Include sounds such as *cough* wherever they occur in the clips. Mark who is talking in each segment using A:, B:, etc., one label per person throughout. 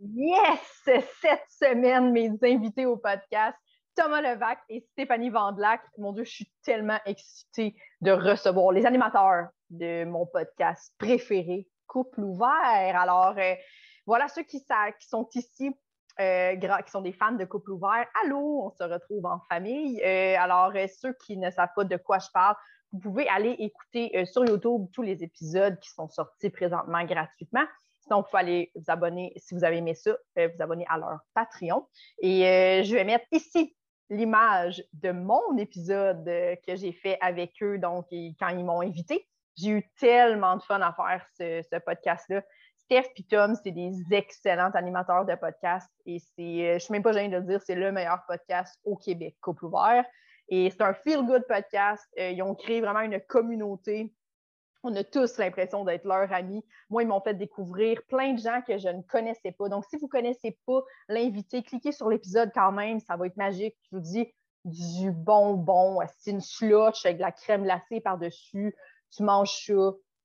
A: Yes! Cette semaine, mes invités au podcast, Thomas Levac et Stéphanie Vandelac. Mon Dieu, je suis tellement excitée de recevoir les animateurs de mon podcast préféré, Couple ouvert. Alors, euh, voilà ceux qui, sa- qui sont ici, euh, gra- qui sont des fans de Couple ouvert. Allô, on se retrouve en famille. Euh, alors, euh, ceux qui ne savent pas de quoi je parle, vous pouvez aller écouter euh, sur YouTube tous les épisodes qui sont sortis présentement gratuitement. Donc, vous pouvez aller vous abonner, si vous avez aimé ça, euh, vous abonner à leur Patreon. Et euh, je vais mettre ici l'image de mon épisode euh, que j'ai fait avec eux, donc et quand ils m'ont invité. J'ai eu tellement de fun à faire ce, ce podcast-là. Steph et Tom, c'est des excellents animateurs de podcast et c'est, euh, je ne suis même pas gênée de le dire, c'est le meilleur podcast au Québec, Couple ouvert. Et c'est un feel-good podcast. Euh, ils ont créé vraiment une communauté. On a tous l'impression d'être leurs amis. Moi, ils m'ont fait découvrir plein de gens que je ne connaissais pas. Donc, si vous ne connaissez pas l'invité, cliquez sur l'épisode quand même. Ça va être magique. Je vous dis du bonbon. C'est une slush avec de la crème glacée par-dessus. Tu manges ça.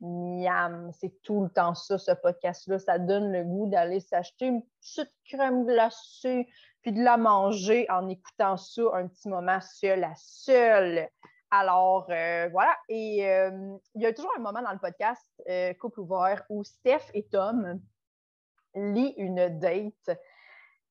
A: Miam, c'est tout le temps ça, ce podcast-là. Ça donne le goût d'aller s'acheter une petite crème glacée, puis de la manger en écoutant ça un petit moment seul à seul. Alors, euh, voilà. Et euh, il y a toujours un moment dans le podcast euh, Couple ouvert où Steph et Tom lient une date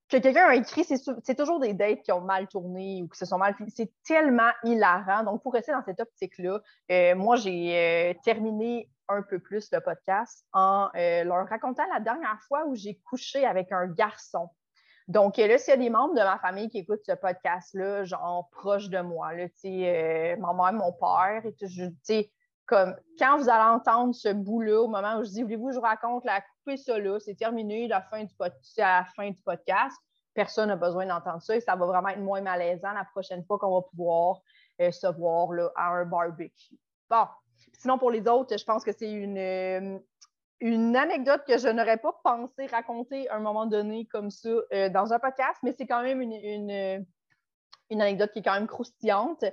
A: que quelqu'un a écrit. C'est sou- C'est toujours des dates qui ont mal tourné ou qui se sont mal finies. C'est tellement hilarant. Donc, pour rester dans cette optique-là, euh, moi, j'ai euh, terminé un peu plus le podcast en euh, leur racontant la dernière fois où j'ai couché avec un garçon. Donc, euh, là, s'il y a des membres de ma famille qui écoutent ce podcast-là, genre proche de moi, là, tu sais, euh, ma mère, mon père, et tout, je tu sais, comme quand vous allez entendre ce bout-là, au moment où je dis, voulez-vous, que je vous raconte, la coupez ça là, c'est terminé, la fin du pod- c'est à la fin du podcast. Personne n'a besoin d'entendre ça et ça va vraiment être moins malaisant la prochaine fois qu'on va pouvoir euh, se voir là, à un barbecue. Bon, sinon pour les autres, je pense que c'est une, euh, une anecdote que je n'aurais pas pensé raconter à un moment donné comme ça euh, dans un podcast, mais c'est quand même une, une, euh, une anecdote qui est quand même croustillante.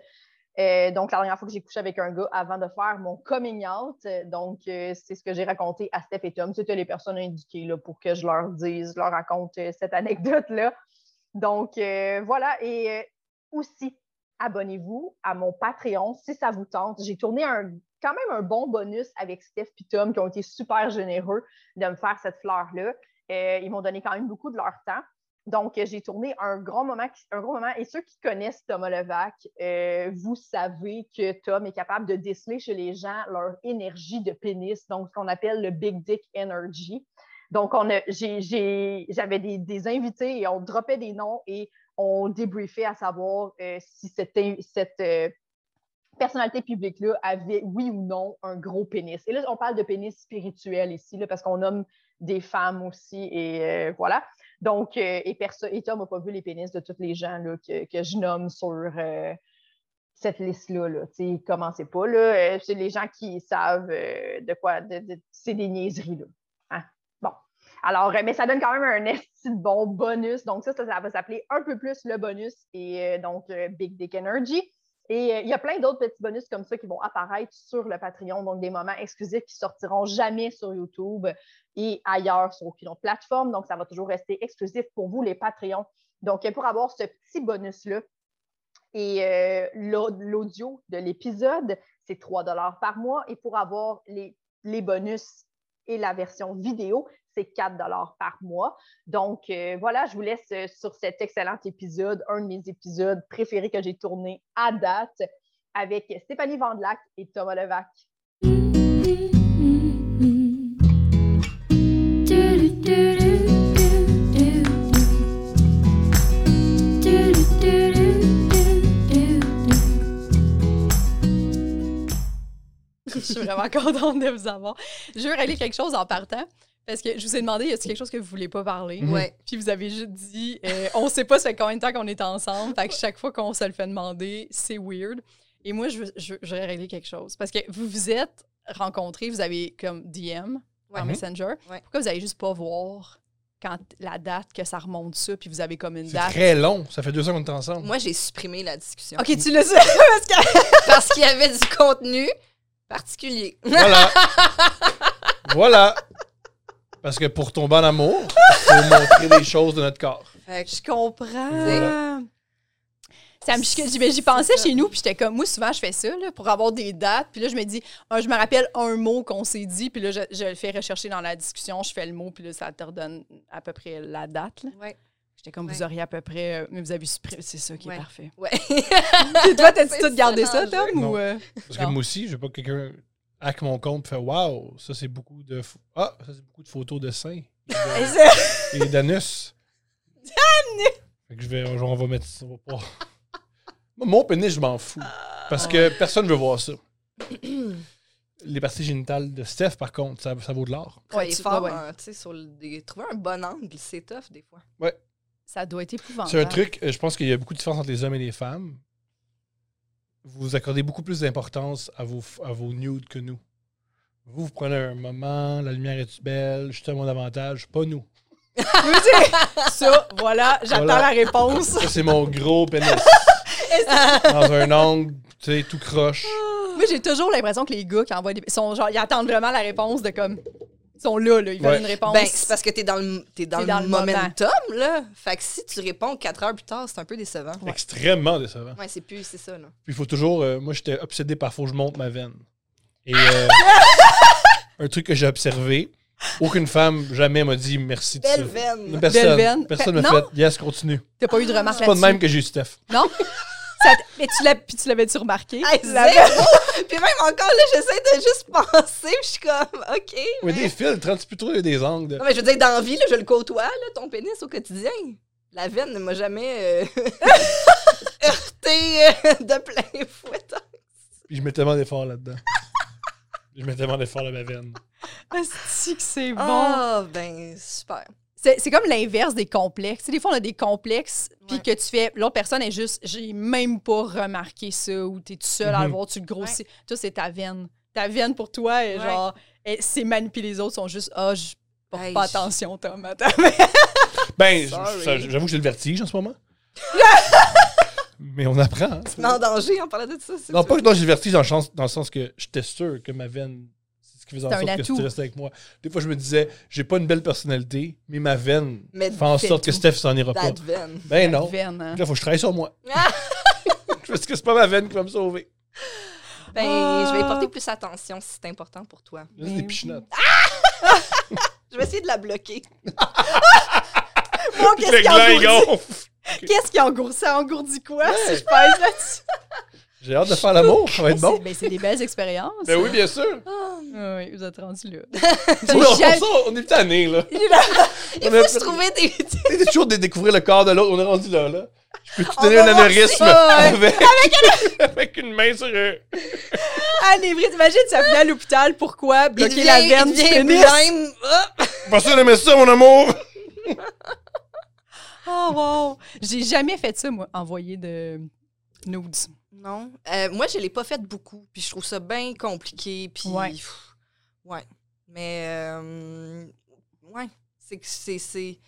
A: Euh, donc, la dernière fois que j'ai couché avec un gars avant de faire mon coming out, euh, donc euh, c'est ce que j'ai raconté à Steph et Tom. C'était les personnes indiquées là, pour que je leur dise, je leur raconte euh, cette anecdote-là. Donc, euh, voilà. Et euh, aussi, abonnez-vous à mon Patreon si ça vous tente. J'ai tourné un, quand même un bon bonus avec Steph et Tom qui ont été super généreux de me faire cette fleur-là. Euh, ils m'ont donné quand même beaucoup de leur temps. Donc, euh, j'ai tourné un grand moment, qui- un gros moment. Et ceux qui connaissent Thomas Levac, euh, vous savez que Tom est capable de déceler chez les gens leur énergie de pénis, donc ce qu'on appelle le Big Dick Energy. Donc, on a- j'ai- j'ai- j'avais des, des invités et on droppait des noms et on débriefait à savoir euh, si cette, in- cette, euh, personnalité publique-là avait, oui ou non, un gros pénis. Et là, on parle de pénis spirituel ici, là, parce qu'on nomme des femmes aussi et euh, voilà. Donc, euh, et, perso- et Tom n'a pas vu les pénis de tous les gens là, que, que je nomme sur euh, cette liste-là. Là. Tu sais, Commencez pas. Là. Euh, c'est les gens qui savent euh, de quoi. de- de- c'est des niaiseries. Là. Hein? Bon. Alors, euh, mais ça donne quand même un esti de bon bonus. Donc, ça, ça, ça va s'appeler un peu plus le bonus et euh, donc euh, Big Dick Energy. Et euh, il y a plein d'autres petits bonus comme ça qui vont apparaître sur le Patreon, donc des moments exclusifs qui sortiront jamais sur YouTube et ailleurs sur aucune autre plateforme. Donc, ça va toujours rester exclusif pour vous, les Patreons. Donc, euh, pour avoir ce petit bonus-là et euh, l'au- l'audio de l'épisode, c'est 3 par mois. Et pour avoir les, les bonus et la version vidéo, c'est 4 par mois. Donc, euh, voilà, je vous laisse euh, sur cet excellent épisode, un de mes épisodes préférés que j'ai tourné à date avec Stéphanie Vandelac et Thomas Levac.
B: Je suis vraiment *laughs* contente de vous avoir. Je veux régler quelque chose en partant. Parce que je vous ai demandé, y a quelque chose que vous voulez pas parler?
C: Ouais.
B: Puis vous avez juste dit, euh, on sait pas ça fait combien de temps qu'on est ensemble. Fait que chaque fois qu'on se le fait demander, c'est weird. Et moi, je veux, je, veux- je voudrais régler quelque chose. Parce que vous vous êtes rencontrés, vous avez comme DM par
C: Ouais. Mhm.
B: Messenger.
C: Ouais.
B: Pourquoi vous allez juste pas voir quand la date que ça remonte ça, puis vous avez comme une
D: C'est
B: date?
D: très long. Ça fait deux ans qu'on est ensemble.
C: *laughs* Moi, j'ai supprimé la discussion.
B: Ok, tu le sais. parce que-
C: Parce qu'il y avait du contenu particulier.
D: Voilà. voilà. Parce que pour tomber en amour, faut *laughs* montrer les choses de notre corps.
C: Fait que
B: Je comprends.
C: Voilà.
B: Ça me chique- j'y- ben, J'y pensais
C: ça.
B: chez nous, puis j'étais comme, moi, souvent, je fais ça là, pour avoir des dates. Puis là, je me dis, ah, je me rappelle un mot qu'on s'est dit, puis là, je, je le fais rechercher dans la discussion, je fais le mot, puis là, ça te redonne à peu près la date. là.
C: Ouais.
B: J'étais comme, vous
C: Ouais.
B: auriez à peu près. euh, mais vous avez supprimé. C'est ça qui est
C: Ouais.
B: parfait.
C: Ouais.
B: *laughs* Et toi, t'as-tu
C: C'est
B: tout gardé
C: ça
B: ça,
C: l'enjeu.
B: Tom?
D: Non.
B: Ou, euh,
D: Parce que
B: Non.
D: moi aussi, je veux pas que quelqu'un hack mon compte et fait Waouh, ça c'est beaucoup de pho- ah, ça c'est beaucoup de photos de seins et de- et d'anus. Fait que je vais, on va mettre ça. on va pas- Moi, Mon pénis, je m'en fous. Parce que personne ne veut voir ça. Les parties génitales de Steph, par contre, ça, ça vaut de l'or.
B: Ouais,
C: Travailler
B: tu-
C: fort,
B: ouais, ouais.
C: hein, tu sais, sur le- des- trouver un bon angle, c'est tough des fois.
B: Ça doit être épouvantable.
D: C'est un truc, euh, je pense qu'il y a beaucoup de différence entre les hommes et les femmes. Vous accordez beaucoup plus d'importance à vos, à vos nudes que nous. Vous, vous prenez un moment, la lumière est belle, je suis à mon avantage, pas nous.
B: Je veux dire, *laughs* ça, voilà, j'attends
D: Voilà.
B: la réponse.
D: Ça, c'est
C: *laughs*
D: mon gros pénis. Dans un angle, tu sais, tout croche.
B: *laughs* Moi, j'ai toujours l'impression que les gars qui envoient des. Sont, genre, ils attendent vraiment la réponse de comme. Ils sont là, là, ils veulent
D: Ouais.
B: une réponse.
C: Ben, c'est parce que t'es dans le, t'es dans
B: T'es
C: le
B: dans le moment.
C: momentum, là. Fait que si tu réponds quatre heures plus tard, c'est un peu décevant. Ouais,
D: Extrêmement décevant.
C: c'est plus, c'est ça, là.
D: Puis il faut toujours. euh, moi, j'étais obsédé par faut que je monte ma veine. Et
C: *laughs*
D: euh, un truc que j'ai observé, aucune femme jamais m'a dit merci de
C: Belle
D: ça.
C: veine!
B: Belle
D: Personne,
B: veine.
D: personne
B: Fait-
D: m'a
B: non.
D: fait yes, continue.
B: T'as pas eu de remarque
D: C'est pas de
B: là-dessus.
D: même que j'ai eu Steph.
B: Non? Ça t- mais tu l'as- puis tu l'avais-tu remarqué?
C: Hey,
B: Tu l'avais-
C: zéro! *laughs* Puis même encore, là, j'essaie de juste *laughs* penser, puis je suis comme, OK.
D: Oui, des filtres, hein, tu peux trouver des angles. de-
C: Non, mais je veux dire, dans la vie, là, je le côtoie, là, ton pénis au quotidien. La veine ne m'a jamais euh, *laughs* heurté euh, de plein fouet.
D: Puis je mets tellement d'efforts là-dedans. je mets tellement d'efforts dans ma veine.
B: Asti que c'est bon.
C: Ah, ben, super.
B: C'est c'est comme l'inverse des complexes. Tu sais, des fois, on a des complexes, puis
C: Ouais.
B: que tu fais. L'autre personne est juste, j'ai même pas remarqué ça, ou t'es tout seul à le
D: Mhm.
B: voir, tu le grossis. Toi, c'est ta veine. Ta veine pour toi, est
C: Ouais.
B: genre, elle- c'est man, puis les autres sont juste, ah, je porte
C: Hey,
B: pas
C: je-
B: attention, Tom. à ta
D: Ben, j-
C: Sorry.
D: ça- j'avoue que j'ai le vertige en ce moment. Mais on apprend. hein.
C: Mais en danger, on parlait de ça. c'est
D: Non,
C: tout.
D: pas que non, j'ai le vertige dans le, sens, dans le sens que j'étais sûr que ma veine, c'est ce qui faisait en
B: C'est un
D: sorte que
B: atout.
D: tu restais avec moi. Des fois, je me disais, j'ai pas une belle personnalité, mais ma veine
C: Mais
D: fait en
C: fais
D: sorte que
C: tout.
D: Steph s'en ira pas.
C: That veine.
D: Ben non. Là,
B: *laughs* veine, hein.
D: faut que je travaille sur moi.
C: Ah!
D: *laughs* Parce que c'est pas ma veine qui va me sauver.
C: Ben,
B: Ah.
C: je vais y porter plus attention si c'est important pour toi.
D: Là, c'est
B: Mais
D: des
B: oui.
D: pichenottes.
C: Je vais essayer de la bloquer.
B: Bon, qu'est-ce
D: Le
B: qui
D: gland, il
B: engourdit?
D: gonfle.
B: Qu'est-ce qui engourdit? Ça engourdit quoi, si
D: Ouais.
B: je pèse *laughs* là-dessus?
D: J'ai hâte de faire l'amour, ça va être
B: C'est-
D: bon.
B: ben, c'est des belles expériences.
D: *laughs* Ben oui, bien sûr.
B: Ah oui, vous êtes rendu *laughs* là.
D: Oui, on,
B: jamais-
D: on est
B: *laughs*
D: tanné, là.
C: Il
D: On a-
C: faut se trouver des.
D: On est toujours de découvrir le corps de l'autre, on est rendu là, là. Je peux te
C: On
D: donner
C: va
D: un
C: voir
D: anérisme
B: ça, ouais.
D: avec... avec une main sur un.
B: Ah, les vrais, t'imagines, ça venait à l'hôpital, pourquoi?
C: Il
B: Bloquer la
C: devient-
B: veine
C: il
B: du
C: devient
B: pénis.
C: blême. Hop!
D: Pas sûr d'aimer ça, mon amour!
B: Oh, wow. J'ai jamais fait ça, moi, envoyer de nudes.
C: Non. Euh, moi, je l'ai pas fait beaucoup. Puis je trouve ça bien compliqué. Puis.
B: Ouais.
C: pff, ouais. Mais. euh, ouais. C'est que c'est. c'est-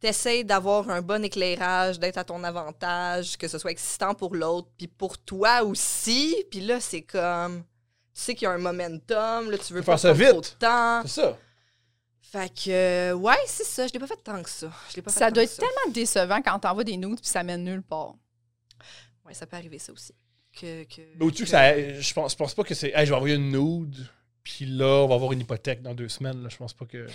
C: T'essayes d'avoir un bon éclairage, d'être à ton avantage, que ce soit excitant pour l'autre, puis pour toi aussi. Puis là, c'est comme. Tu sais qu'il y a un momentum, là, tu veux
D: Faut faire
C: pas
D: ça
C: prendre trop de
D: vite.
C: temps.
D: C'est ça.
C: Fait que, euh, ouais, c'est ça. Je l'ai pas fait tant que ça. Je l'ai pas fait
B: Ça
C: tant
B: doit
C: que
B: être tellement décevant quand t'envoies des nudes puis ça mène nulle part.
C: Ouais, ça peut arriver, ça aussi. Que, que,
D: Mais au-dessus, que ça- je, pense, je pense pas que c'est. Hey, je vais envoyer une nude, puis là, on va avoir une hypothèque dans deux semaines. Là. Je pense pas que.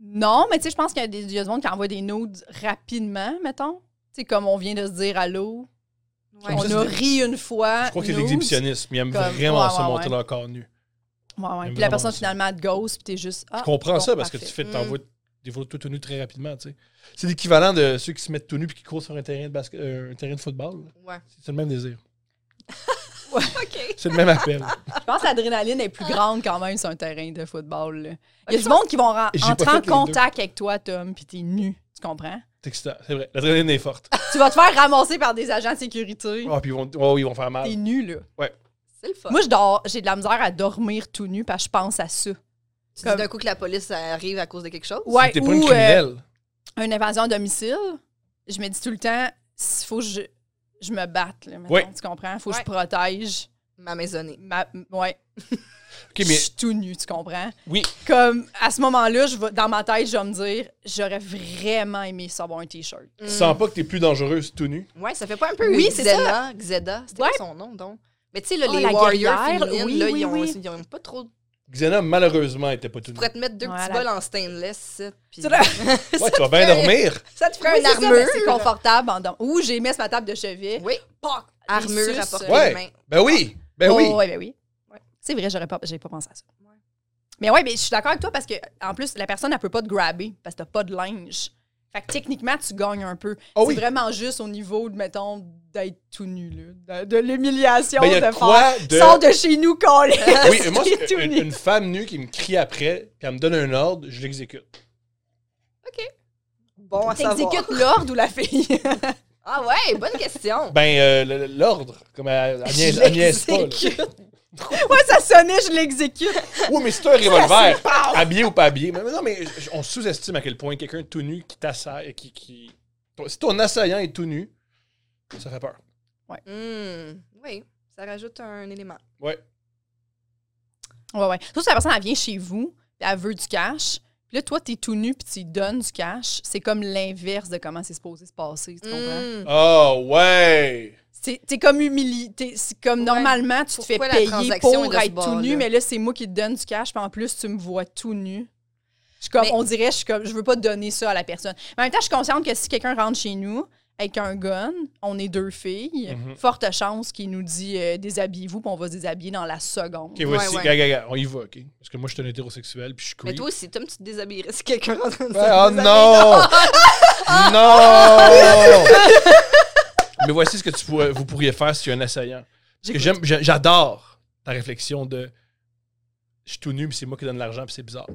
B: Non, mais tu sais, je pense qu'il y a des il y a du monde qui envoie des nudes rapidement, mettons. Tu sais, comme *laughs* on vient de se dire allô.
C: Ouais.
D: Comme
B: on
D: ça,
B: a
D: c'est des-
B: ri une fois.
D: Je crois que c'est des
B: nudes.
D: exhibitionnistes, mais ils aiment
B: Comme-
D: vraiment
B: ouais,
D: ça
B: ouais,
D: monter
B: ouais.
D: leur corps nu.
B: Ouais, ouais.
D: J'aime
B: Puis la
D: vraiment
B: personne,
D: ça.
B: finalement, elle te ghost, puis t'es juste. Ah,
D: Je comprends
B: bon,
D: ça parce que
B: parfait. Mm.
D: tu fais, t'envoies des photos tout nu très rapidement. tu sais. C'est l'équivalent de ceux qui se mettent tout nu puis qui courent sur un terrain de, basket, euh, un terrain de football. là.
C: Ouais.
D: C'est le
B: *laughs*
D: même désir.
C: OK.
D: C'est le même appel.
B: Je pense que l'adrénaline est plus
D: Ah.
B: grande quand même sur un terrain de football. là. Il y a
C: Je
B: du monde qui vont ra-
D: J'ai pas
B: entrer en
D: fait les deux.
B: contact avec toi, Tom, puis t'es nu. Tu comprends?
D: C'est excitant. C'est vrai. L'adrénaline
B: *laughs*
D: est forte.
B: tu vas te faire ramasser par des agents de sécurité.
D: Oh, puis ils vont, oh, ils vont faire mal.
B: T'es nu, là.
C: C'est le fun.
B: Moi, je dors, j'ai de la misère à dormir tout nu parce que je pense à ça.
C: tu
B: comme-
C: dis d'un coup que la police arrive à cause de quelque chose.
B: Ouais,
D: T'es
B: ou
D: pas une
B: euh,
D: criminelle.
B: une invasion à domicile, je me dis tout le temps, s'il faut que je, je me batte, là, mettons,
D: Ouais.
B: tu comprends? Il faut que
C: Ouais.
B: je protège
C: Ma maisonnée.
B: ma... Ouais.
D: OK, mais
B: Je suis tout nu, tu comprends?
D: oui,
B: Comme à ce moment-là, je vais- dans ma tête, je vais me dire j'aurais vraiment aimé ça avoir un t-shirt.
D: tu sens pas que t'es plus dangereux si tout nu.
C: Ouais, ça fait pas un peu
B: Oui, c'est
C: Xena, Xeda, c'était
B: Ouais.
C: quoi son nom donc. Mais tu sais, là,
B: Oh,
C: les
B: la
C: Warriors
B: guerrière,
C: féminines,
B: oui,
C: là,
B: oui,
C: ils, ont,
B: oui.
C: ils ont pas trop. Tu
D: Xena, malheureusement, était pas tout nu.
C: pourrais te mettre deux
B: Ouais,
C: petits
B: la-
C: bols en stainless, ça, puis
B: Tu l'as-
D: Ouais, tu vas bien dormir.
C: ça te ferait
B: Oui,
C: une
B: c'est ça,
C: armure.
B: mais C'est confortable. En... dom- Ou j'ai mis sur ma table de chevet.
C: Oui,
B: Poc! Les
C: armure
B: sus,
C: à porter
B: euh,
D: Ouais.
C: les mains.
D: Ben oui, ben
B: oh,
D: oui.
B: ouais, ben oui.
C: Ouais.
B: C'est vrai, j'aurais pas, j'ai pas pensé à ça.
C: Ouais.
B: Mais ouais, mais je suis d'accord avec toi parce que en plus, la personne, elle peut pas te grabber parce que t'as pas de linge. Fait que techniquement, tu gagnes un peu.
D: Ah oui.
B: C'est vraiment juste au niveau, de, mettons, d'être tout nul, là, de, de l'humiliation,
D: Ben, il y a
B: de
D: de
B: faire.
D: quoi de...
B: Sors de chez nous, collé!
D: *laughs* Oui,
B: *laughs*
D: moi,
B: T'es
D: c'est
B: tout
D: une,
B: nu.
D: une femme nue qui me crie après, puis elle me donne un ordre, je l'exécute.
C: Bon à savoir.
B: T'exécutes l'ordre ou la *laughs* fille?
C: Ah ouais, bonne
B: *laughs*
C: question.
D: Ben, euh, le- le- l'ordre, comme euh, elle,
C: *laughs*
D: elle niaise, elle niaise pas. là.
B: ouais, ça sonnait, je l'exécute.
D: *laughs* Oui, mais c'est un revolver, habillé ou pas habillé. Mais mais non, mais je- on sous-estime à quel point quelqu'un tout nu qui t'assaille, qui, qui... ton- Si ton assaillant est tout nu, ça fait peur.
C: Hmm, oui, ça rajoute un élément.
D: Ouais.
B: Ouais, ouais. Surtout si la personne, elle vient chez vous, puis elle veut du cash. Puis là, toi, t'es tout nu, puis tu lui donnes du cash. C'est comme l'inverse de comment c'est supposé se passer, tu comprends?
C: Hmm.
D: Oh, ouais!
B: C'est- T'es comme humilié. t'es- C'est comme
C: Ouais.
B: normalement, tu te fais
C: Pourquoi la
B: payer
C: transaction
B: pour
C: est de ce
B: être tout nu,
C: bord-là?
B: mais là, c'est moi qui te donne du cash, puis en plus, tu me vois tout nu. Je suis comme,
C: Mais-
B: On dirait, je suis comme, je veux pas donner ça à la personne. Mais en même temps, je suis consciente que si quelqu'un rentre chez nous avec un gun, on est deux filles,
D: Mhm.
B: forte chance qu'il nous dit euh, déshabillez-vous, puis on va se déshabiller dans la seconde.
D: Ok, voici,
C: ouais.
D: gars, gars, gars, on y va, ok? Parce que moi, je suis un hétérosexuel, puis je suis
C: Mais
D: queer.
C: toi aussi, Tom, tu te déshabillerais si quelqu'un rentre *laughs* dans
D: Ouais, oh *laughs* non! non! Mais voici ce que tu pourrais- vous pourriez faire si tu es un assaillant. Parce que j'aime- j'a- j'adore ta réflexion de je suis tout nu, mais c'est moi qui donne l'argent, puis c'est bizarre.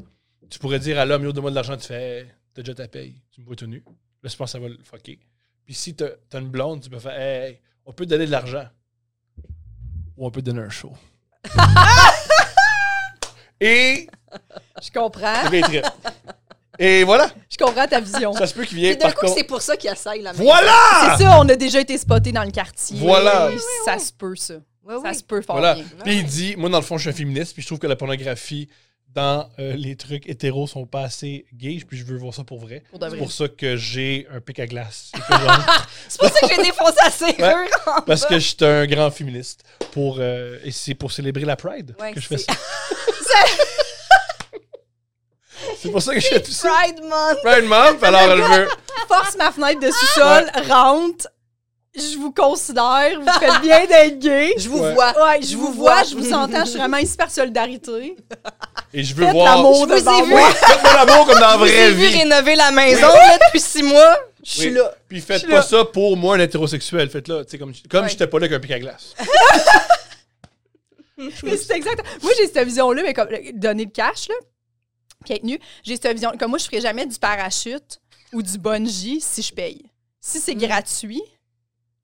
D: Tu pourrais dire à l'homme, yo, donne-moi de l'argent, tu fais, Hey, t'as déjà ta paye, tu me vois tout nu. Là, je pense que ça va le fucker. Puis si t'as t'as une blonde, tu peux faire, hey, hey, on peut te donner de l'argent. Ou on peut te donner un show. Et
B: Je comprends.
D: le gars, il trippe. Et voilà,
B: Je comprends ta vision.
D: ça se peut qu'il
C: Et
D: vienne
C: d'un
D: par
C: coup,
D: contre.
C: c'est pour ça qu'il assaille la maison.
D: Voilà!
B: C'est ça, on a déjà été spotés dans le quartier.
D: Voilà. Oui, oui,
B: Ça se peut, ça.
C: Ouais,
B: Ça
C: ouais.
B: se peut fort
D: Voilà.
B: bien.
C: hein.
D: Puis il dit, moi dans le fond, je suis un féministe, puis je trouve que la pornographie dans euh, les trucs hétéros sont pas assez gays, puis je veux voir ça pour vrai.
B: Pour de
D: C'est
B: vrai.
D: pour ça que j'ai un pic à glace. Et que
C: *laughs*
D: j'en-
C: C'est pour ça que j'ai défoncé la serrure
D: Ouais.
C: en
D: parce
C: bas.
D: que je suis un grand féministe. Pour, euh, et c'est pour célébrer la Pride
C: Ouais,
D: que je fais
C: c'est-
D: ça.
C: *laughs*
D: *laughs* c'est pour ça que je fais tout ça.
C: Pride Month!
D: Pride Month, alors elle veut.
B: force ma fenêtre
C: Ah!
B: de sous-sol, rentre. Je vous considère, vous
C: *laughs*
B: faites bien d'être gay.
C: Je vous
D: Ouais.
C: vois.
B: Ouais, je vous vois, je vous entends, je suis vraiment ici par solidarité.
D: Et je veux
B: Faites
D: voir.
B: l'amour
C: Je vous ai
B: devant
C: vu.
B: moi.
D: Faites-moi l'amour comme dans la
C: Je vous
D: vraie
C: ai vu
D: vie.
C: rénover la maison là, depuis six mois. Je suis
D: Oui.
C: là.
D: Puis
B: Je
D: faites
B: suis
D: pas
B: là.
D: ça pour moi, un hétérosexuel. Faites-le, tu sais, comme, comme
C: Ouais.
D: j'étais pas là avec un pic à
C: *laughs*
D: glace.
B: Mais c'est exact. Moi, j'ai cette vision-là, mais comme le- donner le cash, là, puis être nu, j'ai cette vision. Comme moi, je ferais jamais du parachute ou du bungee si je paye. Si
C: Mm.
B: c'est gratuit,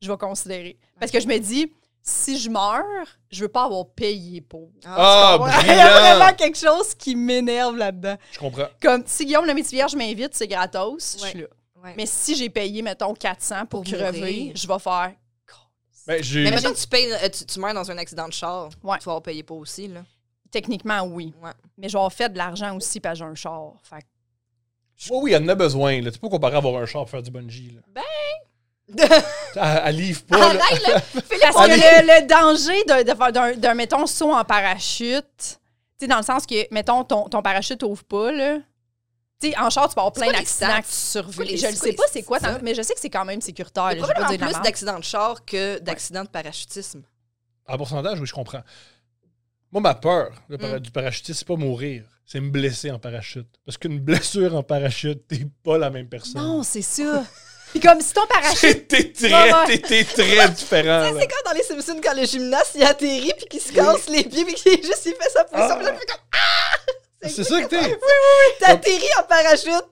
B: je vais considérer. Parce que je me dis, si je meurs, je veux pas avoir payé pour.
D: Ah,
C: c'est pas vrai. *laughs*
B: Il y a
D: brillant!
B: vraiment quelque chose qui m'énerve là-dedans.
D: Je comprends.
B: Comme si Guillaume le métier vierge m'invite, c'est gratos, je suis là.
C: Ouais. Mais,
B: Mais si j'ai payé, mettons, 400 pour,
C: Pour
B: crever,
C: mourir.
B: je vais faire.
D: Ben, j'ai-
C: mais maintenant que tu, payes, euh, tu, tu meurs dans un accident de char,
B: Ouais.
C: tu vas en payer pas aussi. Là.
B: Techniquement, oui.
C: Ouais.
B: Mais je vais avoir fait de l'argent aussi parce que j'ai un char. Fait que-
D: Oui, oui, elle en a besoin. Là. Tu peux pas comparer à avoir un char pour faire du bungee. Là.
C: Ben.
D: *laughs* Elle, elle livre pas. là.
C: Arrête, là.
B: Parce
D: on
B: que
D: est-
B: le, le danger de- de faire d'un, d'un, mettons, saut en parachute, tu sais, dans le sens que, mettons, ton, ton parachute ouvre pas, là. Tu sais, en char, tu vas avoir
C: C'est
B: plein
C: quoi les
B: d'accidents
C: stats?
B: que tu survis.
C: quoi les-
B: je ne
C: c'est quoi
B: sais
C: les
B: pas c'est quoi,
C: stats?
B: mais je sais que c'est quand même sécuritaire.
C: Il y
B: là, je
C: a
B: vais pas dire de la
C: probablement plus hein.
B: merde.
C: d'accidents de char que d'accidents de parachutisme.
D: En pourcentage, oui, je comprends. Moi, ma peur le para-
C: Mm.
D: du parachutiste, c'est pas mourir, c'est me blesser en parachute. Parce qu'une blessure en parachute, t'es pas la même personne.
B: Non, c'est ça. *laughs* Puis comme si ton parachute.
D: *laughs* T'es t'es
B: Ouais,
D: très,
B: ouais.
D: t'es- t'es très différent. là.
C: *laughs* C'est quand dans les Simpsons, quand le gymnaste il atterrit puis qu'il se casse les pieds puis qu'il juste il fait sa position.
D: Ah.
C: puis là, il fait comme,
D: C'est ça que t'es.
C: T'atterris en parachute,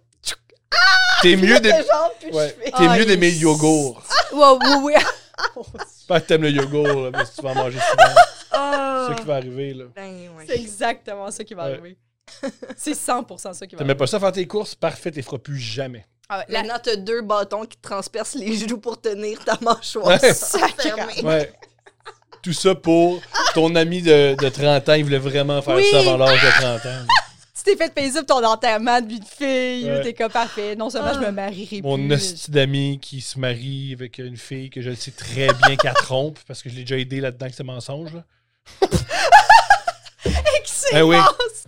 D: T'es mieux des.
C: tes jambes puis
D: Ouais.
C: je
D: T'es
C: fais.
B: Ah,
D: mieux
B: il-
D: d'aimer le yogourt.
B: Ouais, oui, oui.
D: C'est Pas que t'aimes le yogourt, là, mais si tu vas en manger souvent. C'est ça qui va arriver. là.
C: Ben, ouais.
B: C'est exactement ça qui va
D: Ouais.
B: arriver. *laughs* C'est 100% ça qui va
D: T'aimais
B: arriver.
D: pas ça faire tes courses? Parfait, t'les feras plus jamais.
B: Ah ouais, la-
C: Maintenant, t'as deux *laughs* bâtons qui te transpercent les genoux pour tenir ta mâchoire.
D: Ouais.
C: Sacré.
D: Ouais. Tout ça pour ton ami de, de 30 ans, il voulait vraiment faire
B: Oui.
D: ça avant l'âge de 30 ans.
B: Tu t'es fait payer pour ton enterrement de vie de fille.
D: Ouais.
B: T'es comme parfait. Non seulement je me
C: Ah.
B: marierai
D: Mon
B: plus.
C: euh,
D: hostie d'ami qui se marie avec une fille que je le sais très bien
C: *laughs*
D: qu'elle trompe parce que je l'ai déjà aidé là-dedans avec ce mensonge. là.
B: Excellent.
D: Eh oui.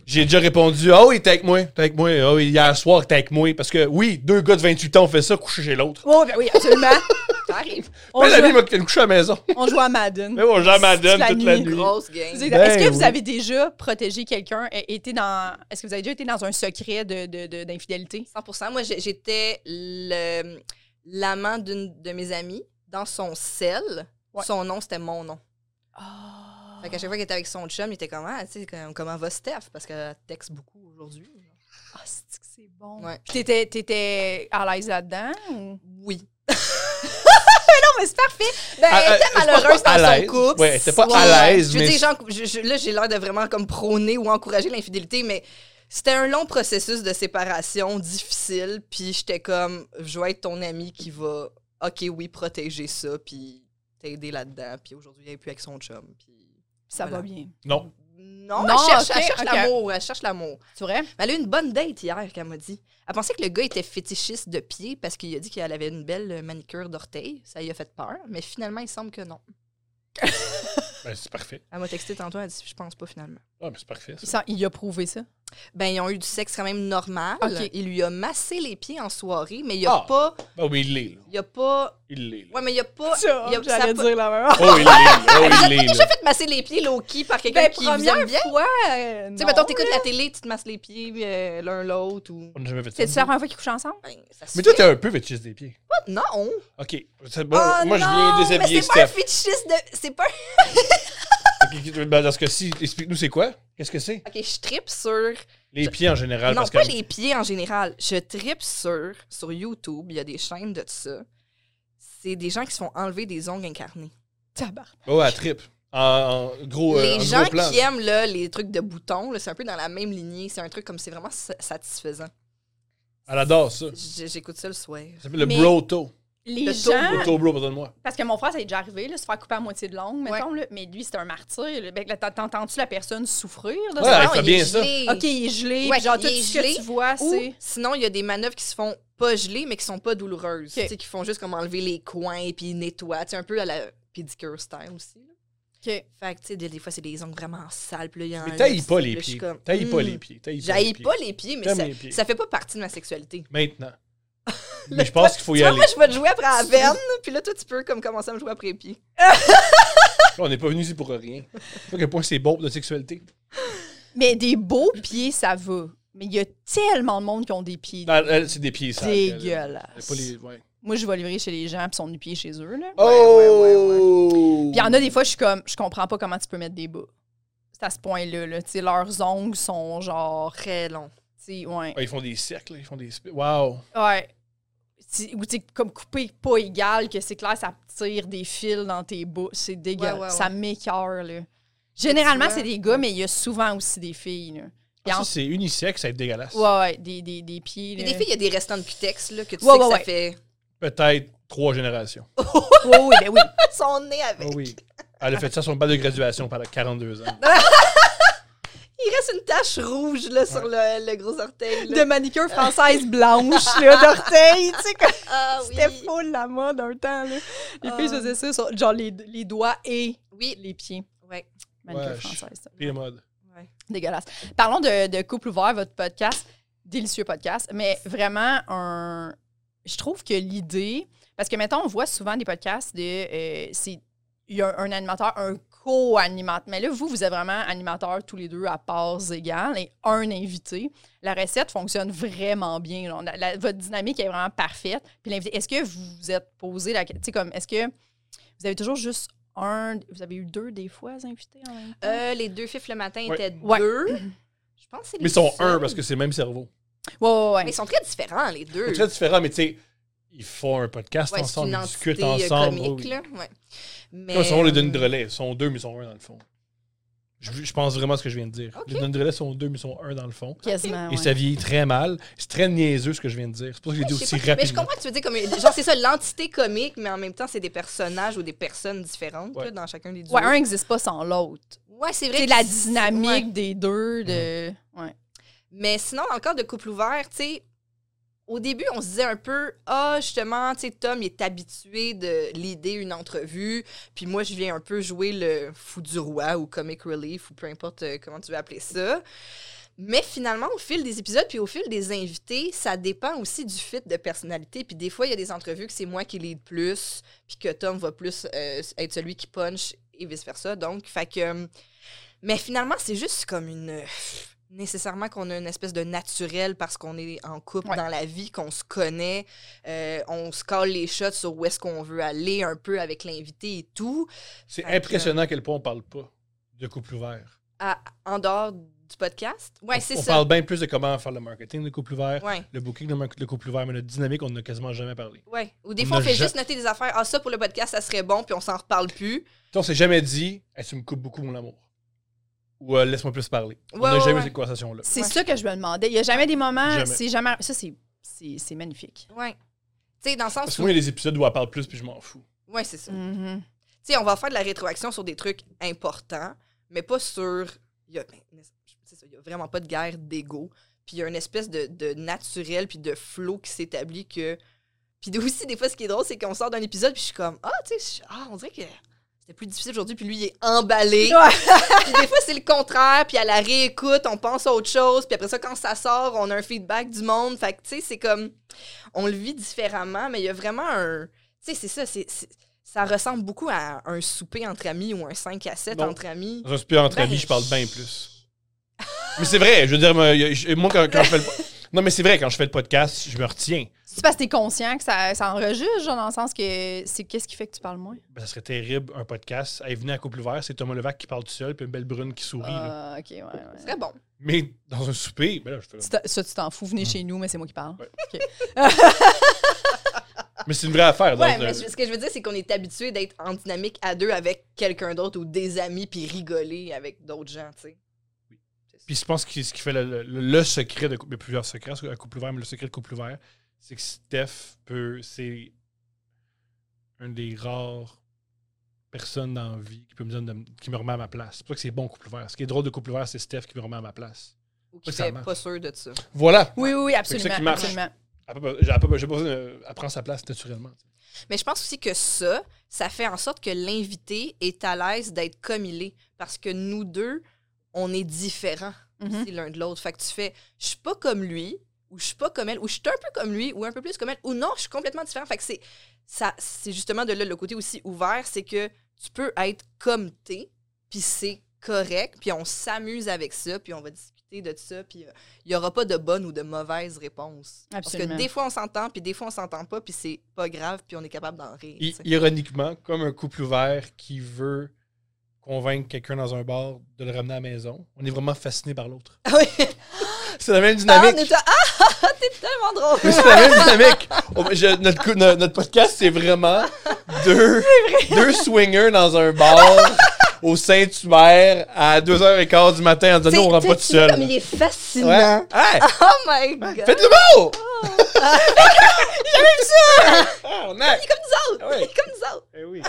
D: J'ai déjà répondu Ah oui, t'es avec moi, t'es avec moi. Ah oui, hier soir, t'es avec moi. Parce que oui, deux gars de 28 ans ont fait ça, coucher chez l'autre.
B: Oh, ben oui, absolument.
C: *laughs* Ça arrive.
B: On,
D: Ben, l'ami
B: joue,
D: m'a couché à la
C: *laughs*
D: maison.
B: on joue à Madden.
D: Mais bon, j'en
B: Toute
D: madame
B: la
D: toute la
B: nuit.
D: nuit.
C: Grosse game.
B: Vous êtes-
D: Ben
B: Est-ce que vous
D: oui.
B: avez déjà protégé quelqu'un et été dans Est-ce que vous avez déjà été dans un secret de- de- de- d'infidélité
C: 100 Moi, j'ai- j'étais le- l'amant d'une de mes amies dans son sel.
B: Ouais.
C: Son nom, c'était mon nom.
B: Ah.
C: Fait qu'à chaque fois qu'il était avec son chum, il était comme, ah, tu sais, comme- comment va Steph? Parce qu'elle texte beaucoup aujourd'hui.
B: Ah, c'est que c'est bon.
C: Ouais.
B: Puis t'étais, t'étais à l'aise là-dedans? ou- Non,
C: *laughs* Oui.
B: mais c'est parfait.
C: Ben,
D: Ah,
C: elle
D: euh,
C: était
D: c'est pas
C: malheureuse
D: à
C: dans son
D: l'aise.
C: couple.
D: Ouais, elle était pas
C: Ouais.
D: à l'aise,
C: Je veux
D: mais-
C: dire, j'en- je- je- là, j'ai l'air de vraiment comme prôner ou encourager l'infidélité, mais c'était un long processus de séparation difficile. Puis j'étais comme, je vais être ton ami qui va, OK, oui, protéger ça, puis t'aider là-dedans. Puis aujourd'hui, elle est plus avec son chum. Puis...
B: Ça
C: Voilà.
B: va bien.
D: Non.
C: Non,
B: Non,
C: elle cherche,
B: ok,
C: elle cherche
B: ok.
C: l'amour, elle cherche l'amour.
B: C'est vrai?
C: Mais Elle a eu une bonne date hier, qu'elle m'a dit. Elle pensait que le gars était fétichiste de pied parce qu'il a dit qu'elle avait une belle manicure d'orteil. Ça lui a fait peur, mais finalement, il semble que non.
D: Ben, c'est parfait.
C: Elle m'a texté tantôt, elle a dit Je pense pas finalement.
D: Ah, mais c'est parfait. ça.
B: Il, sent- il a prouvé ça.
C: Ben, ils ont eu du sexe quand même normal.
B: Ok.
C: Il lui a massé les pieds en soirée, mais il a
D: Ah.
C: pas.
D: Ah oui, il l'est, là.
C: Il a pas.
D: Il l'est, là.
C: Ouais, mais il a pas. il a, ça a pas-
B: dire la même
D: Oh, il l'est, là. Oh, il l'est, là.
C: fait masser les pieds low-key par quelqu'un
B: Ben,
C: qui vous aime
B: première
C: bien.
B: fois. euh,
C: Eh, Tu sais,
B: non.
C: mettons, t'écoutes la télé, tu te masses les pieds euh, l'un l'autre ou.
D: On n'a jamais fait ça.
B: C'est-tu la première fois qu'ils couchent ensemble?
C: Ben, ça se
D: Mais toi,
C: fait.
D: t'es un peu fétichiste des pieds.
C: Non!
D: OK. c'est bon.
C: Oh
D: Moi, je
C: non,
D: viens déshabiller
C: mais C'est pas un
D: Steph.
C: fétichiste de. C'est pas un
D: Ok, ben, Dans ce cas-ci, explique-nous c'est quoi? Qu'est-ce que c'est?
C: Ok, je tripe sur.
D: Les pieds en général.
C: non,
D: parce
C: pas
D: que...
C: les pieds en général. Je tripe sur, sur YouTube, il y a des chaînes de ça. C'est des gens qui se font enlever des ongles incarnés.
B: Tabarnak.
D: Oh, à trip. En, en gros, euh,
C: les
D: en
C: gens
D: gros plan.
C: qui aiment là, les trucs de boutons, là, c'est un peu dans la même lignée. C'est un truc comme c'est vraiment sa- satisfaisant.
D: Elle adore ça.
C: J- J'écoute ça le soir.
D: Ça s'appelle le
B: Mais-
D: bro-toe.
B: Les
C: Le taux-
B: gens.
D: Le toe-bro, pardonne-moi.
B: Parce que mon frère, ça est déjà arrivé, là, se faire couper à moitié de longue, mettons, là, mais lui, c'est un martyr. là. Ben, là, t'en- T'entends-tu la personne souffrir? de
D: Ouais,
B: ça?
D: elle fait bien ça.
C: ça.
B: OK, il est gelé.
C: Ouais,
B: puis genre,
C: il
B: tout
C: est
B: ce que
C: gelé
B: tu vois,
C: Ou
B: c'est...
C: sinon, il y a des manœuvres qui se font pas gelées, mais qui sont pas douloureuses.
B: Ok.
C: Tu sais, qui font juste comme enlever les coins, puis nettoyer. Tu sais, un peu à la pédicure E style aussi. là.
B: OK.
C: Fait que, tu sais, des, des fois, c'est des ongles vraiment sales. Puis Ah, là, il y en
D: Mais
C: a-
D: taille pas les
C: là, je suis
D: pieds.
C: comme,
D: Taille pas
C: hmm.
D: les pieds. Taille pas les
C: J'haïs
D: pieds.
C: pas les pieds, mais
D: T'aimes
C: ça,
D: les pieds.
C: ça fait pas partie de ma sexualité. *laughs*
D: Maintenant. Mais je pense qu'il faut y
C: Tu vois,
D: aller.
C: moi, je vais te jouer après la veine, *laughs* puis là, toi, tu peux comme commencer à me jouer après les pieds.
D: On n'est pas venu ici pour rien. Tu vois à quel point c'est bon pour notre sexualité.
B: Mais des beaux pieds, ça va. Mais il y a tellement de monde qui ont des pieds
D: Ah, elle, c'est des pieds sales. elle, là. Elle a
B: dégueulasses.
D: Pas les... ouais.
B: Moi, je vais livrer chez les gens, puis ils sont nu-pieds chez eux. Là.
D: Oh!
B: Puis il y en a des fois, je suis comme, je comprends pas comment tu peux mettre des bas. C'est à ce point-là. Là. Tu sais, Leurs ongles sont genre.
C: Très long.
B: tu sais, Ouais.
D: Ah, ils font des cercles, ils font des... spi- Wow!
B: ouais. Tu- Ou tu sais, comme coupé pas égal, que c'est clair, ça tire des fils dans tes bas. C'est dégueulasse.
C: Ouais, ouais, ouais.
B: Ça m'écœure. là. Généralement,
C: vois,
B: c'est des gars, mais il y a souvent aussi des filles. là.
D: Ah, ça, c'est unisexe, ça va être dégueulasse.
B: Ouais, ouais, des, des, des pieds.
C: Puis
B: là.
C: des filles, il y a des restants de cutex, là, que tu
B: Ouais,
C: sais que
B: ouais,
C: ça
B: ouais.
C: fait.
D: Peut-être trois générations.
C: *laughs*
B: Oui, oui, ben oui.
C: Ils sont nés avec.
D: Ah oui. Elle a fait ça sur le bal de graduation pendant 42 ans.
C: Il reste une tache rouge, là, sur le, le gros orteil. là.
B: de manicure française blanche, *laughs* là, d'orteil, tu sais, comme
C: Ah oui.
B: c'était full la mode un temps, là. Les
C: Ah.
B: filles faisaient ça, sur, genre les, les doigts et
C: Oui.
B: les pieds.
C: Ouais.
B: Manicure
D: Wesh.
B: française, ça.
D: Puis les modes.
C: ouais.
B: Dégueulasse. Parlons de, de Couple ouvert, votre podcast. Délicieux podcast, mais vraiment un. Je trouve que l'idée. Parce que, mettons, on voit souvent des podcasts de. euh, c'est- Il y a un, un animateur, un co-animateur. Mais là, vous, vous êtes vraiment animateurs tous les deux à parts égales et un invité. La recette fonctionne vraiment bien. là. On a- la- votre dynamique est vraiment parfaite. Puis l'invité, est-ce que vous vous êtes posé la question? Tu sais, comme, est-ce que vous avez toujours juste un. Vous avez eu deux des fois invités en même temps?
C: Euh, les deux fifs le matin
D: Ouais.
C: étaient
B: Ouais.
C: deux. *clears throat* Je pense que c'est les
D: Mais ils sont
C: seuls.
D: un parce que c'est le même cerveau.
B: Ouais, ouais, ouais.
C: Mais ils sont très différents, les deux.
D: C'est très différent, mais tu sais, ils font un podcast
C: Ouais, c'est
D: ensemble,
C: une
D: ils discutent
C: entité euh,
D: ensemble.
C: comique,
D: oui.
C: là. Ouais. Mais. euh,
D: Comme si on les donne de relais. Ils sont deux, mais ils sont un dans le fond. Je, je pense vraiment à ce que je viens de dire.
C: Ok. Ah
D: Les Nundrella sont deux, mais sont un dans le fond.
B: Quasiment.
D: Et
B: ouais.
D: ça vieillit très mal. C'est très niaiseux ce que je viens de dire. C'est pour ça que j'ai dit
C: Je sais
D: aussi
C: pas. Mais je
D: rapidement.
C: comprends que tu veux dire comme. Genre, c'est ça, l'entité comique, mais en même temps, c'est des personnages ou des personnes différentes
D: Ouais.
C: là, dans chacun des duos.
B: Ouais, un n'existe pas sans l'autre.
C: Ouais, c'est vrai.
B: C'est
C: que
B: la
C: c'est-
B: dynamique
C: ouais.
B: des deux. De... Ouais.
C: Mais sinon, encore de couple ouvert, tu sais, au début, on se disait un peu, ah, justement, tu sais, Tom, il est habitué de l'idée une entrevue, puis moi, je viens un peu jouer le fou du roi ou comic relief ou peu importe euh, comment tu veux appeler ça. Mais finalement, au fil des épisodes, puis au fil des invités, ça dépend aussi du fit de personnalité. Puis des fois, il y a des entrevues que c'est moi qui lead plus, puis que Tom va plus euh, être celui qui punch et vice-versa. Donc, fait que... euh, Mais finalement, c'est juste comme une... euh, Nécessairement qu'on a une espèce de naturel parce qu'on est en couple
B: Ouais.
C: dans la vie, qu'on se connaît, euh, on se colle les shots sur où est-ce qu'on veut aller un peu avec l'invité et tout.
D: C'est
C: Fait que-
D: impressionnant à quel point on parle pas de couple ouvert.
C: À- en dehors du podcast. Ouais, c'est
D: on
C: ça.
D: parle bien plus de comment faire le marketing de couple ouvert,
C: Ouais.
D: le booking de mar- de couple ouvert, mais la dynamique, on n'a quasiment jamais parlé.
C: Ouais. Ou des
D: On
C: fois, on
D: n'a
C: fait
D: ja-
C: juste noter des affaires. Ah, ça pour le podcast, ça serait bon, puis on s'en reparle plus.
D: On s'est jamais dit Eh, Tu me coupes beaucoup mon amour. Ou euh, laisse-moi plus parler. on
C: Ouais,
D: n'a
C: ouais,
D: jamais
C: ouais.
D: eu cette conversation-là.
B: C'est
C: Ouais.
B: ça que je me demandais. Il n'y a jamais des moments.
D: Jamais.
B: C'est jamais. Ça, c'est- c'est c'est magnifique.
C: Ouais. Tu sais, dans le
D: Parce
C: sens
D: que
C: où.
D: moi, il y a des épisodes où elle parle plus, puis je m'en fous.
C: Ouais, c'est ça.
D: Mm-hmm.
B: Mhm.
C: Tu sais, on va faire de la rétroaction sur des trucs importants, mais pas sur. Il y a, ben, c'est ça, il y a vraiment pas de guerre d'ego. Puis il y a une espèce de, de naturel puis de flow qui s'établit que. Puis aussi, des fois, ce qui est drôle, c'est qu'on sort d'un épisode, puis je suis comme Ah, tu sais, je- ah, on dirait que c'était plus difficile aujourd'hui, puis lui, il est emballé. puis des fois, c'est le contraire, puis à la réécoute, on pense à autre chose, puis après ça, quand ça sort, on a un feedback du monde. Fait que, tu sais, c'est comme. On le vit différemment, mais il y a vraiment un. Tu sais, c'est ça, c'est- c'est- ça ressemble beaucoup à un souper entre amis ou un 5 à 7
D: Non.
C: entre amis.
D: Dans un super entre
C: Ben,
D: amis, je parle
C: je-
D: bien plus. mais c'est vrai, je veux dire, moi, je- moi, quand, quand je fais le. Non, mais c'est vrai, quand je fais le podcast, je me retiens.
B: C'est parce que tu es conscient que ça, ça enregistre, genre, dans le sens que c'est qu'est-ce qui fait que tu parles moins?
D: Ben, ça serait terrible, un podcast. Elle venait à Couple Ouvert, c'est Thomas Levac qui parle tout seul, puis une belle brune qui sourit. là.
B: Ah, ok, ouais. ouais.
C: C'est très bon.
D: Mais dans un souper, ben là, je
C: *laughs*
D: fais-
B: Tu t'en- Ça, tu t'en fous,
D: Mm.
B: venez chez nous, mais c'est moi qui parle.
D: Ouais.
B: Ok.
D: Mais c'est une vraie affaire. euh, dans
C: Ouais,
D: un-
C: mais je- ce que je veux dire, c'est qu'on est habitué d'être en dynamique à deux avec quelqu'un d'autre ou des amis, puis rigoler avec d'autres gens, tu sais.
D: Puis je pense que ce qui fait le, le- le secret de couple, il y a plusieurs secrets à couple ouvert, mais le secret de couple ouvert, c'est que Steph peut. C'est une des rares personnes dans la vie qui peut me dire de- qui me remet à ma place. C'est pour ça que c'est bon couple ouvert. Ce qui est drôle de couple ouvert, c'est Steph qui me remet à ma place.
C: Ou qui
D: ça
C: fait
D: marche.
C: pas sûr de ça.
D: Voilà!
B: Oui, oui, oui,
D: C'est ça qui
B: absolument.
D: marche.
B: absolument.
D: Elle a pas- J'ai elle a pas- j'ai pas besoin de- elle prend sa place naturellement.
C: Mais je pense aussi que ça, ça fait en sorte que l'invité est à l'aise d'être comme il est. Parce que nous deux, on est différents
B: Mhm.
C: aussi l'un de l'autre. Fait que tu fais, je suis pas comme lui, ou je suis pas comme elle, ou je suis un peu comme lui, ou un peu plus comme elle, ou non, je suis complètement différent. Fait que c'est, ça, c'est justement de là le côté aussi ouvert, c'est que tu peux être comme t'es, puis c'est correct, puis on s'amuse avec ça, puis on va discuter de ça, puis euh, il y aura pas de bonne ou de mauvaise réponse.
B: Absolument.
C: Parce que des fois on s'entend, puis des fois on s'entend pas, puis c'est pas grave, puis on est capable d'en rire.
D: I-
C: tu sais.
D: ironiquement, comme un couple ouvert qui veut convaincre quelqu'un dans un bar de le ramener à la maison, on est vraiment fasciné par l'autre.
C: Ah oui.
D: *laughs* C'est la même
C: Ah,
D: dynamique.
C: on est- ah, ah, t'es tellement drôle!
D: Mais c'est la même dynamique. On- je- notre, cou- no- notre podcast, c'est vraiment deux, deux swingers dans un bar au Saint-Hubert à 2h15 du matin en disant Nous, on rentre pas tout seul.
C: Comme il est fascinant!
D: Ouais. Hey,
C: Oh my god!
D: faites de l'humour!
C: Oh.
D: *laughs* J'aime ça! Ah, on a.
C: Il est comme nous autres!
D: Ah ouais.
C: Il est comme nous autres!
D: Eh oui.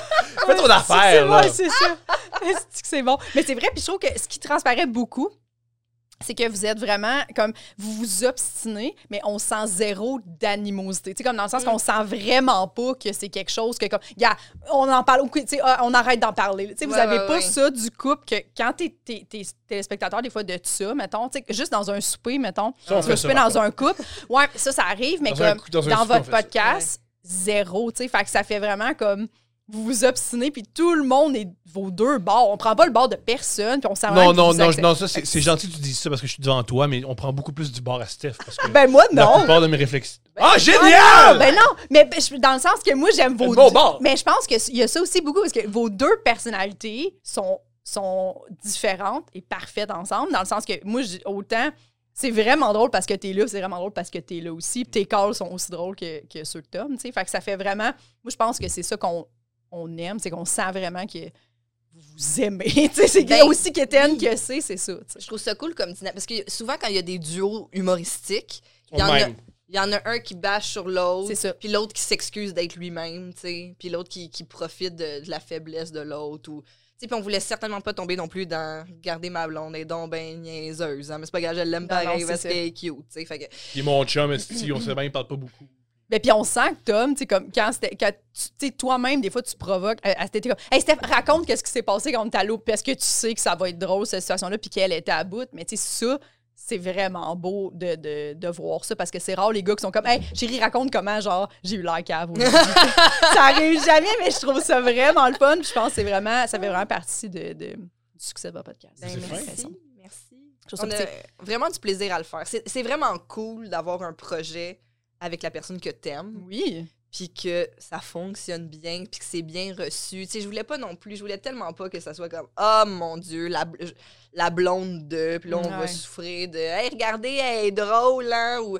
D: Fais ton affaire,
B: C'est
D: là.
B: bon, c'est ça. *laughs* Est-ce que c'est bon. Mais c'est vrai, puis je trouve que ce qui transparaît beaucoup, c'est que vous êtes vraiment comme vous vous obstinez, mais on sent zéro d'animosité. Tu sais, comme dans le
D: Mm.
B: sens qu'on sent vraiment pas que c'est quelque chose que comme, gars, on en parle, ok, tu sais, ah, on arrête d'en parler. Tu sais, vous
C: Ouais,
B: avez
C: ouais,
B: pas
C: ouais.
B: ça du couple que quand t'es t'es- t'es téléspectateur des fois de ça, mettons, tu sais, juste dans un souper, mettons,
D: Ça, on
B: tu
D: fait
B: vas
D: ça,
B: souper
D: par
B: dans un couple, ouais, ça, ça arrive, mais
C: euh,
D: Dans un
B: comme
D: cou- dans un
B: dans
D: souper, on
B: votre
D: fait ça.
B: podcast, zéro, tu sais, fait que ça fait vraiment comme vous vous obstinez, puis tout le monde est vos deux bords. On prend pas le bord de personne, puis on s'en
D: Non, non, non, non, ça, c'est c'est gentil que tu dises ça parce que je suis devant toi, mais on prend beaucoup plus du bar à Steph. Parce que
B: Ben moi,
D: La
B: non.
D: plupart de mes réflexions. Ah,
B: Ah,
D: génial!
B: ben non, mais ben, je- dans le sens que moi, j'aime vos
C: ben,
D: Le bon
B: deux-
C: Ah.
D: bord.
B: Mais je pense qu'il y a ça aussi beaucoup, parce que vos deux personnalités sont, sont différentes et parfaites ensemble, dans le sens que moi, je- autant... C'est vraiment drôle parce que t'es là, c'est vraiment drôle parce que t'es là aussi. Puis Tes calls sont aussi drôles que, que ceux de Tom, tu sais. Fait que ça fait vraiment... Moi, je pense que c'est ça qu'on on aime, c'est qu'on sent vraiment que vous vous vous aimez. *laughs* Tu sais, c'est
C: Ben,
B: aussi quétaine
C: oui.
B: que c'est, c'est ça. tu sais.
C: Je trouve ça cool comme dynamique. Parce que souvent, quand il y a des duos humoristiques, il y, en a,
D: Même.
C: il y en a un qui bâche sur l'autre,
B: C'est ça.
C: puis l'autre qui s'excuse d'être lui-même, tu sais, puis l'autre qui, qui profite de, de la faiblesse de l'autre. ou- Tu sais, puis on voulait certainement pas tomber non plus dans garder ma blonde et donc ben niaiseuse. hein, mais c'est pas grave, je l'aime
B: Non,
C: pareil
B: non,
C: parce
B: c'est
C: qu'elle est cute. tu sais, Fait que,
D: Puis mon chum, esti, on sait bien, il parle pas beaucoup.
B: Mais Ben, puis on sent que Tom, tu sais, comme quand c'était. Quand tu tu sais, toi-même, des fois, tu provoques. euh, à cette été, comme Hey Steph, raconte qu'est-ce qui s'est passé quand on est à l'eau, parce que tu sais que ça va être drôle, cette situation-là, puis qu'elle était à bout. Mais tu sais, ça, c'est vraiment beau de, de, de voir ça, parce que c'est rare les gars qui sont comme Hey, chérie, raconte comment, genre, j'ai eu l'air cave.
C: *laughs*
B: aujourd'hui. ça arrive jamais, mais je trouve ça vraiment le fun. puis je pense que c'est vraiment. Ça fait vraiment partie de. de- du succès de votre podcast.
D: Ben,
B: J'ai
D: fin.
C: merci.
B: l'impression.
C: Merci.
B: Je trouve ça
C: On a vraiment du plaisir à le faire. C'est c'est vraiment cool d'avoir un projet avec la personne que t'aimes.
B: Oui.
C: puis que ça fonctionne bien, puis que c'est bien reçu. Tu sais, je voulais pas non plus, je voulais tellement pas que ça soit comme oh mon dieu, la, bl- je- la blonde de, puis là on va
B: Ouais.
C: souffrir de hey regardez, elle est drôle hein ou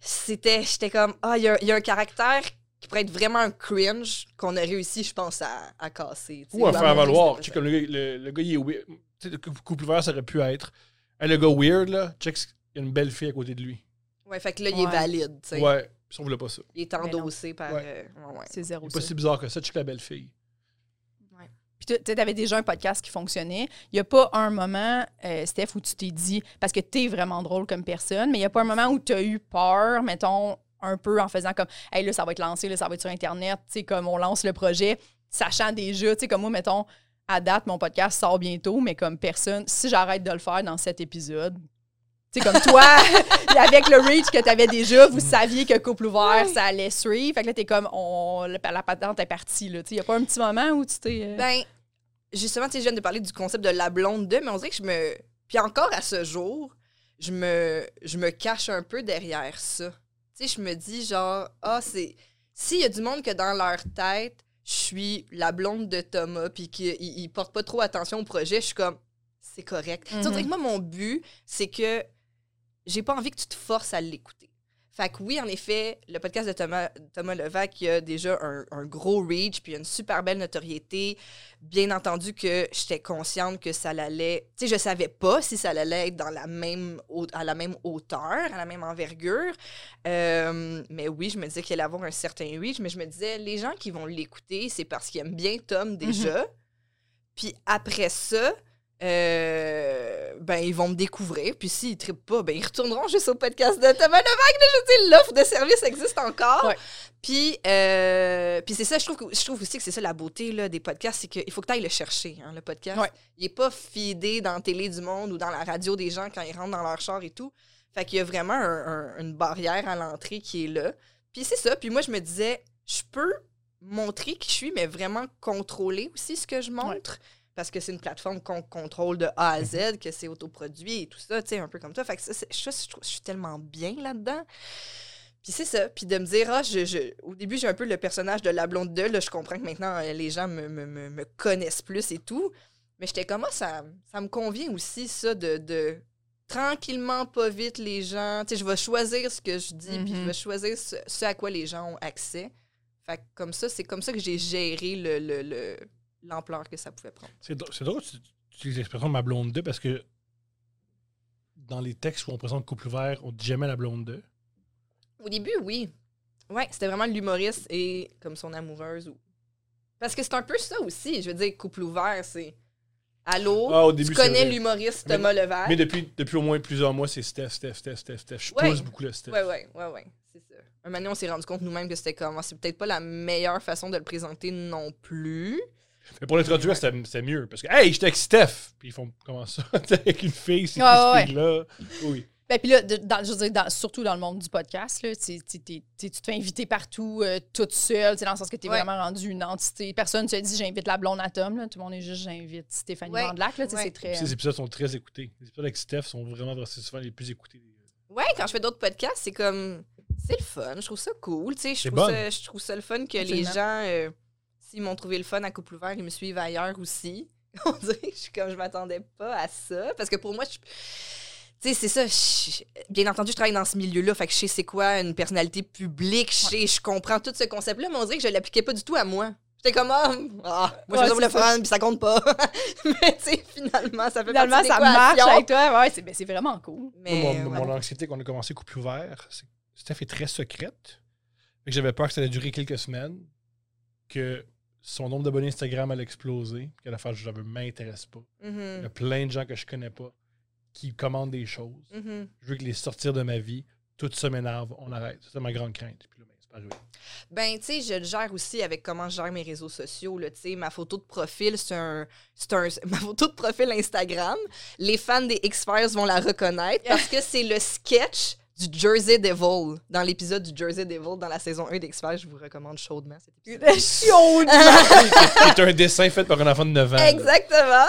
C: c'était j'étais comme ah il y, a- il y a un caractère qui pourrait être vraiment un cringe qu'on a réussi je pense à, à casser. tu sais,
D: Ou à faire
C: monter,
D: valoir.
C: c'est
D: Tu sais,
C: pas
D: comme le, gars- le, le gars, il est weird. Tu sais, le cou- couple ouvert, ça aurait pu être. Hey, le gars weird, là, check, il y a une belle fille à côté de lui.
C: ça. Ouais, fait que là il est
B: Ouais.
C: valide, tu sais.
D: Ouais, puis on voulait pas ça.
C: Il est
B: non.
C: endossé par
D: Ouais.
C: euh, ouais, ouais.
B: C'est zéro.
D: C'est pas
B: ça.
D: si bizarre que ça, check la belle fille.
B: Puis tu- tu sais, t'avais déjà un podcast qui fonctionnait. Il n'y a pas un moment, euh, Steph, où tu t'es dit, parce que tu es vraiment drôle comme personne, mais il n'y a pas un moment où tu as eu peur, mettons, un peu en faisant comme, hey, là, ça va être lancé, là, ça va être sur Internet, tu sais, comme on lance le projet, sachant déjà, tu sais, comme moi, mettons, à date, mon podcast sort bientôt, mais comme personne, si j'arrête de le faire dans cet épisode, tu sais, comme toi, avec le reach que tu avais déjà, vous saviez que couple ouvert, ça allait suivre. Fait que là, t'es comme, on, la, la patente est partie, là. Tu sais, il n'y a pas un petit moment où tu t'es. euh,
C: Ben, justement, tu sais, je viens de parler du concept de la blonde 2, mais on dirait que je me. Puis encore à ce jour, je me, je me cache un peu derrière ça. Tu sais, je me dis genre, ah, c'est. S'il y a du monde que dans leur tête, je suis la blonde de Thomas, puis qu'ils ils portent pas trop attention au projet, je suis comme, c'est correct. Tu sais, on dirait que moi, mon but, c'est que j'ai pas envie que tu te forces à l'écouter. Fait que oui, en effet, le podcast de Thomas, Thomas Levac, il y a déjà un, un gros reach, puis il y a une super belle notoriété. Bien entendu que j'étais consciente que ça l'allait... Tu sais, je savais pas si ça allait être dans la même, hau- à la même hauteur, à la même envergure. Euh, mais oui, je me disais qu'il allait avoir un certain reach, mais je me disais, les gens qui vont l'écouter, c'est parce qu'ils aiment bien Tom déjà. Puis après ça, euh, ben ils vont me découvrir. Puis s'ils trippent pas, ben ils retourneront juste au podcast de Thomas Levac. Là, je dis, l'offre de service existe encore.
B: Ouais.
C: Puis, euh, puis c'est ça, je trouve, que- je trouve aussi que c'est ça la beauté là, des podcasts, c'est qu'il faut que tu ailles le chercher, hein, le podcast.
B: Ouais.
C: Il est pas fidé dans la télé du monde ou dans la radio des gens quand ils rentrent dans leur char et tout. Fait qu'il y a vraiment un- un- une barrière à l'entrée qui est là. Puis c'est ça. Puis moi, je me disais, je peux montrer qui je suis, mais vraiment contrôler aussi ce que je montre. Parce que c'est une plateforme qu'on contrôle de A à Z, que c'est autoproduit et tout ça, tu sais, un peu comme ça. Fait que ça, c'est- ça, je, trouve- je suis tellement bien là-dedans. Puis c'est ça. Puis de me dire, ah, je, je- au début, j'ai un peu le personnage de la blonde 2. Là, je comprends que maintenant, euh, les gens me, me- me- me connaissent plus et tout. Mais j'étais comme, ah, ça, ça me convient aussi, ça, de, de tranquillement, pas vite, les gens. Tu sais, je vais choisir ce que je dis, puis je
B: Mhm.
C: vais choisir ce, ce à quoi les gens ont accès. Fait que comme ça, c'est comme ça que j'ai géré le- le- le- l'ampleur que ça pouvait prendre.
D: C'est drôle, c'est drôle que tu tu utilises l'expression ma blonde 2 parce que dans les textes où on présente couple ouvert, on dit jamais la blonde 2.
C: Au début, oui. Ouais, c'était vraiment l'humoriste et comme son amoureuse. ou- Parce que c'est un peu ça aussi. Je veux dire, couple ouvert, c'est. Allô?
D: Ah, au
C: tu
D: début, c'est
C: connais
D: vrai.
C: l'humoriste
D: Mais-
C: Thomas Levert?
D: Mais depuis, depuis au moins plusieurs mois, c'est Steph, Steph, Steph, Steph, Steph. Je
C: Ouais.
D: pousse beaucoup le Steph.
C: Ouais, ouais, ouais, ouais. C'est ça. Un moment donné, on s'est rendu compte nous-mêmes que c'était comme. ah, C'est peut-être pas la meilleure façon de le présenter non plus.
D: Mais pour l'introduire, c'était c'était mieux. Parce que, hey, j'étais avec Steph. Puis ils font comment ça? *laughs* T'es avec une fille, c'est
B: Ouais, ouais, ouais.
D: cette fille-là. Oui.
B: Ben, puis là, de- dans- je veux dire, dans- surtout dans le monde du podcast, là, tu, tu- tu- tu- tu te fais inviter partout, euh, toute seule, tu sais, dans le sens que tu es
C: Ouais.
B: vraiment rendu une entité. Personne ne te dit j'invite la blonde à Tom, là. tout le monde est juste j'invite Stéphanie
C: Ouais.
B: Vandelac. là, tu sais,
C: Ouais.
B: C'est
D: Puis
B: très. euh,
D: ces épisodes sont très écoutés. Les épisodes avec Steph sont vraiment, c'est souvent les plus écoutés.
C: Ouais, quand je fais d'autres podcasts, c'est comme c'est le fun, je trouve ça cool, tu sais, je
D: C'est
C: trouve
D: bon.
C: ça je trouve ça le fun que les
B: Absolument.
C: gens euh, s'ils m'ont trouvé le fun à couple ouvert, ils me suivent ailleurs aussi. *laughs* On dirait que je suis comme je m'attendais pas à ça parce que pour moi je tu sais, c'est ça. je- bien entendu, je travaille dans ce milieu-là. Fait que je sais c'est quoi une personnalité publique. Je, sais- je comprends tout ce concept-là, mais on dirait que je l'appliquais pas du tout à moi. T'es comme homme.
B: Ouais,
C: Ah, moi, je fais ça pour
B: c'est
C: le
B: ça.
C: fun, puis ça compte pas. *laughs* mais tu sais, finalement, ça fait
B: Finalement,
C: partie de
B: ça marche
C: l'équation.
B: avec toi. Ouais, c'est ben, c'est vraiment
C: *laughs*
B: cool.
C: Mais,
D: Moi, mon,
C: ouais.
D: mon anxiété qu'on a commencé couple ouvert, c'est que Steph est très secrète. Fait que j'avais peur que ça allait durer quelques semaines, que son nombre d'abonnés Instagram allait exploser, que l'affaire je ne m'intéresse pas. Il y
B: Mm.
C: Mhm.
D: a plein de gens que je connais pas qui commandent des choses.
B: Mm.
C: Mhm.
D: Je veux que les sortir de ma vie. Tout ça m'énerve, on arrête. C'était ma grande crainte. Puis là, ben, c'est pas arrivé.
C: Ben, tu sais, je le gère aussi avec comment je gère mes réseaux sociaux. Là, Tu sais, ma photo de profil, c'est un, c'est un- *laughs* Ma photo de profil Instagram, les fans des X-Files vont la reconnaître parce que c'est le sketch du Jersey Devil. Dans l'épisode du Jersey Devil, dans la saison 1 d'X-Files, je vous recommande chaudement cet épisode.
B: Chaud!
D: C'est un dessin fait par un enfant de 9 ans. là.
C: Exactement.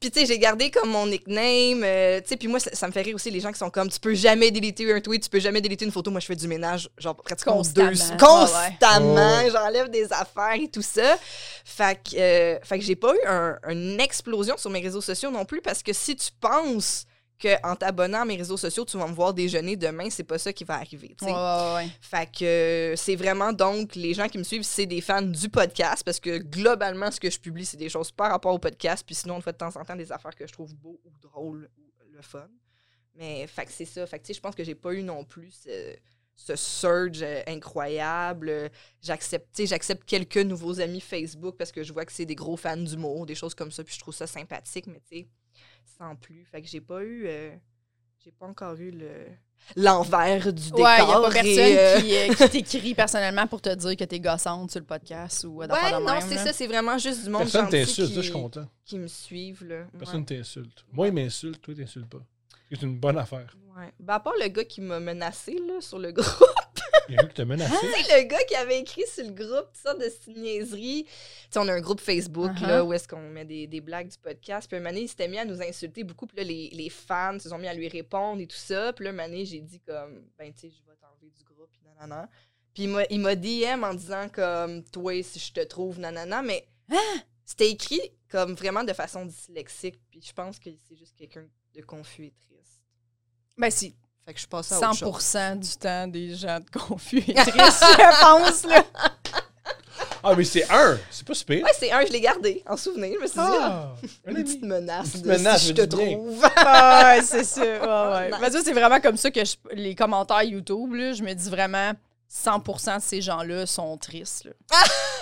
C: Puis tu sais, j'ai gardé comme mon nickname. euh, tu sais, puis moi, ça, ça me fait rire aussi les gens qui sont comme, tu peux jamais déliter un tweet, tu peux jamais déliter une photo. Moi, je fais du ménage, genre pratiquement
B: Constamment.
C: deux,
B: Ouais, ouais.
C: constamment.
D: Ouais, ouais.
C: J'enlève des affaires et tout ça. Fait que, euh, fait que j'ai pas eu un- une explosion sur mes réseaux sociaux non plus parce que si tu penses que en t'abonnant à mes réseaux sociaux, tu vas me voir déjeuner demain, c'est pas ça qui va arriver. tu sais.
B: Ouais, ouais, ouais.
C: Fait que euh, c'est vraiment donc les gens qui me suivent, c'est des fans du podcast parce que globalement, ce que je publie, c'est des choses par rapport au podcast. Puis sinon, une fois de temps en temps, des affaires que je trouve beaux ou drôles ou le fun. Mais fait que c'est ça. Fait que tu sais, je pense que j'ai pas eu non plus ce, ce surge euh, incroyable. Euh, J'accepte tu sais, j'accepte quelques nouveaux amis Facebook parce que je vois que c'est des gros fans d'humour, des choses comme ça. Puis je trouve ça sympathique, mais tu sais, sans plus. Fait que j'ai pas eu. euh, j'ai pas encore eu le. L'envers du décor.
B: Ouais, il n'y a pas
C: et,
B: personne
C: euh,
B: qui, euh, *laughs* qui t'écrit personnellement pour te dire que t'es gossante sur le podcast ou euh, d'affaires
C: Ouais,
B: de
C: non,
B: même,
C: c'est
B: là.
C: ça, c'est vraiment juste du monde
D: Personne
C: gentil
D: t'insulte, ça, je
C: qui,
D: suis content.
C: qui me suivent. Là. Ouais.
D: Personne t'insulte. Moi, il m'insulte, toi, t'insultes pas. C'est une bonne affaire.
C: Ouais. Ben, à part le gars qui m'a menacé là, sur le groupe.
D: Il y a eu que te menacer.
C: Tu sais, le gars qui avait écrit sur le groupe toutes sortes de petites niaiseries. Tu sais, on a un groupe Facebook
B: Uh-huh.
C: là, où est-ce qu'on met des, des blagues du podcast. Puis un moment donné, il s'était mis à nous insulter beaucoup. Puis là, les, les fans se sont mis à lui répondre et tout ça. Puis là, un moment donné, j'ai dit comme, ben tu sais, je vais t'enlever du groupe. Puis nanana. Puis il m'a- il m'a DM en disant comme, toi, si je te trouve, nanana. Mais c'était écrit comme vraiment de façon dyslexique. Puis je pense que c'est juste quelqu'un de confus et triste.
B: Ben, si
C: Fait que je passe à autre chose.
B: 100% du temps des gens de
C: *laughs*
B: confus et tristes, je pense, là.
D: Ah, mais c'est un! C'est pas super.
C: Ouais, c'est un, je l'ai gardé en souvenir. Je me suis dit, ah,
D: un
C: Une petite
D: ami.
C: menace.
D: Une petite
C: de
D: menace,
C: si
D: je
C: je te
D: dis bien.
C: trouve.
B: Ah, ouais, c'est ça. Ouais, ouais.
C: Nice.
B: Ben, ça, c'est vraiment comme ça que je- les commentaires YouTube, là, je me dis vraiment 100% de ces gens-là sont tristes.
C: *laughs*
B: là.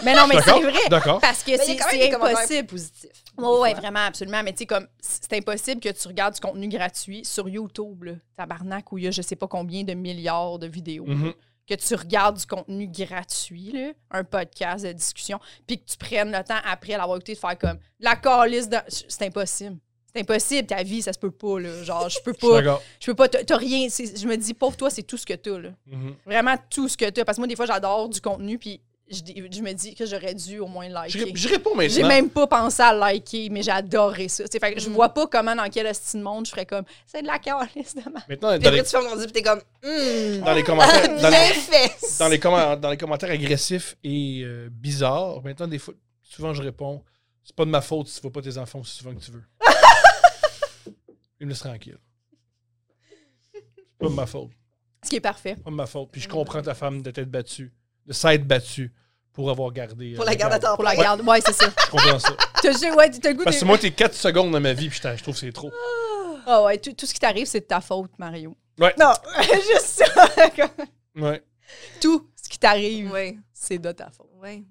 B: mais non, mais c'est
D: D'accord,
B: vrai.
D: D'accord.
B: Parce que
C: Mais il
B: c'est
C: y a quand même
B: c'est
C: des commentaires
B: impossible.
C: positifs.
B: Oui,
C: Des
B: ouais,
C: fois.
B: vraiment, absolument. Mais tu sais, comme, c'est impossible que tu regardes du contenu gratuit sur YouTube, là, tabarnak, où il y a je sais pas combien de milliards de vidéos.
D: Mhm.
B: là, Que tu regardes du contenu gratuit, là, un podcast de discussion, puis que tu prennes le temps après l'avoir écouté de faire comme la calice de. C'est impossible. C'est impossible, ta vie, ça se peut pas, là. Genre, je peux
D: *laughs* Je suis
B: pas.
D: d'accord.
B: Je peux pas. T'as t'as rien. c'est- Je me dis, pauvre toi, c'est tout ce que t'as, là
D: Mhm.
B: vraiment tout ce que tu as. Parce que moi, des fois, j'adore du contenu, puis je, dis- je me dis que j'aurais dû au moins
D: Je,
B: liker.
D: ré- je réponds maintenant.
B: J'ai même pas pensé à liker, mais j'ai adoré ça. T'sais, fait que je
C: Mm.
B: vois pas comment, dans quel style de monde, je ferais comme c'est de la calice de ma.
D: Maintenant,
C: Puis
D: dans
C: après,
D: les,
C: tu fermes ton ordi, puis t'es comme, hum,
D: dans
B: *laughs*
D: les commentaires, dans
C: bien
D: les,
C: fait.
D: dans les commen- dans les commentaires agressifs et euh, bizarres, maintenant, des fois, souvent, je réponds c'est pas de ma faute si tu vois pas tes enfants aussi souvent que
B: *laughs*
D: tu veux. Il me laisse tranquille. C'est pas de ma faute.
B: Ce qui est parfait.
D: Pas de ma faute. Puis je comprends ta femme de t'être battue, de s'être battue pour avoir gardé. euh,
C: Pour la garde à temps
B: Pour la
C: plein.
B: garde. Ouais, c'est
D: *laughs*
B: ça.
D: Je
B: *laughs*
D: comprends ça.
B: T'as juste- ouais, t'as le goût
D: Parce que
B: de.
D: moi, t'es 4 secondes dans ma vie, puis je je trouve que c'est trop.
B: Ah ouais, tout, tout ce qui t'arrive, c'est de ta faute, Mario.
D: Ouais.
B: Non, *laughs* juste ça. *laughs* comme-
D: Ouais.
B: tout ce qui t'arrive,
C: Ouais,
B: c'est de ta faute.
C: ouais.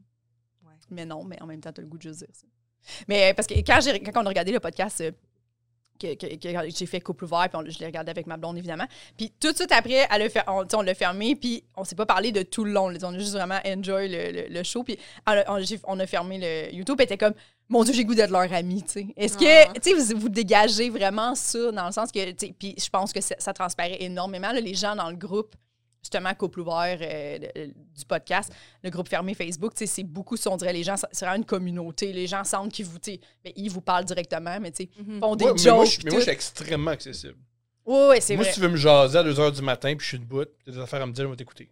B: Mais non, mais en même temps, t'as le goût de juste dire ça. Mais euh, parce que quand, j'ai- quand on a regardé le podcast euh, que, que- que j'ai fait couple ouvert, puis on- je l'ai regardé avec ma blonde, évidemment. Puis tout de suite après, elle a fait, on, tu sais, on l'a fermé, puis on s'est pas parlé de tout le long. là. On a juste vraiment enjoy le, le- le show. Puis elle a- on, j'ai- on a fermé le YouTube, puis elle était comme, mon Dieu, j'ai le goût d'être leur ami, tu sais. Est-ce
C: Ah.
B: que, tu sais, vous, vous dégagez vraiment ça, dans le sens que, tu sais, puis je pense que ça, ça transparaît énormément. là, les gens dans le groupe, justement, couple ouvert euh, le- le- du podcast, le groupe fermé Facebook, tu sais, c'est beaucoup, ça, on dirait, les gens, c'est vraiment une communauté. Les gens sentent qu'ils vous, tu sais, ben, ils vous parlent directement, mais tu sais,
C: Mhm.
B: font des
D: Ouais, mais
B: jokes.
D: moi, je, mais
B: puis
D: moi, je
B: tout.
D: suis extrêmement accessible.
B: Ouais, ouais, c'est
D: Moi,
B: vrai.
D: si tu veux me jaser à 2h du matin, puis je suis debout, t'as des affaires à me dire, je vais t'écouter.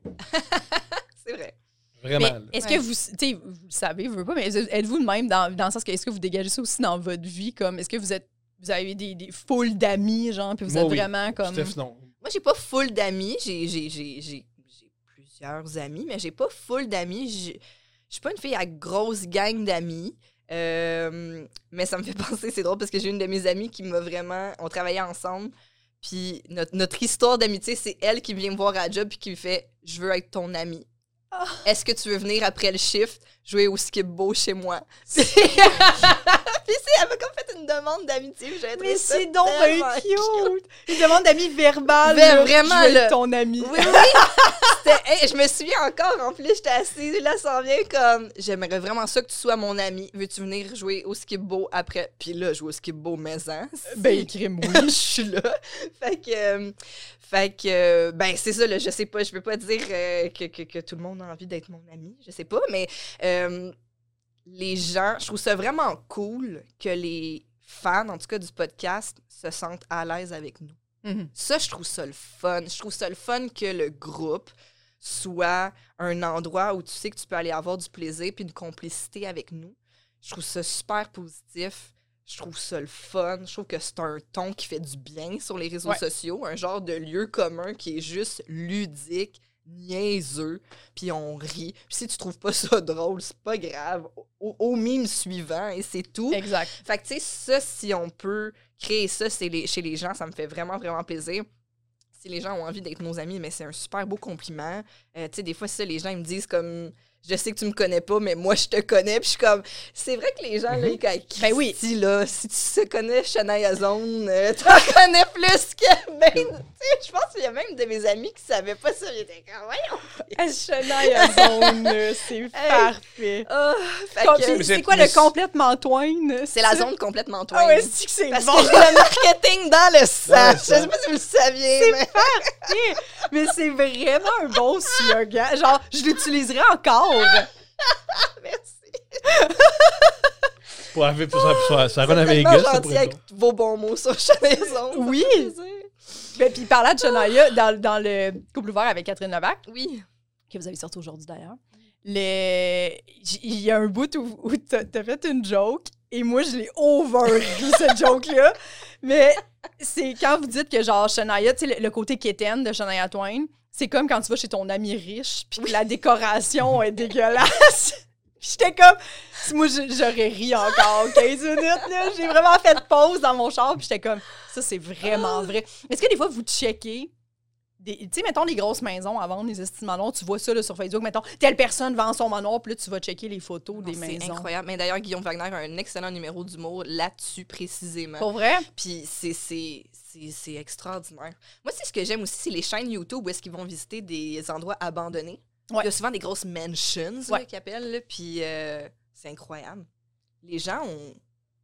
C: C'est vrai.
D: Vraiment.
B: Mais
D: là.
B: est-ce
C: Ouais.
B: que vous, tu sais, vous le savez, vous pas, mais êtes-vous de même dans, dans le sens que est-ce que vous dégagez ça aussi dans votre vie comme est-ce que vous êtes vous avez des, des foules d'amis genre puis vous
D: Moi,
B: êtes
D: oui.
B: vraiment comme
D: Steph, non.
C: Moi, j'ai pas full d'amis. J'ai j'ai- j'ai- j'ai- j'ai plusieurs amis, mais j'ai pas full d'amis. J'ai- Je suis pas une fille à grosse gang d'amis. euh, mais ça me fait *laughs* penser, c'est drôle parce que j'ai une de mes amies qui m'a vraiment. On travaillait ensemble. Puis notre, notre histoire d'amitié, c'est elle qui vient me voir à la job puis qui me fait Je veux être ton amie.
B: Ah.
C: Est-ce que tu veux venir après le shift jouer au skip beau chez moi?
B: *laughs*
C: puis c'est- elle m'a comme fait une demande d'amitié. puis j'ai trouvé
B: Mais
C: ça
B: c'est donc ben
C: tellement
B: cute! Une demande d'amis verbale.
C: Ben,
B: là,
C: vraiment,
B: je veux
C: là.
B: être ton ami.
C: Oui, oui, oui. *laughs* C'était- hey, je me souviens encore, en plus, j'étais assise, là, ça en vient comme, j'aimerais vraiment ça que tu sois mon ami. Veux-tu venir jouer au skip-bo après? Puis là, jouer au skip-bo maison.
B: Ben, écris-moi.
C: hein, *laughs* je suis là. Fait que, euh, fait que, euh, ben, c'est ça, là, je sais pas, je peux pas dire euh, que, que- que tout le monde a envie d'être mon ami, je sais pas, mais euh, les gens, je trouve ça vraiment cool que les fans, en tout cas du podcast, se sentent à l'aise avec nous.
B: Mhm.
C: Ça, je trouve ça le fun. Je trouve ça le fun que le groupe soit un endroit où tu sais que tu peux aller avoir du plaisir puis une complicité avec nous. Je trouve ça super positif. Je trouve ça le fun. Je trouve que c'est un ton qui fait du bien sur les réseaux
B: Ouais.
C: sociaux, un genre de lieu commun qui est juste ludique, niaiseux, puis on rit. Puis si tu trouves pas ça *laughs* drôle, c'est pas grave. Au, au mime suivant, et c'est tout. *laughs*
B: Exact.
C: Fait que, tu sais, ça, si on peut créer ça c'est les- chez les gens, ça me fait vraiment, vraiment plaisir. Si les gens ont envie d'être nos amis, mais c'est un super beau compliment. Euh, tu sais, des fois, ça, les gens, ils me disent comme. Je sais que tu me connais pas, mais moi, je te connais. Puis je suis comme. C'est vrai que les gens, là,
D: Mhm.
C: ils quand
B: Ben oui.
C: Si, là, si tu se connais Shania Zone, euh, t'en *laughs* connais plus que. Ben, tu sais, je pense qu'il y a même de mes amis qui savaient pas ça. J'étais comme, voyons.
B: Shania Zone, c'est parfait.
C: Ah, fait
B: Comme-
C: que-
B: puis
D: Mais
B: C'est
D: c'est-
B: quoi
D: mais
B: le
D: c'est-
B: complètement Toine?
C: c'est la zone complètement toi.
B: Ah ouais, c'est que c'est
C: Parce
B: bon.
C: que j'ai le marketing dans le sang.
D: Dans
C: Je
D: le
C: sais
D: sang.
C: pas si vous le saviez, mais
B: Mais c'est vraiment un bon slogan. Genre, je l'utiliserai
C: *laughs*
B: encore.
C: merci.
D: Pour avoir pour ça, pour ça, ça run à Vegas,
C: Tellement
D: ça
C: gentil
D: pourrait être
C: avec
D: bon.
C: vos bons mots sur Chalaison.
B: Oui. Ben, puis parlant de Shania, dans, dans le couple ouvert avec Catherine Levac,
C: Oui.
B: que vous avez sorti aujourd'hui d'ailleurs, le- j- il y a un bout où, où t'as t'as fait une joke et moi je l'ai overri cette joke-là. Mais c'est quand vous dites que genre Shania, tu sais, le, le côté quétaine de Shania Twain, c'est comme quand tu vas chez ton ami riche puis que la décoration est dégueulasse. *laughs* Puis J'étais comme, si moi j- j'aurais ri encore 15 minutes, là. J'ai vraiment fait pause dans mon char, puis j'étais comme, ça c'est
C: Ah.
B: vraiment vrai. Est-ce que des fois vous checkez des- tu sais, mettons les grosses maisons à vendre, les estimes manoirs, tu vois ça là, sur Facebook, mettons, telle personne vend son manoir, puis là, tu vas checker les photos des
C: C'est
B: maisons.
C: incroyable. Mais d'ailleurs, Guillaume Wagner a un excellent numéro d'humour là-dessus précisément.
B: Pour vrai?
C: Puis c'est- c'est c'est- c'est extraordinaire. Moi, c'est ce que j'aime aussi, c'est les chaînes YouTube où est-ce qu'ils vont visiter des endroits abandonnés.
B: Ouais.
C: Il y a souvent des grosses mansions, là,
B: Ouais.
C: qu'ils appellent, là, puis euh, c'est incroyable. Les gens, ont-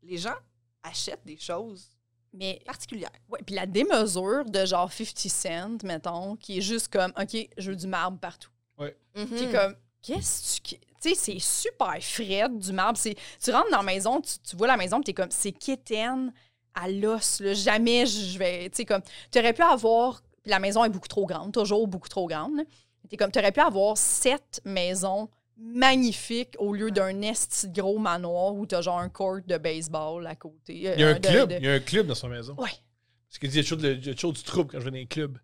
C: les gens achètent des choses
B: Mais,
C: particulières.
B: ouais, puis la démesure de genre 50 cents, mettons, qui est juste comme, OK, je veux du marbre partout. Puis
C: Hmm. Mm-hmm.
B: comme, qu'est-ce que tu. Tu sais, c'est super frais du marbre. C'est- Tu rentres dans la maison, tu, tu vois la maison, puis t'es comme, c'est quétaine à l'os, là. Jamais je vais. Tu sais, comme, t'aurais pu avoir. puis la maison est beaucoup trop grande, toujours beaucoup trop grande. là. T'es comme, t'aurais pu avoir sept maisons magnifiques au lieu d'un esti de gros manoir où t'as genre un court de baseball à côté. euh,
D: Il y a un
B: de-
D: club,
B: de-
D: il y a un club dans sa maison.
B: Ouais.
D: Parce qu'il dit, il y a toujours de- il y a toujours du trouble quand je vais dans les clubs.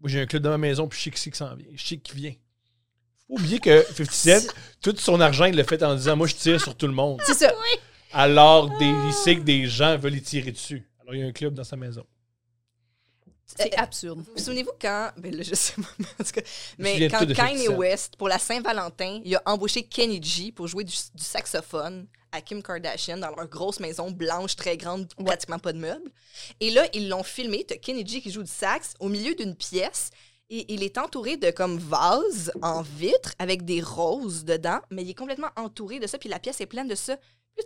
D: Moi, j'ai un club dans ma maison, puis je sais qui c'est qui s'en vient. Je sais qui vient. Faut pas oublier que 50
C: *laughs*
D: Cent, tout son argent, il l'a fait en disant, moi, je tire sur tout le monde.
B: C'est ça.
D: Alors, des,
C: Ah.
D: il sait que des gens veulent y tirer dessus. Alors, il y a un club dans sa maison.
B: C'est absurde.
C: Vous vous souvenez-vous quand. Ben là, je sais pas, *laughs* mais en tout cas.
D: me
C: Mais
D: souviens
C: quand
D: tout de
C: Kanye
D: 50 Cent.
C: West, pour la Saint-Valentin, il a embauché Kenny G pour jouer du, du saxophone à Kim Kardashian dans leur grosse maison blanche, très grande, pratiquement pas de meubles. Et là, ils l'ont filmé. T'as Kenny G qui joue du sax au milieu d'une pièce. Et il est entouré de comme vases en vitre avec des roses dedans, mais il est complètement entouré de ça, puis la pièce est pleine de ça. Puis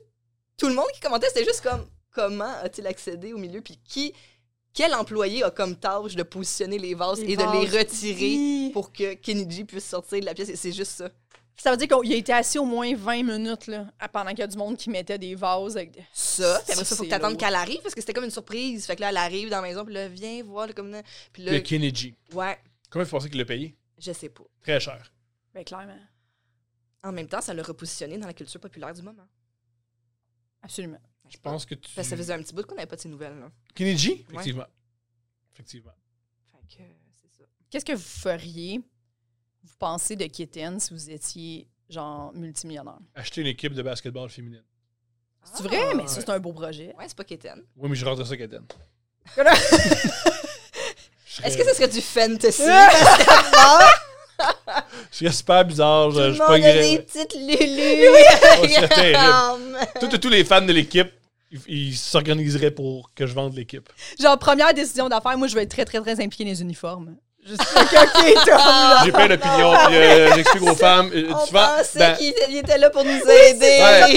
C: Tout le monde qui commentait, c'était juste comme comment a-t-il accédé au milieu, puis qui, quel employé a comme tâche de positionner les vases
B: Les
C: et de
B: vases.
C: les retirer
B: Oui.
C: pour que Kennedy puisse sortir de la pièce. Et c'est juste ça.
B: Ça veut dire qu'il a été assis au moins 20 minutes là, pendant qu'il y a du monde qui mettait des vases avec des.
C: Ça. Puis
B: Ça,
C: après ça, faut que
B: c'est
C: t'attendes
B: lourd.
C: qu'elle arrive parce que c'était comme une surprise. Fait que là, elle arrive dans la maison, puis là, viens voir le comme Puis là,
D: Le Kennedy.
C: ouais,
D: Comment vous pensez qu'il l'a payé?
C: je sais pas.
D: Très cher.
B: Ben, clairement.
C: En même temps, ça l'a repositionné dans la culture populaire du moment.
B: Absolument.
D: Je pense que tu...
C: Parce que Ben, ça faisait un petit bout qu'on n'avait pas de ces nouvelles. Là.
D: Kennedy?
C: Ouais.
D: Effectivement. Effectivement.
C: Fait que euh, c'est ça.
B: Qu'est-ce que vous feriez, vous pensez, de Kitten si vous étiez genre multimillionnaire.
D: Acheter une équipe de basketball féminine.
B: C'est vrai, mais ça, c'est un beau projet.
C: Ah, Ouais, c'est pas quétaine.
D: Oui, mais je rentre ça, Kaden. *laughs*
C: Est-ce que ce serait du fantasy?
D: C'est super bizarre.
C: Tout
D: Je,
C: le
D: je
C: monde a des
D: pognerais.
C: petites *laughs* lulus.
D: Oh, c'est
C: *laughs*
D: terrible.
C: Regarde.
D: Tous- tous- tous les fans de l'équipe, ils- ils s'organiseraient pour que je vende l'équipe.
B: Genre, première décision d'affaires, moi, je vais être très, très, très impliquée dans les uniformes. Juste, OK, OK, Tom, là.
D: J'ai plein d'opinions, puis euh, j'explique
C: *laughs*
D: aux femmes. euh,
C: Ah. On
D: souvent,
C: pensait
D: dans-
C: qu'il ah, il était là pour nous aider. *laughs*
D: Ouais,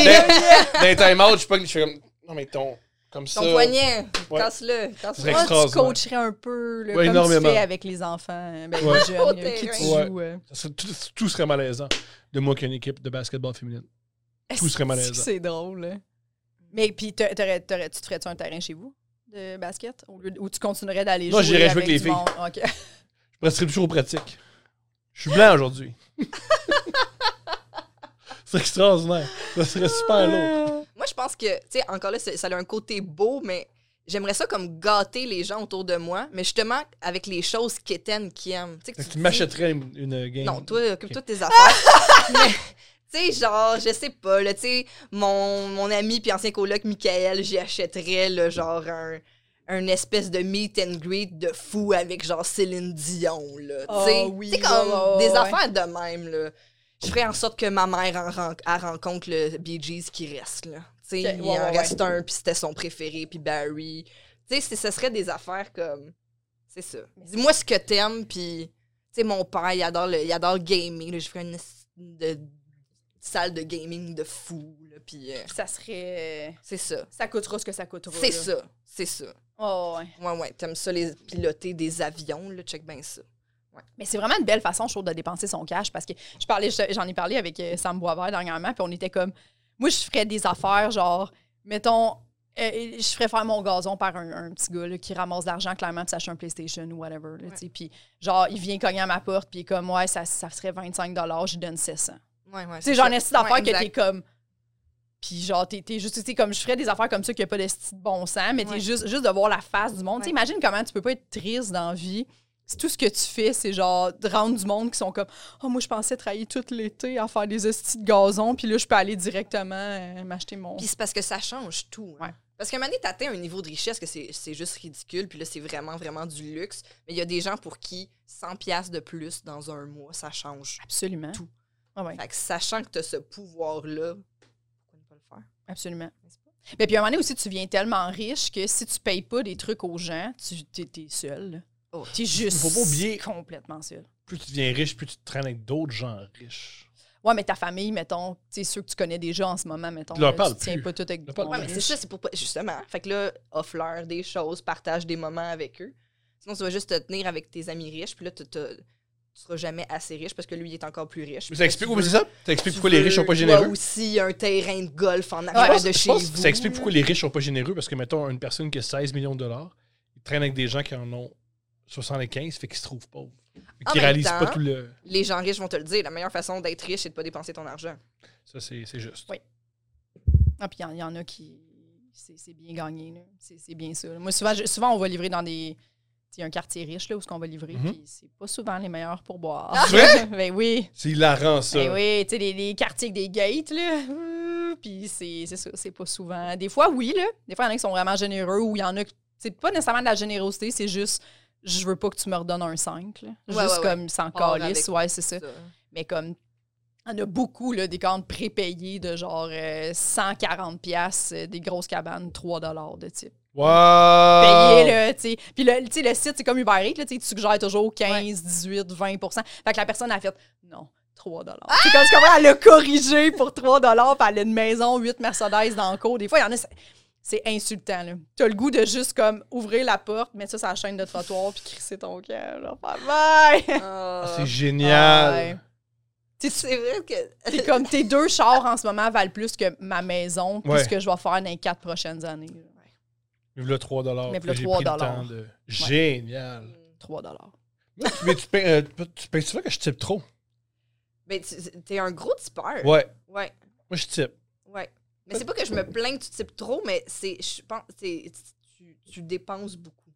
D: ben, dans, dans les time-out, je pogne, je suis comme. Non, mais ton. Comme ça.
C: Ton poignet,
D: Ouais.
C: casse-le.
D: Ce
C: casse-le.
D: serait
B: Moi, tu
D: extraordinaire.
B: coacherais un peu, là,
D: Ouais,
B: comme
D: énormément.
B: tu fais avec les enfants, ben,
D: Ouais.
B: les jeunes,
C: Au
B: euh, qui tu
D: terrain.
B: joues. euh.
D: Ça serait- tout, tout serait malaisant de moi qu'une équipe de basketball féminine. Tout serait malaisant.
B: Est-ce que C'est drôle. là? Mais puis, t'a- t'aurais- t'aurais- tu te ferais-tu un terrain chez vous de basket au lieu de- ou tu continuerais d'aller jouer
D: Non, j'irais jouer avec les
B: du
D: filles.
B: monde? OK.
D: Je prescription toujours aux pratiques. Je suis blanc
C: *laughs*
D: aujourd'hui. C'est extraordinaire. Ça serait super lourd.
C: Moi, je pense que, tu sais, encore là, c'est- ça a un côté beau, mais j'aimerais ça comme gâter les gens autour de moi, mais justement avec les choses qu'Étienne qui aime. Tu sais, que
D: Fait que
C: tu
D: tu
C: dis-
D: m'achèterais une, une game.
C: Non, toi, occupe-toi de tes affaires. Mais, Tu sais, genre, je sais pas, là, tu sais, mon, mon ami puis ancien coloc, Michael, j'y achèterais, là, genre, un, un espèce de meet and greet de fou avec, genre, Céline Dion, là.
B: Ah
C: tu sais,
B: oui,
C: Tu sais, comme
B: ouais, ouais,
C: des
B: ouais.
C: affaires de même, là. Je ferais en sorte que ma mère en ren- elle rencontre le Bee Gees qui reste, là. Tu sais,
B: Ok,
C: il
B: ouais,
C: en
B: ouais,
C: reste un, puis c'était son préféré, puis Barry. Tu sais, c'est- ce serait des affaires comme... C'est ça. Dis-moi ce que t'aimes, puis... Tu sais, mon père, il adore le, il adore le gaming. là. Je ferais une, s- de- salle de gaming de fou, là, puis... euh,
B: Ça serait.
C: c'est ça.
B: Ça coûtera ce que ça coûtera.
C: C'est
B: là.
C: ça. C'est ça.
B: Oh, ouais.
C: Ouais, ouais. T'aimes ça, les piloter des avions, là. Check bien ça.
B: Mais c'est vraiment une belle façon, je trouve, de dépenser son cash parce que je parlais, je- j'en ai parlé avec euh, Sam Boisvert dernièrement, puis on était comme, moi, je ferais des affaires, genre, mettons, euh, je ferais faire mon gazon par un, un petit gars là, qui ramasse de l'argent, clairement, puis s'achète un PlayStation ou whatever. là, tu sais. Puis, genre, il vient cogner à ma porte, puis il est comme, ouais, ça, ça serait 25 je lui donne 700.
C: Ouais, ouais.
B: Tu sais, j'en ai
C: ça.
B: d'affaires
C: Ouais,
B: que
C: exact.
B: t'es comme. Puis genre, t'es t'es juste, tu sais, comme je ferais des affaires comme ça qui a pas de style de bon sens, mais t'es
C: Ouais.
B: juste, juste de voir la face du monde. Tu sais,
C: Ouais.
B: imagine comment tu peux pas être triste dans la vie. Si tout ce que tu fais, c'est genre de rendre du monde qui sont comme Oh, moi, je pensais travailler tout l'été à faire des hosties de gazon, puis là, je peux aller directement euh, m'acheter mon.
C: Puis c'est parce que ça change tout. hein.
B: Ouais.
C: Parce qu'à un moment donné, t'atteins un niveau de richesse que c'est c'est juste ridicule, puis là, c'est vraiment, vraiment du luxe. Mais il y a des gens pour qui 100 pièces de plus dans un mois, ça change.
B: Absolument.
C: Tout.
B: Ah ouais,
C: Fait que sachant que t'as ce pouvoir-là, pourquoi ne pas le faire?
B: absolument.
C: N'est-ce pas?
B: Mais puis à un moment donné aussi, tu viens tellement riche que si tu payes pas des trucs aux gens, tu t'es t'es seul. là.
C: Oh.
B: T'es juste
D: Faut pas oublier-
B: complètement seul.
D: Plus tu deviens riche, plus tu te traînes avec d'autres gens riches.
B: Ouais, mais ta famille, mettons, tu sais, ceux que tu connais déjà en ce moment, mettons,
D: Tu leur
B: là,
D: parles
B: tu tiens
D: plus.
B: pas tout avec
D: Tu leur parles
B: ton-
C: Ouais, mais c'est ça, c'est pour pas- Justement. Fait que là, offre-leur des choses, partage des moments avec eux. Sinon, tu vas juste te tenir avec tes amis riches, puis là, tu te- tu seras jamais assez riche parce que lui, il est encore plus riche.
D: Mais ça explique, oui, mais
C: Tu
D: c'est ça? Ça explique pourquoi les
C: veux,
D: riches sont pas
C: toi
D: généreux?
C: aussi un terrain de golf en
D: Je
C: arrière
D: pense-
C: de
D: je
C: chez
D: pense
C: vous.
D: que ça explique
C: là.
D: pourquoi les riches sont pas généreux, parce que, mettons, une personne qui a 16 millions de dollars, il traîne avec des gens qui en ont 75, fait qu'ils se trouvent pauvres.
C: En
D: Qui
C: même
D: réalisent
C: temps-
D: pas tout le...
C: les gens riches vont te le dire, la meilleure façon d'être riche, c'est de pas dépenser ton argent.
D: Ça, c'est c'est juste.
B: Ah, puis il y en- il y, en a qui. C'est c'est bien gagné, là. C'est c'est bien ça. là. Moi, souvent, je- souvent, on va livrer dans des. Il y a un quartier riche, là, où ce qu'on va livrer,
D: Mhm.
B: puis c'est pas souvent les meilleurs pour boire.
D: Ah, C'est
B: *laughs*
D: vrai?
B: ben oui.
D: C'est hilarant, ça.
B: Ben oui, tu sais, les, les quartiers avec des gates, là. Ouh, Puis c'est c'est ça, c'est pas souvent. Des fois, oui, là. Des fois, il y en a qui sont vraiment généreux ou il y en a qui. C'est pas nécessairement de la générosité, c'est juste. Je veux pas que tu me redonnes un 5, là.
C: Ouais,
B: juste
C: ouais, ouais.
B: comme sans
C: Part
B: calice.
C: avec-
B: Ouais, c'est ça.
C: Ça.
B: mais comme on a beaucoup là, des cabanes prépayées de genre euh, 140 pièces euh, des grosses cabanes 3 dollars de type.
D: Wow!
B: Payé là, tu sais. Puis le, tu sais, le site c'est comme Uber Eats, là, tu sais, tu suggères toujours 15, 18, 20 Fait que la personne a fait non. 3 dollars. C'est comme tu comprends, elle a corrigé pour 3 dollars, puis elle a une maison, 8 Mercedes dans le cours. Des fois, il y en a c'est- c'est insultant là. Tu as le goût de juste comme ouvrir la porte, mettre ça sur la chaîne de trottoir puis crisser ton cœur. Genre bye bye.
D: Ah,
C: Ah.
D: c'est génial!
B: Ouais.
C: C'est- c'est vrai que *laughs*
B: C'est comme tes deux chars en ce moment valent plus que ma maison, plus
D: Ouais.
B: ce que je vais faire dans les quatre prochaines années.
D: Mais voilà 3 dollars.
B: Mais voilà
D: J'ai
B: 3
D: pris le
B: dollars.
D: temps de- Génial!
B: *laughs* 3 dollars.
D: Moi, tu- mais tu payes, euh, tu payes souvent que je type trop.
C: ben, tu- t'es un gros
B: Euh,
C: tipeur.
D: Ouais.
C: ouais.
D: Moi, je type.
C: ouais. Mais c'est pas que je me plains que tu types trop, mais c'est je pense c'est tu, tu dépenses beaucoup.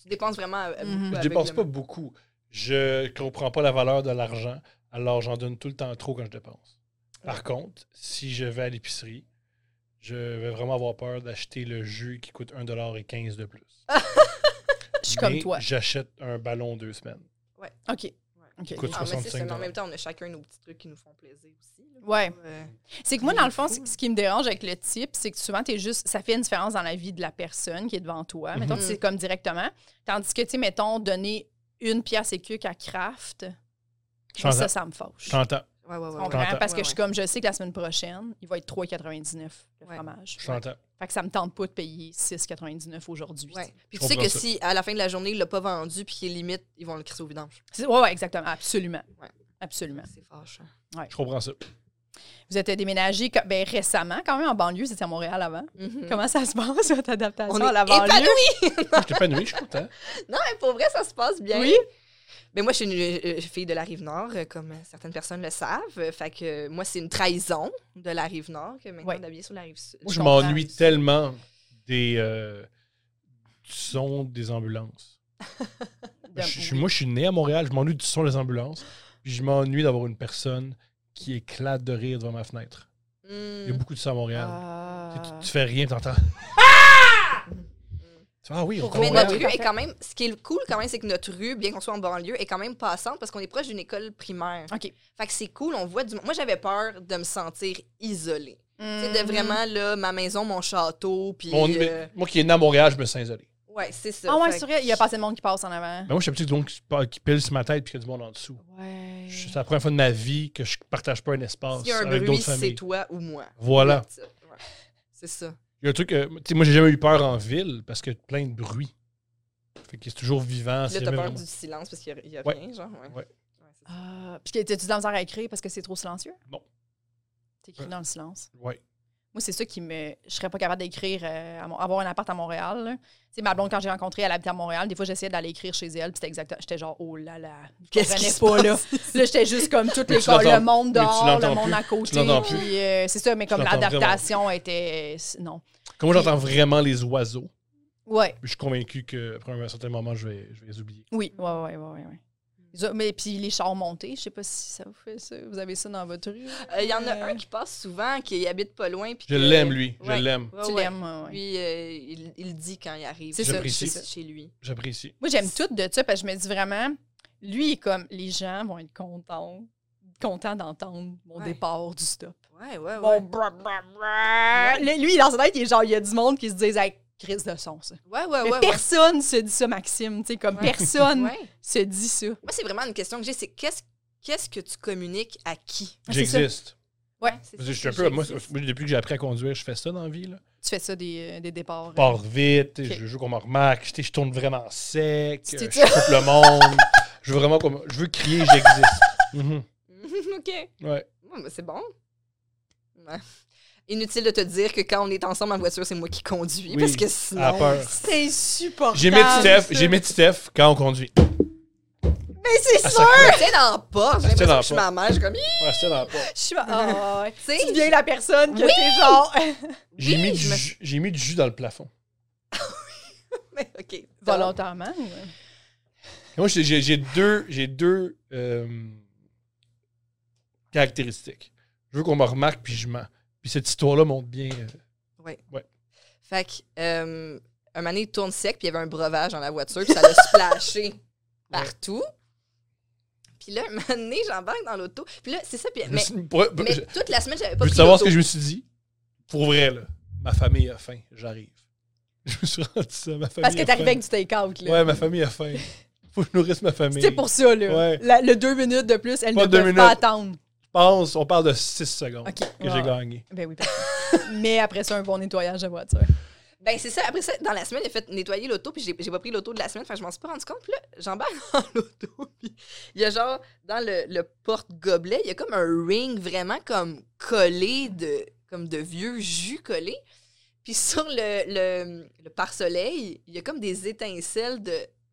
C: Tu dépenses vraiment euh,
B: Mhm.
C: beaucoup
D: Je
C: avec
D: dépense
C: le-
D: pas beaucoup. Je comprends pas la valeur de l'argent, alors j'en donne tout le temps trop quand je dépense. Par contre, si je vais à l'épicerie, je vais vraiment avoir peur d'acheter le jus qui coûte 1,15$ de plus.
B: *laughs* Je suis comme
D: Mais
B: toi.
D: J'achète un ballon deux semaines.
B: OK.
C: Ouais.
B: OK.
D: Écoute,
C: Ah, mais c'est
D: 65
C: ça, mais en même temps, on a chacun nos petits trucs qui nous font plaisir aussi. là.
B: Ouais.
C: Euh,
B: C'est que moi, dans le fond, c- ce qui me dérange avec le type, c'est que souvent, t'es juste, ça fait une différence dans la vie de la personne qui est devant toi. Mettons
D: Mhm.
B: que c'est comme directement. Tandis que, tu sais, mettons, donner une pièce et quelques à Kraft,
D: Je
B: moi, ça,
D: t'entends.
B: ça me fâche.
D: Je
B: Tu
D: t'entends.
C: Ouais, ouais, ouais. ouais.
B: comprends? Parce que
C: Ouais,
B: je suis
C: ouais.
B: comme, je sais que la semaine prochaine, il va être 3,99 le
C: Ouais.
B: fromage.
D: Je t'entends.
B: Fait que ça me tente pas de payer 6,99 aujourd'hui.
C: Ouais.
D: Je
C: Puis tu sais
D: comprends
C: que
D: ça.
C: si à la fin de la journée, il l'a pas vendu, puis qu'il est limite, ils vont le crisser au vidange.
B: C'est- Ouais, ouais, exactement. Absolument.
C: Ouais.
B: Absolument.
C: C'est fâchant.
D: Je comprends ça.
B: Vous êtes déménagé quand- ben, récemment, quand même, en banlieue. C'était à Montréal avant.
C: Mhm.
B: Comment ça se passe, *laughs* votre adaptation
C: Mm. On
B: à la
C: est
B: banlieue?
C: épanouis!
D: Je t'ai pas nuit, je suis content.
C: Non, mais pour vrai, ça se passe bien.
B: Oui.
C: Mais moi, je suis une euh, fille de la Rive-Nord, euh, comme certaines personnes le savent. Euh, Fait que euh, moi, c'est une trahison de la Rive-Nord que maintenant
B: Ouais.
C: d'habiller sur la Rive-Sud.
D: Moi,
B: Je
D: je
B: comprends.
D: m'ennuie tellement des euh, du son des
C: *laughs*
D: ambulances.
B: De-
D: Je- je- moi, je suis né à Montréal, je m'ennuie du son des ambulances. Puis je m'ennuie d'avoir une personne qui éclate de rire devant ma fenêtre. Il y a
C: Mm.
D: beaucoup de ça à Montréal.
B: Ah.
D: Tu, tu fais rien,
C: *laughs*
D: t'entends. Tu fais, ah oui, on
B: Pour
C: Mais
B: Ouais,
C: notre
B: oui,
C: rue est
B: parfait.
C: quand même. Ce qui est cool quand même, c'est que notre rue, bien qu'on soit en banlieue, est quand même passante parce qu'on est proche d'une école primaire.
B: OK.
C: Fait que c'est cool, on voit du. Moi, j'avais peur de me sentir isolée.
B: Mm.
C: Tu
B: Hmm.
C: sais, de vraiment, là, ma maison, mon château, puis.
D: Mon-
C: euh,
D: Moi qui est né à Montréal, je me sens isolé.
C: Ouais, c'est ça.
B: Ah ouais,
C: Fait
B: c'est
C: que-
B: vrai, il y a pas assez de monde qui passe en avant.
D: Mais moi, je suis habitué du monde qui, se pa- qui pile sur ma tête puis qu'il y a du monde en dessous.
B: Ouais.
D: Je- C'est la première fois de ma vie que je partage pas un espace
C: S'il y a un
D: avec
C: bruit,
D: d'autres
C: c'est
D: familles.
C: toi ou moi.
D: Voilà.
C: Ouais, C'est ça.
D: Il y a un truc, euh, tu sais, moi, j'ai jamais eu peur en ville parce qu'il y a plein de bruit. Fait qu'il est toujours vivant.
C: Puis
D: Ah, c'est
C: là, t'as
D: jamais
C: peur
D: vraiment-
C: du silence parce qu'il n'y a,
D: Ouais.
C: rien, genre. Ouais.
D: Ouais.
C: Ouais, c'est ça.
B: Ah, puis t'es- t'as-tu de la misère à écrire parce que c'est trop silencieux?
D: Non.
B: T'écris dans le silence.
D: Ouais.
B: Moi, c'est ça qui me. Je serais pas capable d'écrire, euh, à mon- avoir un appart à Montréal. là. Tu sais, ma blonde, quand j'ai rencontré, elle habitait à Montréal. Des fois, j'essayais d'aller écrire chez elle, puis c'était exactement. J'étais genre, oh là là. Je
C: Qu'est-ce
B: comprenais
C: qui se
B: pas, là.
C: passe?
B: Là, j'étais juste comme tout
D: Mais
B: les
D: tu
B: corps, le
D: l'entends-
B: monde
D: mais tu
B: dehors, le
D: l'entends
B: monde
D: plus.
B: à
D: Tu
B: côté.
D: l'entends plus.
B: Puis euh, c'est ça, mais comme
D: l'entends
B: l'adaptation était. Non.
D: Comment j'entends vraiment les oiseaux,
B: Ouais.
D: je suis convaincu qu'après un certain moment, je vais, je vais les oublier.
B: Oui, ouais, ouais, ouais, ouais. ouais. Ils ont- Mais puis les chars montés, je sais pas si ça vous fait ça. Vous avez ça dans votre rue?
C: Euh, Il y en a un qui passe souvent, qui habite pas loin. puis
D: Je
C: que-
D: l'aime, lui.
C: Euh, Ouais.
D: Je l'aime.
C: Ouais,
B: Tu
C: ouais.
B: l'aimes, ouais, ouais.
C: Lui, euh, il, il le dit quand il arrive.
B: C'est
D: ça,
C: chez-
D: J'apprécie.
B: c'est ça.
C: Chez lui.
D: J'apprécie.
B: Moi, j'aime tout de ça parce que je me dis vraiment, lui, il est comme les gens vont être contents, contents d'entendre mon
C: Ouais.
B: départ du stop.
C: Ouais, ouais, ouais.
B: Bon, bra, bra,
C: Euh,
B: bra. Là, Lui, dans sa tête, il est genre, il y a du monde qui se disent, hey, crise de son, ça.
C: ouais, ouais,
B: Mais
C: ouais, ouais.
B: personne se dit ça, Maxime. Tu sais, comme
C: Ouais.
B: personne
C: Ouais.
B: se dit ça.
C: Moi, c'est vraiment une question que j'ai, c'est qu'est-ce qu'est-ce que tu communiques à
B: Ah,
C: qui?
B: c'est
D: J'existe.
B: Ouais.
C: C'est
D: Parce
C: ça
D: que Je suis un
C: que
D: peu, moi,
C: j'existe.
D: moi, depuis que j'ai appris à conduire, je fais ça dans la vie. Là.
B: Tu fais ça des, euh, des départs.
D: Je pars vite,
B: Ok.
D: je veux qu'on me remarque, je, je tourne vraiment sec,
B: Tu
D: euh,
B: t'es-
D: je coupe le monde. Je veux vraiment qu'on me- Je veux crier,
C: *laughs*
D: j'existe. Mhm.
C: OK.
D: Ouais.
C: Ouais, mais c'est bon. Ouais. Inutile de te dire que quand on est ensemble en voiture, c'est moi qui conduis.
D: Oui,
C: parce que
D: à la
C: sinon.
D: peur.
B: C'est supportable.
D: J'ai mis Steph, j'ai mis Steph quand on conduit.
B: Mais c'est
D: À
B: sûr!
D: chaque fois.
C: Tu sais, dans pas, j'ai
D: Ah, c'était
C: l'impression
D: dans
C: que je suis
D: pas.
C: ma mère, je suis comme.
D: Ouais, c'était dans la porte.
B: Je suis. Ah, ouais.
C: Tu
B: Tu
C: sais,
B: deviens la personne que
C: Oui!
B: t'es
C: *laughs*
B: genre. *laughs*
D: J'ai
C: Oui,
D: mis, du
C: je me-
D: jus- j'ai mis du jus dans le plafond.
C: mais *laughs* OK.
B: Volontairement? ouais.
D: Et Moi, j'ai- j'ai j'ai deux, j'ai deux euh, caractéristiques. Je veux qu'on me remarque, puis je mens. Puis cette histoire-là montre bien. euh,
C: Fait que, euh, un moment donné, il tourne sec, puis il y avait un breuvage dans la voiture, puis ça l'a
D: *laughs*
C: splashé partout. Puis là, un moment donné, j'embarque dans l'auto. Puis là, c'est ça. Puis,
D: je me
C: mais,
D: suis- pour- pour-
C: mais
D: je-
C: toute la semaine, j'avais pas
D: Veux-tu
C: pris
D: savoir ce que
C: l'auto.
D: je me suis dit? Pour vrai, là, ma famille a faim, j'arrive. *laughs* Je me suis rendu ça, ma famille
B: Parce que
D: a
B: t'es
D: faim.
B: arrivé avec du take-out, là.
D: Ouais, ma famille
B: *laughs*
D: a faim. Faut que je nourrisse ma famille.
B: C'est pour ça, là.
D: Ouais.
B: La- le deux minutes de plus, elle
D: Pas
B: ne
D: deux
B: peut pas
D: minutes.
B: attendre.
D: Je pense, on parle de 6 secondes
B: OK.
D: que j'ai gagné.
B: Ben oui, parfait. *laughs* Mais après ça, un bon nettoyage de voiture.
C: Ben, c'est ça. Après ça, dans la semaine, il a fait nettoyer l'auto, puis j'ai j'ai pas pris l'auto de la semaine. Fait que je m'en suis pas rendu compte. Puis là, j'embarque *laughs* dans l'auto, puis il y a genre, dans le, le porte-gobelet, il y a comme un ring vraiment comme collé de, comme de vieux jus collé. Puis sur le, le, le pare-soleil, il y a comme des étincelles de.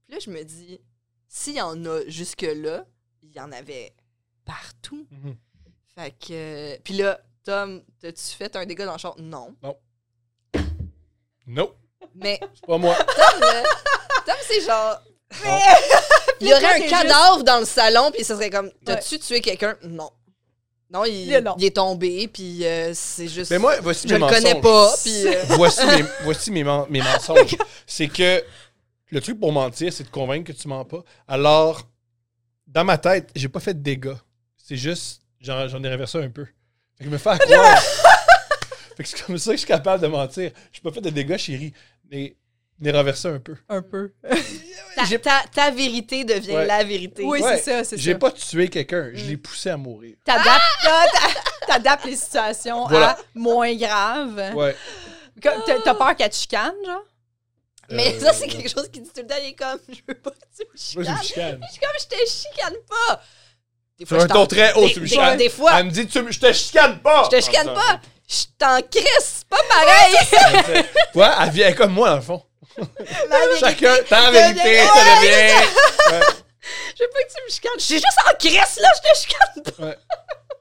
C: Puis là, je me dis, s'il y en a jusque-là, il y en avait partout.
D: Mhm.
C: Fait que. euh, Puis là, Tom, t'as-tu fait un dégât dans le char? Non.
D: Non,
C: Mais
D: c'est pas
C: *laughs*
D: moi.
C: Tom, là, Tom, c'est genre.
D: Non.
C: Il y aurait
B: Toi,
C: un
B: t'es
C: cadavre dans le salon, puis ce serait comme T'as-tu tué quelqu'un Non. Non, il,
B: Il est long.
C: il est tombé, puis euh, c'est juste.
D: Mais moi, voici
C: je
D: mes
C: le
D: mensonges.
C: connais pas, puis. euh,
D: voici mes, voici mes, men- mes mensonges. c'est que le truc pour mentir, c'est de convaincre que tu mens pas. Alors, dans ma tête, j'ai pas fait de dégâts. C'est juste, j'en j'en ai renversé un peu. Fait que je me fais à
C: *laughs*
D: croire. fait que c'est comme ça que je suis capable de mentir. J'ai pas fait de dégâts, chérie. Mais j'ai renversé un peu.
B: Un
C: Mm.
B: peu.
C: *laughs* ta, ta- ta vérité devient
D: Ouais.
C: la vérité.
B: Oui,
D: Ouais,
B: c'est ça, c'est
D: J'ai
B: ça.
D: pas tué quelqu'un, je
C: Mm.
D: l'ai poussé à mourir.
B: T'adaptes t'a- t'adaptes les situations
D: Voilà.
B: à moins
C: Hein?
B: grave.
D: Ouais.
B: Comme, T'as t'as peur qu'elle te chicane, genre?
C: Mais
D: Euh,
C: ça, c'est quelque chose qu'il dit tout le temps. Il est comme, je veux pas que tu me
D: Moi, je me
C: chicanes.
D: chicane.
C: Je suis comme, je te chicane pas. Des
D: Sur un
C: je t'en-
D: ton très haut,
C: des-
D: tu me
C: des-
D: chicanes.
C: Des fois,
D: Elle me dit, tu me- je te chicane pas!
C: je te chicane pas. Je t'en crisse. C'est pas pareil.
D: Ouais, elle vient comme moi, dans le
C: *laughs*
D: fond. Chacun, ta
C: devient-
D: vérité, ça devient. Ouais.
C: Je veux pas que tu me chicanes. Je suis juste en crisse, là. Je te chicane pas.
B: *laughs*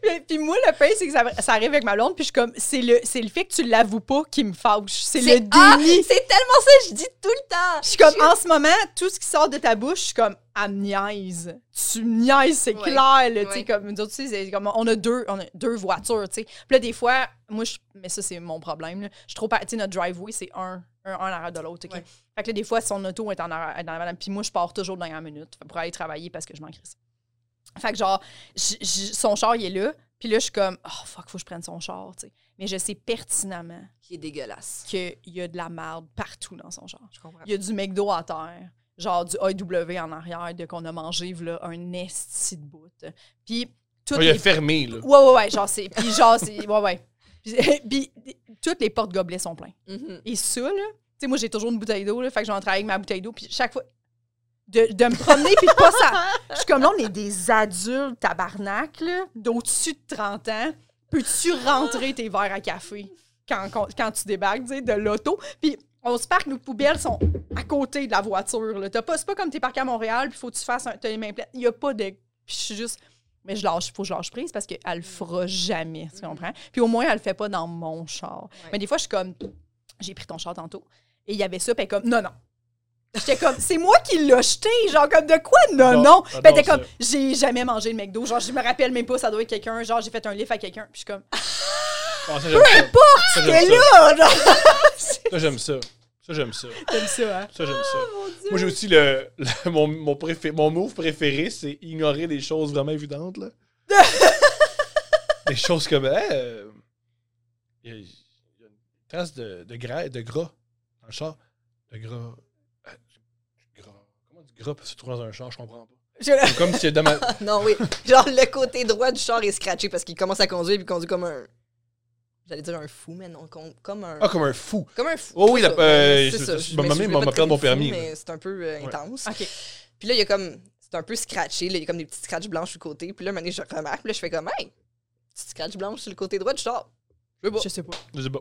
B: Puis, puis moi, le pire, c'est que ça, ça arrive avec ma blonde, puis je suis comme, c'est le, c'est le fait que tu l'avoues pas qui me fâche. C'est le déni.
C: ah, c'est tellement ça que je dis tout le temps.
B: Je suis comme, en ce moment, tout ce qui sort de ta bouche, je suis comme, elle me niaise. Tu me niaises, c'est
C: Ouais.
B: clair. là, tu sais,
C: Ouais.
B: comme, nous autres, tu sais, c'est comme, on a deux, on a deux voitures, tu sais. Puis là, des fois, moi, je, mais ça, c'est mon problème. là. Je suis trop, par- tu sais, notre driveway, c'est un, un, un en arrière de l'autre, OK?
C: Ouais.
B: Fait que là, des fois, son auto est en arrière, est en arrière, puis moi, je pars toujours dans la minute pour aller travailler parce que je m'en crisse. Fait que genre, j- j- son char, il est là. Puis là, je suis comme, oh fuck, faut que je prenne son char, tu sais. Mais je sais pertinemment
C: Qui est dégueulasse.
B: qu'il y a de la merde partout dans son char.
C: Je comprends.
B: Il y a du McDo à terre, genre du AW en arrière, de qu'on a mangé, là, un esti de bout. Puis, toutes
D: Ouais, il a
B: les...
D: fermé, là.
B: Ouais, ouais, ouais, genre, c'est... Puis, genre, c'est... Ouais, ouais. Puis, puis, *laughs* toutes les portes gobelets sont pleines.
C: Mhm.
B: Et ça, là, tu sais, moi, j'ai toujours une bouteille d'eau, là, fait que j'en travaille avec ma bouteille d'eau, puis chaque fois... De, de me promener, puis de pas ça. Je suis comme, là, on est des adultes tabarnak, là, d'au-dessus de 30 ans. Peux-tu rentrer tes verres à café quand, quand, quand tu débarques, tu sais, de l'auto? Puis on se parque, nos poubelles sont à côté de la voiture, là. T'as pas, c'est pas comme t'es parqué à Montréal, puis faut que tu fasses un, t'as les mains pleines. Il y a pas de... Puis je suis juste... Mais je lâche, faut que je lâche prise parce qu'elle le fera jamais, tu comprends? Puis au moins, elle le fait pas dans mon char. Mais des fois, je suis comme j'ai pris ton char tantôt. Et il y avait ça, puis elle est comme, non, non. J'étais comme, c'est moi qui l'ai jeté, genre, comme, de quoi? Non,
D: J'adore-
B: non. Puis elle était
D: j'adore
B: comme, j'ai jamais mangé de McDo. Genre, je me rappelle même pas, ça doit être quelqu'un. Genre, j'ai fait un lift à quelqu'un. Puis je suis comme,
D: Ah, ça, j'aime ça. Ça, j'aime ça.
B: là, genre,
D: Ça, j'aime ça. Ça, j'aime ça.
B: comme ça, hein.
D: Ça, j'aime ça.
C: Ah,
D: Moi, j'ai aussi le, le- mon, mon, préfé- mon move préféré, c'est ignorer des choses vraiment évidentes,
C: *laughs*
D: là. des choses comme, Hey, euh, il y, a- il y a une trace de, de, gras, de gras dans le char. De gras. Ah, du gras. Comment du gras peut se trouver dans un char? Je comprends pas.
B: Je-
D: C'est comme si dans
C: *laughs*
D: ma-
C: Ah, Non, oui. Genre, le côté droit du char est scratché parce qu'il commence à conduire puis il conduit comme un. J'allais dire un fou, mais non, com- comme un.
D: Ah, comme un fou.
C: Comme un fou.
D: Oh oui,
C: c'est
D: la-
C: ça.
D: euh,
C: C'est
D: c'est-
C: ça,
D: c'est-
C: je
D: ma mamie
C: m'excuse, je
D: m'a-
C: vais
D: m'a
C: pas
D: perdu mon
C: te traiter de
D: permis,
C: fou,
D: là.
C: Mais c'est un peu euh, intense.
B: OK.
C: Puis là, il y a comme. C'est un peu scratché, là. Il y a comme des petites scratches blanches sur le côté. Puis là, un moment donné, je remarque. Puis là, je fais comme, hey, petite scratch blanche sur le côté droit du char. Je veux pas.
B: Je sais pas.
D: Je sais pas.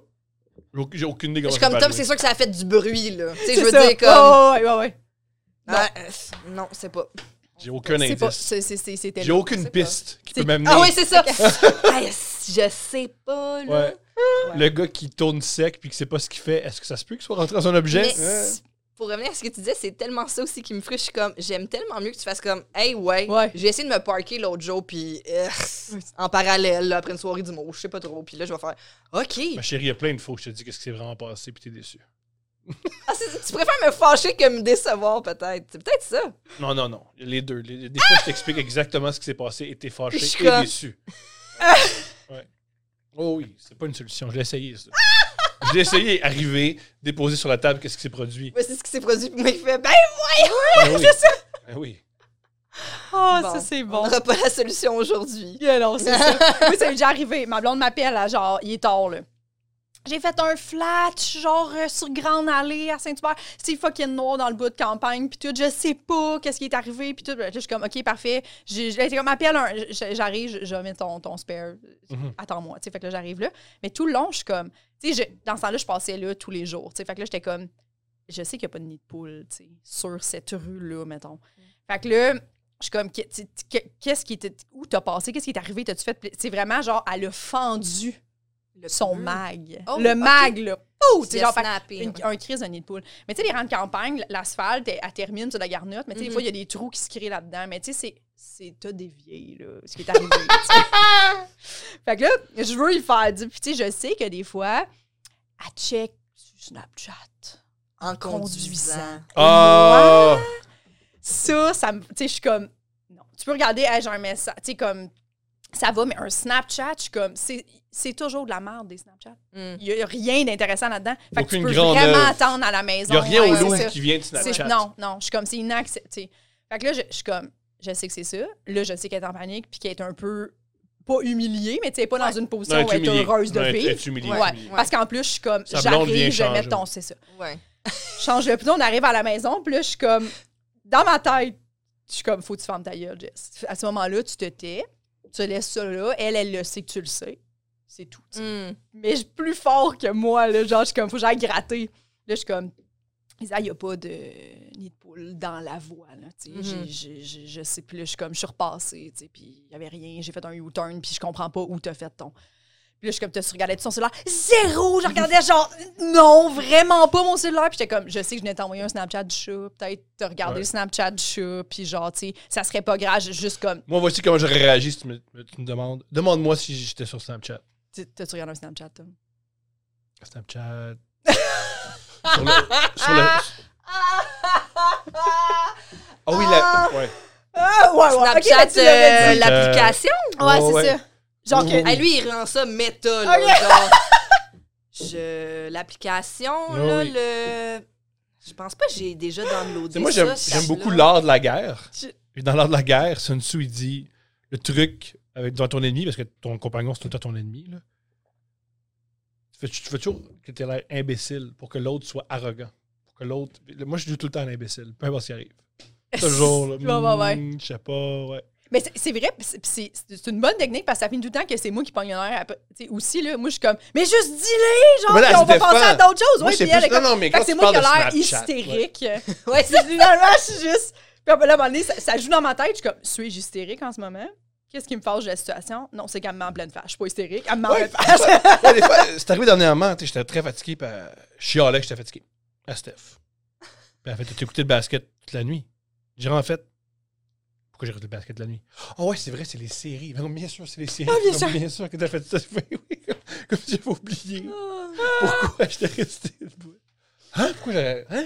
D: J'ai au- J'ai aucune idée
C: Je
D: comment
C: suis
D: ça
C: comme
D: peut
C: Tom,
D: arriver.
C: c'est sûr que ça a fait du bruit, là. Tu sais, je
B: C'est
C: veux
B: ça. Oh!
C: dire, comme.
B: Ouais, ouais, ouais, ouais.
C: Ah, euh, non, c'est pas.
D: J'ai aucun
B: C'est pas.
D: indice.
B: c'est- c'est- c'est- C'était
D: J'ai
B: là.
D: aucune
C: c'est
D: piste qui peut
B: C'est-
D: m'amener.
C: Ah oui,
B: *laughs*
C: c'est ça. *laughs* Ah, je sais pas, là.
D: Ouais. Le gars qui tourne sec puis qui sait pas ce qu'il fait, est-ce que ça se peut qu'il soit rentré dans un objet?
C: Mais
D: Ouais.
C: c- pour revenir à ce que tu disais, c'est tellement ça aussi qui me frustre. Je suis comme, j'aime tellement mieux que tu fasses comme, hey, ouais,
B: Ouais.
C: j'ai essayé de me parker l'autre jour, puis euh, en parallèle, là, après une soirée du mot, je sais pas trop. Puis là, je vais faire, OK.
D: Ma chérie, il y a plein de fois que je te dis qu'est-ce qui s'est vraiment passé puis t'es déçu.
C: Ah, c'est- tu préfères me fâcher que me décevoir, peut-être. C'est peut-être ça.
D: Non, non, non. Les deux. Les- des fois, je t'explique exactement ce qui s'est passé et t'es fâché
C: Je suis
D: et
B: *laughs*
C: comme-
D: déçu. ouais. Oh oui, c'est pas une solution. Je l'ai essayé, ça. Je l'ai essayé, arrivé, déposé sur la table, qu'est-ce qui s'est produit.
C: Voici ce qui s'est produit, puis moi, il fait, ben,
D: Ben oui. Ben oui.
B: Ah,
C: Bon.
B: ça, c'est
C: on
B: bon.
C: n'aura pas la solution aujourd'hui.
B: Yeah, non, c'est ça. Moi, c'est déjà arrivé. Ma blonde m'appelle, là, genre, il est tard, là. J'ai fait un flat, genre, euh, sur Grande Allée, à Saint-Hubert. C'est fucking noir dans le bout de campagne, puis tout. Je sais pas qu'est-ce qui est arrivé, puis tout. Là, je suis comme, OK, parfait. J'ai- j'ai- J'étais comme, appelle un... j- J'arrive, je- je mets ton, ton spare.
D: Mhm.
B: Attends-moi, tu sais. Fait que là, j'arrive là. Mais tout le long, je suis comme... Tu sais, je- dans ce temps-là, je passais là tous les jours, tu sais. Fait que là, j'étais comme... Je sais qu'il n'y a pas de nid de poule, tu sais, sur cette rue-là, mettons. Fait que là... Je suis comme, qu'est- t'sais, t'sais, qu'est-ce qui était. Où t'as passé? Qu'est-ce qui est arrivé? T'as-tu fait. pla- C'est vraiment genre, elle a fendu son mag.
C: Oh,
B: le
C: ok.
B: mag, là. Pouf! C'est genre, fait que
C: snappé.
B: une- un crise de nid de poule. Mais tu sais, les rangs de campagne, l'asphalte, elle, elle termine sur la garnotte, mais tu sais, des
C: Mhm.
B: fois, il y a des trous qui se créent là-dedans. Mais tu sais, c'est- c'est t'as dévié, là, ce qui est arrivé. tu
C: *laughs*
B: sais. fait que là, je veux y faire du. Puis, tu sais, je sais que des fois, elle check sur Snapchat
C: En
B: conduisant.
C: conduisant.
D: Ah!
B: ça, ça me. Tu sais, je suis comme. Non. Tu peux regarder, hey, j'ai un message. Tu sais, comme. Ça va, mais un Snapchat, je suis comme. C'est c'est toujours de la merde, des Snapchats.
C: Mm.
B: Il n'y a, rien d'intéressant là-dedans. Fait que tu
D: Aucune
B: peux
D: grande
B: vraiment
D: œuvre.
B: attendre à la maison.
D: Il n'y a rien
B: Ouais,
D: au
B: c'est
D: loup
B: ça.
D: qui vient de
B: C'est-
D: Snapchat.
B: Non, non, je suis comme, c'est inacceptable. tu sais. Fait que là, je, je suis comme, je sais que c'est ça. Là, je sais qu'elle est en panique puis qu'elle est un peu, pas humiliée, mais tu sais, pas dans une position
D: Non,
B: où elle est
D: humilié.
B: heureuse de
D: Non, elle est-
B: vivre.
D: elle est humiliée,
B: Ouais.
D: humiliée.
B: Parce qu'en plus, je suis comme,
D: Sa blonde vient
B: j'arrive, je
D: changer.
B: mets ton, c'est ça.
C: Ouais.
B: Je Change le pneu, on arrive à la maison, puis là, je suis comme, dans ma tête, je suis comme, faut que tu fermes ta gueule, Jess. À ce moment-là, tu te tais, tu laisses ça là, elle, elle le sait que tu le sais. C'est tout. tu sais
C: Mm.
B: mais je- plus fort que moi, là. Genre, je suis comme, faut que j'aille gratter. Là, je suis comme, Isa, il n'y a pas de nid de poule dans la voie, là. tu sais.
C: Mhm.
B: J'ai- j'ai- j'ai- je sais plus, je suis comme, je suis repassée, tu sais, puis il n'y avait rien. J'ai fait un U-turn, puis je comprends pas où t'as fait ton. Puis là, je suis comme, t'as regardé tout son cellulaire? Zéro! Je regardais genre, non, vraiment pas mon cellulaire. Puis j'étais comme, je sais que je venais t'envoyer un Snapchat du chat. Peut-être t'as regardé
D: Ouais.
B: le Snapchat du chat. Puis genre, tu sais, ça serait pas grave. Juste comme,
D: Moi, voici comment j'aurais réagi si tu me, tu me demandes. Demande-moi si j'étais sur Snapchat.
B: t'as-tu regardé un Snapchat, Tom?
D: Snapchat. sur le, sur le- Ah oui, la. Ouais.
B: Ah, ouais, ouais. ok,
C: Snapchat,
B: mais tu l'avais
C: euh,
B: dit.
C: l'application.
B: Ouais,
D: Ouais,
B: c'est
D: ouais.
B: ça. Genre que.
D: Ouais, ouais.
C: Ah, lui, il rend ça méta, là.
B: Ok. *laughs*
C: genre, je... L'application,
D: Oui,
C: là,
D: oui.
C: le... Je pense pas que j'ai déjà
D: Tu
C: downloadé
D: sais, moi,
C: ça.
D: j'aime
C: cette
D: j'aime beaucoup
C: app-là.
D: l'art de la guerre.
B: Je-
D: Et dans l'art de la guerre, Sun Tzu, il dit le truc avec, dans ton ennemi, parce que ton compagnon, c'est tout le temps ton ennemi. Là. Tu, fais, tu fais toujours que tu aies l'air imbécile pour que l'autre soit arrogant. Pour que l'autre. Moi, je dis tout le temps un imbécile, peu importe ce qui arrive. *laughs* Toujours. Là,
B: Ouais, ouais, ouais.
D: hmm, Je sais pas, ouais.
B: Mais c'est- c'est vrai, pis c'est- pis c'est c'est une bonne technique parce que ça finit tout le temps que c'est moi qui pogne un air. après. Tu sais, Aussi, là, moi, je suis comme, mais juste dis-les, genre,
D: Mais là,
B: pis
D: elle
B: on
D: se
B: va passer à
D: défend.
B: d'autres choses.
D: Moi,
B: Ouais,
D: c'est
B: puis elle est
D: plus- non,
B: comme-
D: non, mais
B: Fait
D: quand
B: que c'est
D: tu
B: moi qui
D: parles
B: ai
D: de
B: l'air
D: Snapchat, ouais.
B: hystérique. *laughs*
C: Ouais, c'est-
B: Puis finalement, je suis juste. Puis après, là, à un moment donné, ça, ça joue dans ma tête. Je suis comme, suis-je hystérique en ce moment? Qu'est-ce qui me fâche de la situation? Non, c'est qu'elle me met en pleine face. Je suis pas hystérique, elle me met en
D: Ouais.
B: pleine face.
D: *laughs* Ouais, des fois, c'est arrivé dernièrement, tu sais, j'étais très fatigué, puis euh, je chialais que j'étais fatigué. À Steph. Puis elle fait, t'as écouté le basket toute la nuit. J'ai dit, en fait, pourquoi j'ai écouté le basket toute la nuit? Ah ouais, c'est vrai, c'est les séries. Mais non, bien sûr, c'est les séries.
B: Ah, bien
D: Non,
B: sûr.
D: que t'as fait ça. *laughs* Oui, oui, comme- comme j'avais oublié. Pourquoi j'étais resté debout? Hein? Pourquoi j'avais. Ah. Hein?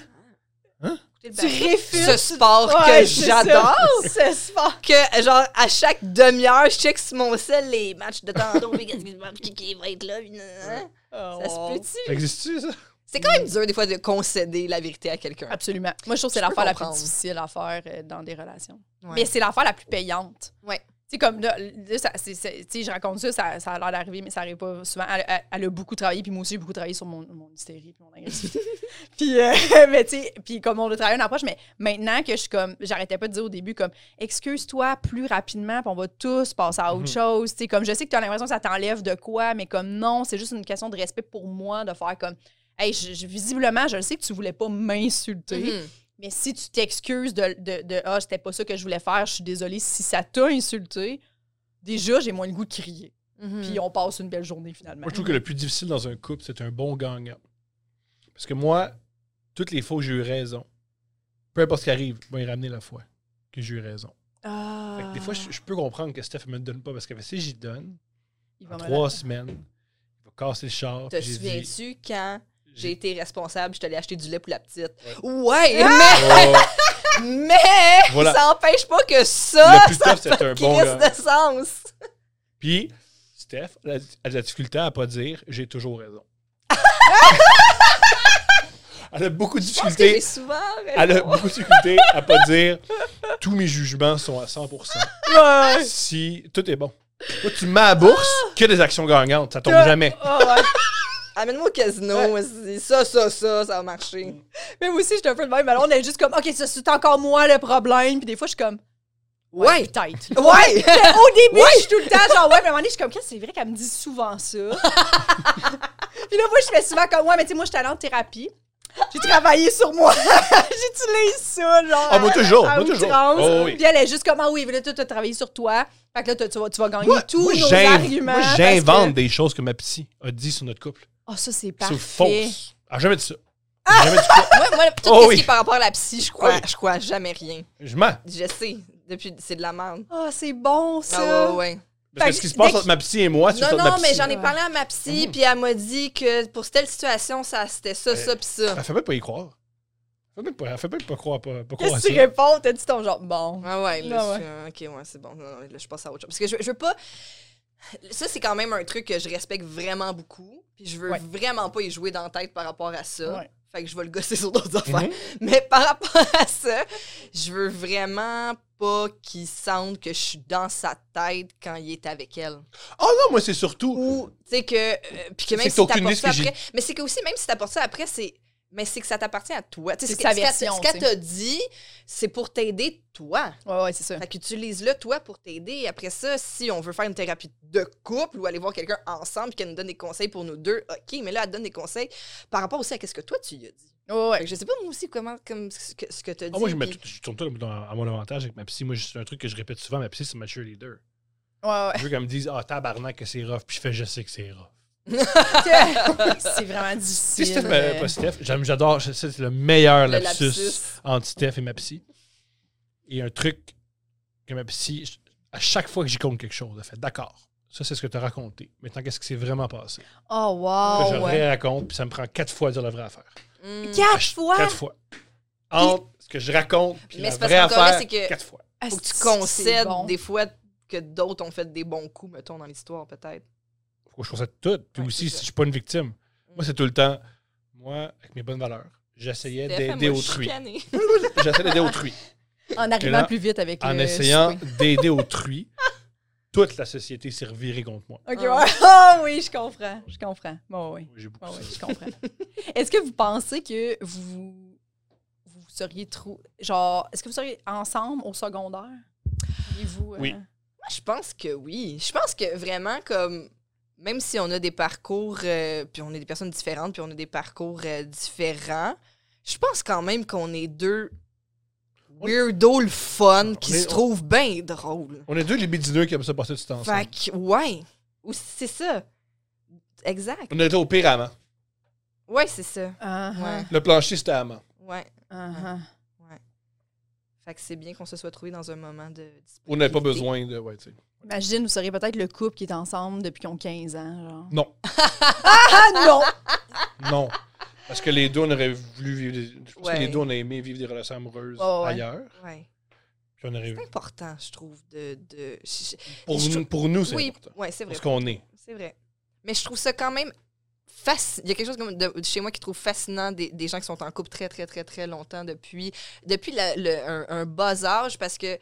B: tu réfutes.
C: Ben Ce sport
B: *laughs* Ouais,
C: que
B: c'est
C: j'adore.
B: ça. Ce sport.
D: Oh.
C: Que, genre, à chaque demi-heure, je check sur mon sel les matchs de tantôt, puis qu'est-ce qui va- qui- qui va être là, puis nan, nan, nan. Ça
B: Oh,
C: se
D: Ça
C: peut-tu?
D: existe-tu, ça?
C: C'est quand même dur, des fois, de concéder la vérité à quelqu'un.
B: Absolument. Moi, je trouve que c'est
C: Je peux
B: l'affaire la plus
C: comprendre.
B: difficile à faire euh, dans des relations.
C: Ouais.
B: Mais c'est l'affaire la plus payante.
C: Ouais.
B: Tu sais, comme là, là, ça- c'est- c'est- tu sais, je raconte ça, ça, ça a l'air d'arriver, mais ça n'arrive pas souvent. Elle, elle- elle a beaucoup travaillé, puis moi aussi, j'ai beaucoup travaillé sur mon, mon hystérie, puis mon agressivité.
C: *laughs*
B: puis, euh, *laughs* mais tu sais, puis comme on a travaillé une approche, mais maintenant que je suis comme, j'arrêtais pas de dire au début, comme, excuse-toi plus rapidement, puis on va tous passer à autre
D: Mhm.
B: chose. Tu sais, comme, je sais que tu as l'impression que ça t'enlève de quoi, mais comme, non, c'est juste une question de respect pour moi de faire comme, hey, je- je- visiblement, je le sais que tu voulais pas m'insulter.
C: Mhm.
B: Mais si tu t'excuses de, de, de, Ah, c'était pas ça que je voulais faire, je suis désolée, si ça t'a insulté, déjà, j'ai moins le goût de crier.
C: Mhm.
B: Puis on passe une belle journée finalement.
C: Ben,
D: Moi, je trouve que le plus difficile dans un couple, c'est un bon gagnant. Parce que moi, toutes les fois où j'ai eu raison, peu importe ce qui arrive, je vais y ramener la fois que j'ai eu raison.
B: Ah.
D: Fait que des fois, je, je peux comprendre que Steph ne me le donne pas parce que si j'y donne,
B: Il va
D: en
B: me
D: trois semaines, il va casser le char.
C: Te
D: puis j'ai dit-
C: souviens-tu quand j'ai *laughs*
D: j'ai-
C: été responsable, je te l'ai acheté du lait pour la petite? Ouais,
D: Oh,
C: *laughs* mais, mais
D: Voilà.
C: ça n'empêche pas que ça,
D: le plus tough, c'est un
C: qui
D: bon gars.
C: de sens.
D: Puis, Steph elle a elle a de la difficulté à pas dire j'ai toujours
C: *laughs*
D: raison. elle a beaucoup de
C: Parce que
D: difficulté.
C: j'ai souvent
D: Elle a
C: raison.
D: beaucoup de difficulté à pas dire tous mes jugements sont à 100%.
B: la- Ouais.
D: Si tout est bon. Toi, tu mets à la bourse que des actions gagnantes. Ça tombe
B: Ah.
D: jamais.
B: Ah, ouais.
C: Amène-moi au casino, c'est ça, ça, ça, ça va marcher.
B: Mais moi aussi, j'étais un peu de même. Alors, on est juste comme, OK, ça, c'est encore moi le problème. Puis des fois, je suis comme,
C: Ouais!
B: peut-être.
D: *laughs*
C: Ouais!
B: *laughs* Au début, je suis tout le temps genre, ouais, mais à un moment donné, je suis comme, Qu'est-ce que c'est vrai qu'elle me dit souvent
D: *laughs*
B: ça. puis là, moi, je fais souvent comme, ouais, mais tu sais, moi, je suis allée en thérapie. J'ai travaillé sur moi. *laughs* J'utilise ça, genre.
D: Ah, moi, toujours,
B: à
D: moi, toujours.
B: outrance.
D: Oh, oui.
B: Puis elle est juste comme, ah oui, mais là, toi, tu as travaillé sur toi. Fait que là, toi, tu vas, tu vas gagner tous
D: moi,
B: nos
D: j'inv-
B: arguments.
D: moi,
B: parce que-
D: j'invente des choses que ma psy a dit sur notre couple.
B: Ah, ça, c'est
D: C'est
B: parfait.
D: fausse. Ah, jamais dit ça. J'ai Jamais dit ça.
C: Moi, moi, tout
D: Oh
C: ce
D: oui.
C: qui est par rapport à la psy, je crois,
D: Oui.
C: je crois jamais rien.
D: Je mens.
C: Je sais. Depuis, c'est de la merde.
B: Ah, c'est bon,
C: Ah
B: ça!
C: ouais, ouais, ouais.
B: Fait
E: Parce que ce
B: que
E: qui se
B: dès
E: passe
B: que-
E: entre ma psy et
D: Ah,
E: moi, c'est
C: Non,
E: ça de ma
C: non,
E: psy.
C: mais j'en ai
B: Ouais.
C: parlé à ma psy, puis elle m'a dit que pour telle situation, ça c'était ça, ça, puis ça.
D: Elle fait même pas y croire. Elle fait même pas, elle fait même pas croire, pas, pas croire à
B: Qu'est-ce
D: ça.
B: que tu réponds? T'as dit ton genre, bon.
C: Ah ouais, là,
B: Ah
C: je suis- ok, ouais, c'est bon. Non, non, là, je passe à autre chose. Parce que je, je veux pas. Ça, c'est quand même un truc que je respecte vraiment beaucoup. Puis je veux
B: Ouais.
C: vraiment pas y jouer dans la tête par rapport à ça.
B: Ouais. Mm-hmm.
C: Fait que je vais le gosser *laughs* sur d'autres affaires.
E: Mhm.
C: Mais par rapport à ça, je veux vraiment pas qu'il sente que je suis dans sa tête quand il est avec elle.
E: Ah non, moi, c'est surtout.
C: Ou, tu sais, que. euh, puis que
E: C'est
C: même
E: que
C: si
E: t'as aucune
C: t'apportes
E: idée
C: ça
E: ce que
C: après. Mais c'est que aussi, même si t'apportes ça après, c'est. Mais c'est que ça t'appartient à toi. Tu sais,
B: C'est
C: ce que-
B: sa
C: ce qu'elle-
B: version,
C: Ce qu'elle
B: tu sais.
C: t'a dit, c'est pour t'aider, toi.
B: Ouais, ouais, c'est ça.
C: Fait qu'utilise-le, toi, pour t'aider. Après ça, si on veut faire une thérapie de couple ou aller voir quelqu'un ensemble qui nous donne des conseils pour nous deux, OK, mais là, elle te donne des conseils par rapport aussi à ce que toi, tu lui as dit.
B: Ouais,
C: Fait
B: ouais.
C: que je sais pas, moi aussi, comment, comme ce que, ce que t'as dit.
D: Ah, moi, je, mets
C: puis-
D: tout- je tourne tout le bouton à à mon avantage avec ma psy. Moi, c'est un truc que je répète souvent. Ma psy, c'est ma cheerleader.
B: ouais, ouais.
D: Je veux qu'elle me dise Ah, tabarnak, que c'est rough. Puis je fais Je sais que c'est rough.
B: *laughs* c'est vraiment
D: Tu
B: difficile.
D: sais, Steph,
B: euh,
D: euh, pas Steph, j'aime- j'adore, je sais, c'est le meilleur
C: Le
D: lapsus,
C: lapsus.
D: entre Steph et ma psy. Et un truc que ma psy, je- à chaque fois que j'y compte quelque chose, elle fait D'accord, ça c'est ce que tu as raconté. Maintenant, qu'est-ce qui s'est vraiment passé
B: Oh,
C: Ah,
D: Que
B: wow!
D: Je
B: ouais.
D: raconte, puis ça me prend quatre fois de dire la vraie affaire.
C: Mm.
B: Quatre
D: À ch-
B: fois?
D: Quatre fois. Entre ce que je raconte, puis
C: Mais
D: la
C: c'est parce
D: vraie
C: qu'encore là,
D: affaire,
C: c'est que-
D: quatre fois.
B: Ah,
C: Faut que tu
B: c'est-
C: concèdes
B: c'est bon.
C: des fois que d'autres ont fait des bons coups, mettons, dans l'histoire, peut-être.
D: Faut que je constate tout. Puis
C: Ouais,
D: aussi,
C: c'est ça. Mm.
D: si je suis pas une victime, moi, c'est tout le temps, moi, avec mes bonnes valeurs, j'essayais
C: Steph, elle
D: d'aider
C: m'a
D: autrui.
C: chicané.
D: J'essayais d'aider
C: *laughs*
D: autrui.
B: En
D: Et
B: arrivant
D: là,
B: plus vite avec
D: en
B: le
D: essayant
B: souper.
D: d'aider autrui, toute la société s'est revirée contre moi.
B: OK,
C: Ah.
B: ouais. *laughs* Ah oui, je comprends. Je comprends. Bon, oui.
D: Oui, J'ai beaucoup
B: Ah oui,
D: ça.
B: je *laughs* comprends. Est-ce que vous pensez que vous, vous seriez trop. Genre, est-ce que vous seriez ensemble au secondaire? Et vous, euh,
D: Oui.
C: Moi, Je pense que oui. Je pense que vraiment, comme même si on a des parcours, euh, puis on est des personnes différentes, puis on a des parcours euh, différents, je pense quand même qu'on est deux weirdos le fun
D: On
C: qui
D: est-
C: se trouvent bien drôles.
D: On est deux libidineux qui aiment ça passer du temps ensemble.
C: Fait que, ouais. Ou c'est ça. Exact.
D: On était au pire amant.
C: Ouais, c'est ça.
B: ah, ah,
C: Ouais.
D: Le plancher, c'était amant.
C: Ouais.
B: ah, ah.
C: Fait que c'est bien qu'on se soit trouvé dans un moment de.
D: On n'avait pas
C: disponibilité.
D: besoin de. Ouais, tu sais.
B: Imagine, vous seriez peut-être le couple qui est ensemble depuis qu'ils ont 15 ans. Genre.
D: Non,
B: *laughs* Ah non!
D: non. Parce que les deux, on aurait voulu vivre. Des... je pense
C: Ouais.
D: que les deux, on a aimé vivre des relations amoureuses
B: Ouais, ouais.
D: ailleurs.
C: Ouais.
D: Puis on aurait...
C: C'est important, je trouve, de. de... je- je-
D: pour,
C: Je-
D: nous, pour nous, c'est
C: Oui,
D: important.
C: ouais, c'est vrai.
D: Pour ce qu'on est.
C: C'est vrai. Mais je trouve ça quand même fascinant. Il y a quelque chose comme de, chez moi qui trouve fascinant des, des gens qui sont en couple très, très, très, très longtemps depuis, depuis la- le- un, un bas âge parce que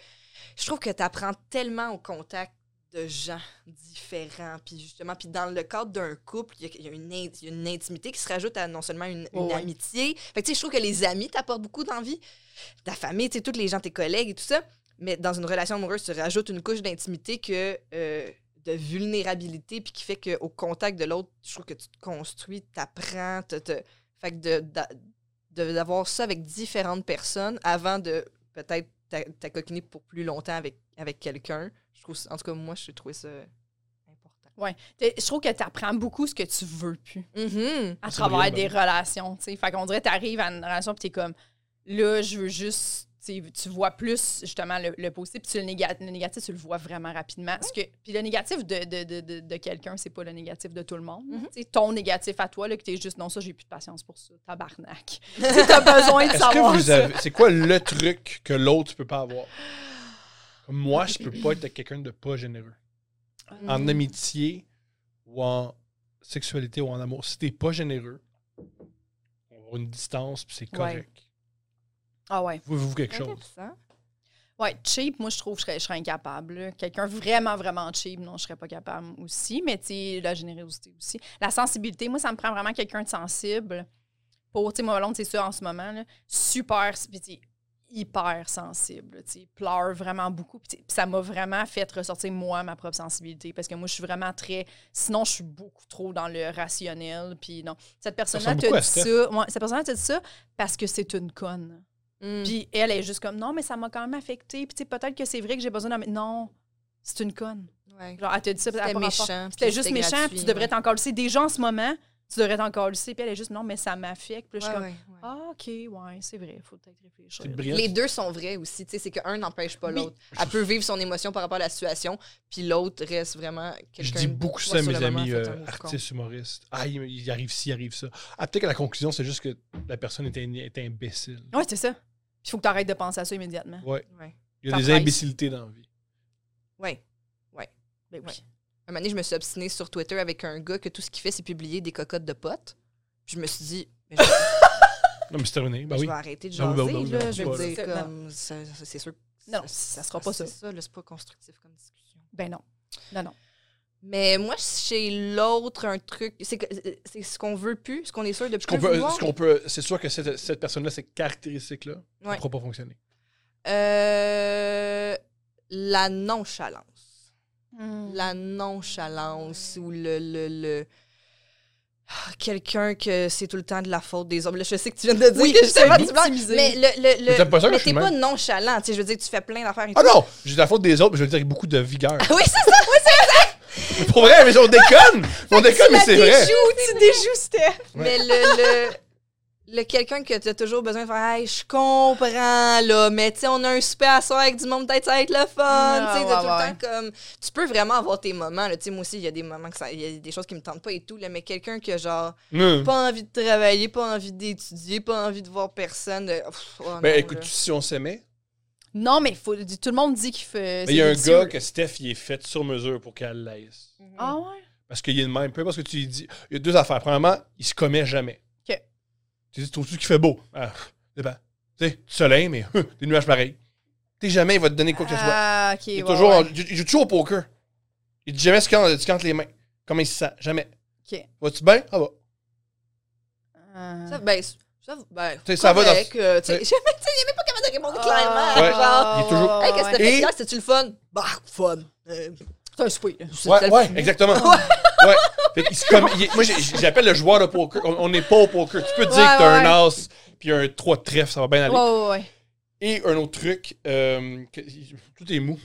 C: je trouve que tu apprends tellement au contact de gens différents. Puis justement, puis dans le cadre d'un couple, il y a- il y, a une in- il y a une intimité qui se rajoute à non seulement une, une
B: Ouais.
C: amitié. Fait que tu sais, je trouve que les amis t'apportent beaucoup d'envie. Ta famille, tu sais, tous les gens, tes collègues et tout ça. Mais dans une relation amoureuse, tu rajoutes une couche d'intimité que euh, de vulnérabilité, puis qui fait qu'au contact de l'autre, je trouve que tu te construis, t'apprends, te, te... fait que de- d'a- de- d'avoir ça avec différentes personnes avant de peut-être t'a- t'acoquiner pour plus longtemps avec, avec quelqu'un. Je trouve ça- en tout cas, moi, j'ai trouvé ça important.
B: T'es- Je trouve que tu apprends beaucoup ce que tu veux plus à
D: C'est
B: travers
D: vrai, ben
B: des
D: oui.
B: relations. tu sais. Fait qu'on dirait que tu arrives à une relation et tu es comme là, je veux juste. tu sais, Tu vois plus justement le, le positif, puis tu le, néga- le négatif, tu le vois vraiment rapidement. Parce que, puis le négatif de, de, de, de, de quelqu'un, c'est pas le négatif de tout le monde.
D: Mm-hmm.
C: Mhm.
B: Tu sais, Ton négatif à toi, là, que tu es juste non, ça, j'ai plus de patience pour ça,
D: *laughs*
B: tabarnak. tu as besoin de
D: Est-ce
B: savoir
D: que vous
B: ça.
D: avez. C'est quoi le truc que l'autre peut pas avoir? Comme Moi, je peux pas être quelqu'un de pas généreux.
C: Mm.
D: en amitié ou en sexualité ou en amour. Si t'es pas généreux, on va avoir une distance puis c'est correct.
B: Ah ouais.
D: Vous vous quelque chose.
C: Intéressant.
B: Ouais, cheap, moi, je trouve que je serais, je serais incapable. là. Quelqu'un vraiment, vraiment cheap, non, je serais pas capable aussi. Mais, tu sais, la générosité aussi. La sensibilité, moi, ça me prend vraiment quelqu'un de sensible. Pour, tu sais, moi, ma blonde, c'est ça en ce moment, là, super, puis, tu sais, hyper sensible. là, Tu sais, pleure vraiment beaucoup. Puis, tu sais, puis ça m'a vraiment fait ressortir, moi, ma propre sensibilité. Parce que moi, je suis vraiment très. Sinon, je suis beaucoup trop dans le rationnel. Puis, non. Cette personne-là
D: ressemble
B: te
D: beaucoup à
B: dit
D: Steph.
B: ça. ouais, cette personne-là te dit ça parce que c'est une conne.
C: Mm.
B: Puis elle est juste comme non, mais ça m'a quand même affectée. Puis tu sais, peut-être que c'est vrai que j'ai besoin d'un. Non, c'est une conne.
C: Ouais.
B: Genre, elle t'a dit ça, puis elle a
C: C'était
B: pas rapport.
C: méchant.
B: C'était juste méchant, puis tu devrais t'en coller. Déjà en ce moment, tu devrais t'en coller. Puis elle est juste non, mais ça m'affecte. Puis là, je suis comme,
C: ouais, ouais, ouais.
B: Ah, OK, ouais, c'est vrai, faut peut-être réfléchir.
D: C'est brillant.
C: Les deux sont vrais aussi, tu sais, c'est qu'un n'empêche pas
B: Oui.
C: l'autre. Elle peut vivre son émotion par rapport à la situation, puis l'autre reste vraiment
D: Je
C: quelqu'un.
D: dis beaucoup
C: ouais,
D: ça à
C: sur
D: mes
C: le moment,
D: amis
C: fait un
D: euh,
C: move con.
D: artistes, humoristes. Ah, il, il arrive ci, il arrive ça. Ah, peut-être que la conclusion, c'est juste que la personne est, un- est imbécile.
B: Ouais, c'est ça. Il faut que tu arrêtes de penser à ça
C: Ah.
B: immédiatement.
D: Ouais.
C: Ouais.
D: Il y a
B: Ça
D: des
B: presse.
D: imbécilités dans la vie.
C: Ouais.
B: Ben oui.
C: Ouais. Un moment donné, je me suis obstinée sur Twitter avec un gars que tout ce qu'il fait, c'est publier des cocottes de potes. Puis je me suis dit, mais je,
D: Non, mais c'est terminé. Ben
C: je
D: Bah oui.
C: vais arrêter de
D: Ben oui, ben
C: jaser.
D: oui, ben oui,
C: là.
D: ben oui,
C: je
D: ben
C: veux
B: oui.
C: dire,
B: Non.
C: comme, ça- ça- c'est sûr. que
B: Non, ça sera pas ça.
C: C'est ça, là, c'est pas constructif comme discussion.
B: Ben non. Non, non.
C: Mais moi, chez l'autre, un truc, c'est que- c'est ce qu'on veut plus, ce qu'on est sûr de
D: Ce
C: plus
D: qu'on peut, euh,
C: vouloir.
D: ce qu'on peut, c'est sûr que cette, cette personne-là, ces caractéristiques-là, ne
C: Ouais.
D: pourra pas fonctionner.
C: Euh, la nonchalance.
B: Mm.
C: la nonchalance ou le. le, le- Ah, Quelqu'un que c'est tout le temps de la faute des hommes. Là, je sais que tu viens de dire
B: Oui,
C: que justement,
B: c'est
C: tu parles,
B: victimisé.
C: Mais le. le,
D: Mais
C: le-
D: t'aimes pas ça que
C: mais
D: je suis
C: t'es
D: de
C: pas
D: même?
C: nonchalant. tu sais, Je veux dire, tu fais plein d'affaires. et
D: Ah
C: tout.
D: non! J'ai de la faute des autres, mais je veux dire, avec beaucoup de vigueur. *laughs*
C: Oui, c'est ça!
D: Pour vrai, mais on *laughs* déconne! On déconne, mais
C: la
D: c'est vrai!
C: déjoues, tu déjoues, Steph.
D: Ouais.
C: *laughs* Mais le. le... le quelqu'un que tu as toujours besoin de faire, hey, je comprends, là, mais tu sais, on a un super à soir avec du monde, peut-être ça va être le fun.
B: Ah,
C: tu sais, t'as
B: ouais,
C: tout
B: ouais.
C: le temps comme. Tu peux vraiment avoir tes moments, là. Tu sais, moi aussi, il y a des moments que ça. Il y a des choses qui me tentent pas et tout, là, mais quelqu'un que genre.
D: Hum.
C: pas envie de travailler, pas envie d'étudier, pas envie de voir personne. euh, pff, oh non,
D: Ben écoute,
C: là.
D: si on s'aimait,
B: Non, mais faut, tout le monde dit qu'il fait.
D: il y a
B: c'est
D: un
B: délicieux.
D: gars que Steph, il est fait sur mesure pour qu'elle l'aise.
B: Ah ouais?
D: Parce qu'il est le même. Peu parce que tu lui dis. Il y a deux affaires. Premièrement, il se commet jamais.
B: OK.
D: Tu dis, trouves-tu qu'il fait beau? Ah, dépend. Tu sais, du soleil, mais *laughs* des nuages pareils. Tu sais, jamais il va te donner quoi que ce soit.
B: Ah, ok.
D: Il, est
B: ouais,
D: toujours
B: ouais.
D: en- il joue toujours au poker. Il dit jamais ce qu'il y a dans- ce qu'il y a entre les mains. Comment il se sent? Jamais.
B: OK.
D: Vas-tu bien? Ah, va.
B: Euh,
C: Ça, ben, c- ça, ben,
D: sais, ça va dans-
C: correct, euh, tu sais,
D: Ouais.
C: *laughs* tu sais, il est même pas capable de répondre
B: Ah,
C: clairement. Genre,
D: il est toujours-
B: ouais,
C: hey, qu'est-ce que t'as
B: ouais.
C: fait
D: Et-
C: hier? C'était-tu le fun? Bah, fun. Euh,
B: C'est un souper, là.
C: c'est- c'est
D: Ouais,
C: le
D: ouais,
B: *laughs*
C: fun.
D: exactement. ouais. Fait qu'il se commet- il est- moi, j'ai- j'appelle le joueur de poker. On on n'est pas au poker. Tu peux
B: Ouais,
D: dire que t'as
B: ouais,
D: un as puis un 3 de trèfle, ça va bien aller.
B: Ouais, ouais, ouais.
D: Et un autre truc, euh, que- tout est mou.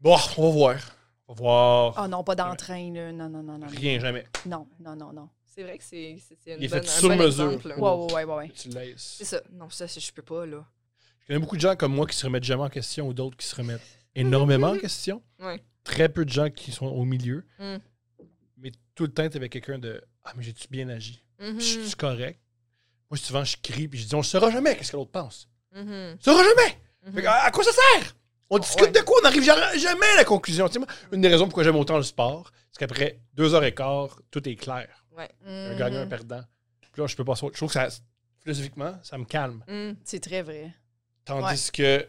D: Bon, on va voir. On va voir.
B: Ah non, pas d'entrain, là. Non, non, non, non. non.
D: Rien, jamais.
B: Non, non, non, non.
C: C'est vrai que c'est c'est- c'est une
D: Il est
C: bonne-
D: fait
C: un
D: sur
C: bon
D: mesure.
C: exemple, là.
B: Ouais, ouais, ouais, ouais. ouais.
D: Tu le laisses.
C: C'est ça. Non, ça, c'est- je peux pas, là.
D: Je connais beaucoup de gens comme moi qui se remettent jamais en question ou d'autres qui se remettent énormément en question.
C: Ouais.
D: Très peu de gens qui sont au milieu.
C: Mm.
D: Mais tout le temps, t'es avec quelqu'un de Ah, mais j'ai-tu bien agi?
C: Mhm,
D: Je suis correct? Moi, souvent, je crie puis je dis On le saura jamais, qu'est-ce que l'autre pense?
C: mhm,
D: On le saura jamais!
C: mhm.
D: Fait que, à à quoi ça sert? On discute
C: Ah, Ouais.
D: de quoi? On n'arrive ja- jamais à la conclusion. Tu sais, moi, une des raisons pourquoi j'aime autant le sport, c'est qu'après deux heures et quart, tout est clair. un gagnant, un
B: Mhm.
D: perdant. Puis là, je peux passer. à autre- Je trouve que ça, philosophiquement, ça me calme.
C: Mhm.
B: C'est très vrai.
D: Tandis que,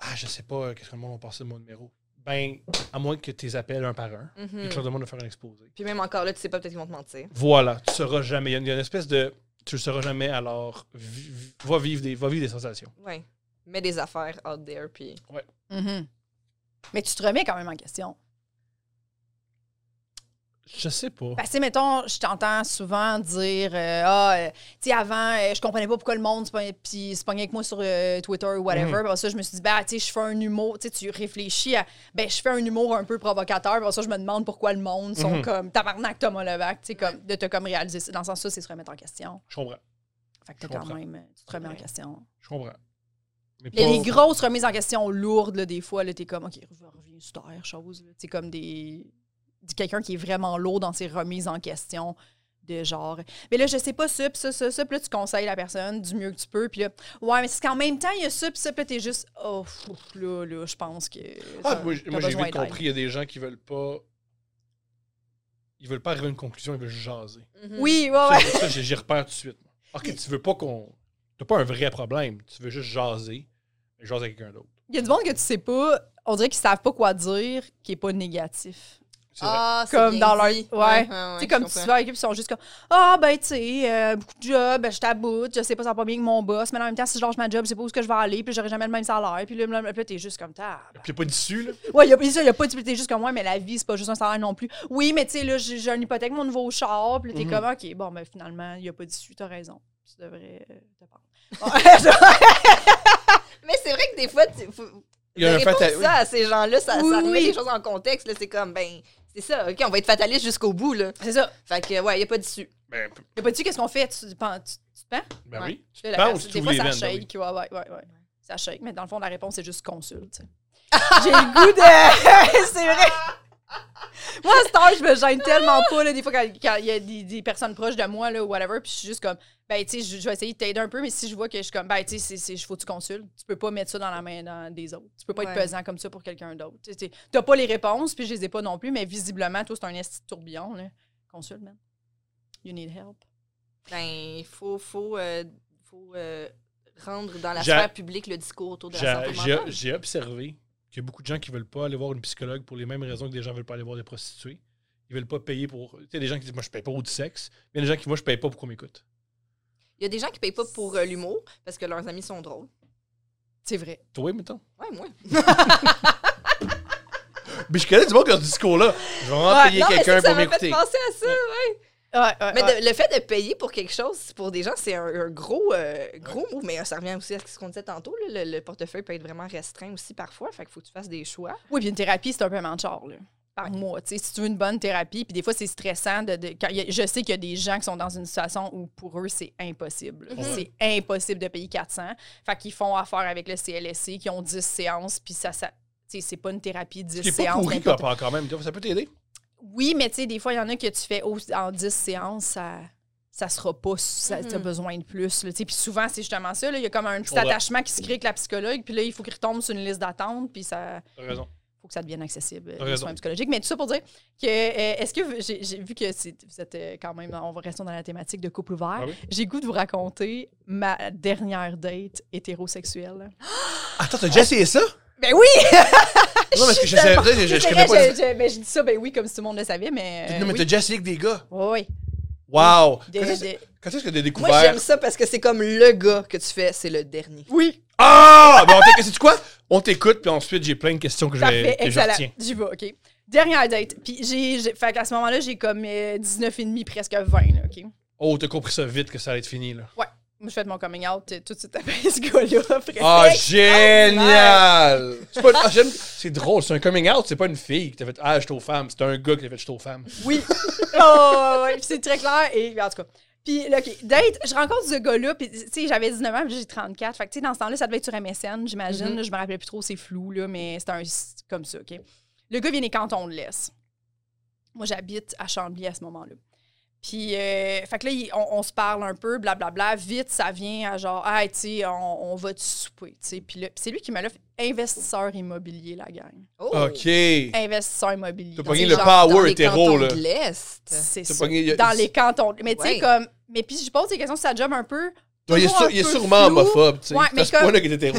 D: ah, je sais pas, euh, qu'est-ce que le monde va penser de mon numéro. Ben, à moins que tu les appelles un par
C: Mm-hmm.
D: un et
B: Hmm.
D: que tu leur demandes de faire un exposé.
C: Puis même encore là, tu sais pas, peut-être qu'ils vont te mentir.
D: Voilà, tu sauras jamais. Il y a une- il y a une espèce de tu le sauras jamais, alors vi- vi- va, vivre des, va vivre des sensations.
C: Ouais. Mets des affaires out there, puis.
D: Mm-hmm.
B: Mhm. Mais tu te remets quand même en question.
D: Je sais pas.
B: Parce que, mettons, je t'entends souvent dire euh, Ah, euh, tu sais, avant, euh, je comprenais pas pourquoi le monde se pognait- puis se pognait avec moi sur euh, Twitter ou whatever.
D: Mhm.
B: Puis après ça, je me suis dit Ben, tu sais, je fais un humour. Tu sais, tu réfléchis à Ben, je fais un humour un peu provocateur. Puis après ça, je me demande pourquoi le monde sont
D: Mhm.
B: comme Tabarnak, Thomas Levac. Tu sais, comme, de te comme réaliser ça. Dans le sens, ça, c'est se remettre en question.
D: Je comprends.
B: Fait que t'as
D: Je
B: quand
D: comprends.
B: même. euh, Tu te remets en
C: Ouais.
B: question.
D: Je comprends. Mais
B: Les,
D: pas-
B: les grosses remises en question lourdes, là, des fois, là, t'es comme, OK, reviens sur terre, chose. là. C'est comme des. du- Quelqu'un qui est vraiment lourd dans ses remises en question, de genre, mais là, je sais pas ça, pis ça, ça, ça, puis là, tu conseilles la personne du mieux que tu peux, puis là, ouais, mais c'est qu'en même temps, il y a ça, puis ça, puis là, t'es juste, oh, fou, là, là, je pense que.
D: Ah,
B: t'as-
D: moi, j-
B: t'as
D: moi, j'ai
B: besoin
D: vite
B: d'aide.
D: compris, il y a des gens qui veulent pas. Ils veulent pas arriver à une conclusion, ils veulent juste jaser.
C: Mm-hmm.
B: Oui, ouais,
D: Ça,
B: ouais.
D: Ça, j'ai- j'y repère tout de suite. OK, tu veux pas qu'on. T'as pas un vrai problème. Tu veux juste jaser. mais Jaser avec quelqu'un d'autre.
B: Il y a du monde que tu sais pas, on dirait qu'ils savent pas quoi dire, qui est pas négatif.
D: C'est vrai.
C: Ah, c'est
B: Comme
C: bien
B: dans leur-
C: dit.
B: ouais.
C: ouais,
B: tu sais,
C: je
B: comme tu
C: comprends.
B: vas avec eux, ils sont juste comme Ah, ben, tu sais, euh, beaucoup de jobs, ben, je taboute, je sais pas, ça va pas bien que mon boss, mais en même temps, si je lâche ma job, je sais pas où est-ce que je vais aller, puis j'aurai jamais le même salaire, puis là, blablabla. Puis t'es juste comme ça.
D: Puis il a pas d'issue, là.
B: Ouais, y a, ça, y a pas, de- puis t'es juste comme Ouais, mais la vie, c'est pas juste un salaire non plus. Oui, mais tu sais, là, j'ai j'ai une hypothèque, mon nouveau char, puis là, t'es
D: Mhm.
B: comme Ok, bon, ben, finalement, y a pas d'issue, t'as raison. Tu devrais euh, te pendre.
C: Mais c'est vrai que des fois, tu, faut-
D: Il y a
C: de
D: un
C: répondre
D: fatal-
C: ça à ces gens-là, ça,
B: Oui,
C: ça remet
B: oui.
C: les choses en contexte. là. C'est comme, ben, C'est ça, OK, on va être fataliste jusqu'au bout, là.
B: C'est ça.
C: Fait que, ouais, il a pas d'issue.
D: Ben,
B: Y'a pas dit qu'est-ce qu'on fait? Tu, tu, pen- tu, tu te pends?
D: ben
C: Ouais.
D: oui.
B: Tu fais la
D: Penses,
B: personne.
D: tu
B: Des
D: ouvres
B: fois,
D: les
B: ça
D: veines, ben
B: shake.
D: oui.
B: Ouais, ouais, ouais, ouais. Ça shake. Mais dans le fond, la réponse, c'est juste consulte. tu sais. *laughs* J'ai le goût de. *laughs* c'est vrai. Moi, à cette heure, je me gêne tellement pas, là, des fois, quand quand il y a des, des personnes proches de moi, là, ou whatever, puis je suis juste comme, ben, tu sais, je, je vais essayer de t'aider un peu, mais si je vois que je suis comme, ben, tu sais, c'est- c'est- faut que tu consultes. Tu peux pas mettre ça dans la main dans- des autres. Tu peux pas être
C: Ouais.
B: pesant comme ça pour quelqu'un d'autre. Tu sais, t'sais, T'as pas les réponses, puis je les ai pas non plus, mais visiblement, toi, c'est un esti de tourbillon, là. Consulte, man. You need help.
C: Ben, il faut, faut, euh, faut euh, rendre dans la
D: J'ai-
C: sphère publique le discours autour de la
D: J'a-
C: santé
D: J'ai
C: mentale.
D: j'ai observé qu'il y a beaucoup de gens qui veulent pas aller voir une psychologue pour les mêmes raisons que des gens veulent pas aller voir des prostituées. Ils veulent pas payer pour. Tu sais, des gens qui disent Moi, je paye pas au sexe. Mais il y a des gens qui Moi, je paye pas pour qu'on m'écoute.
C: Il y a des gens qui payent pas pour euh, l'humour parce que leurs amis sont drôles.
B: C'est vrai.
D: Toi, mettons.
C: Ouais, moi.
D: Mais je connais du monde qui a ce discours-là. Je vais vraiment
B: Ouais,
D: payer
C: Non, mais
D: quelqu'un
C: ça, ça
D: pour
C: m'a fait
D: m'écouter.
C: penser à ça.
B: Ouais, ouais,
C: Mais
B: ouais.
C: de- le fait de payer pour quelque chose, pour des gens, c'est un, un gros, euh, gros mot. Mais euh, ça revient aussi à ce qu'on disait tantôt. là, le, le portefeuille peut être vraiment restreint aussi parfois. Fait qu'il faut que tu fasses des choix.
B: Oui, puis une thérapie, c'est un paiement de char, là, par mois. Tu sais, si tu veux une bonne thérapie, puis des fois, c'est stressant. De, de- quand il y a- je sais qu'il y a des gens qui sont dans une situation où pour eux, c'est impossible.
C: Mhm.
B: C'est impossible de payer 400. Fait qu'ils font affaire avec le CLSC, qui ont 10 séances, puis ça. ça tu sais, c'est pas une thérapie 10
D: C'est pas
B: séances.
D: pourri
B: n'importe-
D: quand quand même. Ça peut t'aider.
B: Oui, mais tu sais, des fois, il y en a que tu fais oh, en 10 séances, ça ça sera pas, ça,
C: Mhm.
B: t'as besoin de plus. là, tu sais. Puis souvent, c'est justement ça. là, Il y a comme un petit
D: Ouais.
B: attachement qui se crée avec la psychologue, puis là, il faut qu'il retombe sur une liste d'attente, puis ça
D: T'as raison.
B: faut que ça devienne accessible,
D: T'as
B: euh, les
D: raison.
B: soins psychologiques. Mais tout ça pour dire que, euh, est-ce que, vous- j'ai j'ai vu que c'est- vous êtes euh, quand même, on va rester dans la thématique de couple ouvert,
D: Ah oui?
B: j'ai goût de vous raconter ma dernière date hétérosexuelle.
D: Attends, t'as déjà essayé ça?
B: Ben oui!
D: *laughs*
B: *laughs*
D: Non, mais est-ce que je sais- je- je- je connais pas. les-
B: mais je dis ça, ben oui, comme si tout le monde le savait, mais... euh,
D: Non, mais
B: oui.
D: t'as déjà essayé avec des gars.
B: Oui, oui.
D: Wow! Quand
B: Des-
D: est-ce
B: des-
D: quand est-ce que t'as
C: Moi, j'aime
D: découvert?
C: ça parce que c'est comme le gars que tu fais, c'est le dernier.
B: Oui,
D: Ah! Ben, en fait, c'est quoi? On t'écoute, puis ensuite, j'ai plein de questions que je
B: parfait,
D: vais- que je
B: excellent.
D: retiens.
B: J'y vais, OK. Dernière date. Puis j'ai... j'ai- Fait qu'à ce moment-là, j'ai comme euh, 19 et demi, presque 20, là, OK?
D: Oh, t'as compris ça vite que ça allait être fini, là.
B: Moi, je fais de mon coming out euh, tout de suite après *laughs* ce gars-là. après
D: Ah, génial! C'est pas- ah, j'aime- C'est drôle, c'est un coming out, c'est pas une fille qui t'a fait Ah, je suis aux femmes, c'est un gars qui t'a fait Je suis aux femmes.
B: Oui. Oh, ouais, ouais, puis c'est très clair. Et en tout cas. Puis, là, OK, date, je rencontre ce gars-là, puis, tu sais, j'avais 19 ans, puis j'ai 34. Fait que, tu sais, dans ce temps-là, ça devait être sur MSN, j'imagine.
D: Mhm.
B: là, Je me rappelais plus trop, c'est flou, là, mais c'était un c'est comme ça, OK? Le gars vient des cantons de l'Est. Moi, j'habite à Chambly à ce moment-là. Puis, euh, fait que là, il- on, on se parle un peu, blablabla. Vite, ça vient à genre, ah, tu sais, on, on va te souper, tu sais. Puis là, puis c'est lui qui me l'a fait investisseur immobilier, la gang.
C: Oh!
D: Ok.
B: Investisseur immobilier.
D: T'as
B: Donc,
D: pogné
B: c'est
D: le
B: genre-
C: Dans
D: power
C: les
D: hétéro,
C: cantons
D: là.
C: de l'Est.
B: c'est
D: T'as
B: ça.
D: pogné- y a-
B: Dans les cantons. Mais tu sais,
C: Ouais.
B: comme. Mais puis je pose des questions sur sa job un peu.
D: Non, il, est
B: toujours
D: sûr-
B: un
D: il est
B: peu
D: sûrement
B: flou.
D: homophobe, tu sais.
B: Ouais,
D: C'est à
B: mais
D: ce
B: comme-
D: point-là qu'il
B: *laughs*
D: est hétéro.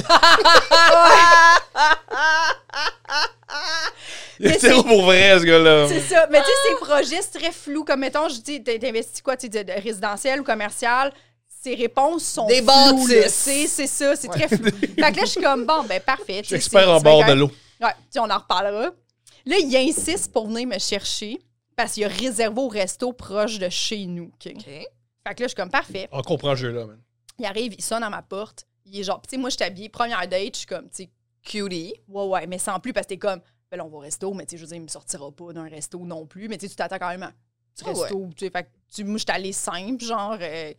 D: Il est
B: Mais
D: hétéro
B: c'est-
D: pour vrai, ce gars-là.
B: C'est ça. Mais tu sais, ses projets, c'est très flou. Comme mettons, je dis, t'in- t'investis quoi, tu sais, de- de résidentiel ou commercial? Ses réponses sont
C: Des
B: floues.
C: bâtisses.
B: là. C'est c'est ça, c'est très
D: *laughs*
B: flou. fait que là, je suis comme, bon, ben parfait.
D: Je suis expert en bord
B: bord
D: de l'eau.
B: Ouais, puis on en reparlera. Là, il insiste pour venir me chercher parce qu'il a réservé au resto proche de chez nous. OK?
C: OK.
B: Fait que là, je suis comme, parfait.
D: On comprend le jeu-là, man.
B: Il arrive, il sonne à ma porte. Il est genre, tu sais, moi, je suis habillée, première date, je suis comme, tu sais,
C: Cutie.
B: ouais, ouais, mais sans plus, parce que t'es comme, ben là, on va au resto, mais tu sais, je veux dire, il me sortira pas d'un resto non plus, mais tu sais, tu t'attends quand même à un petit
C: Ah ouais.
B: resto, tu sais, fait que tu, moi, je suis allée simple, genre, euh,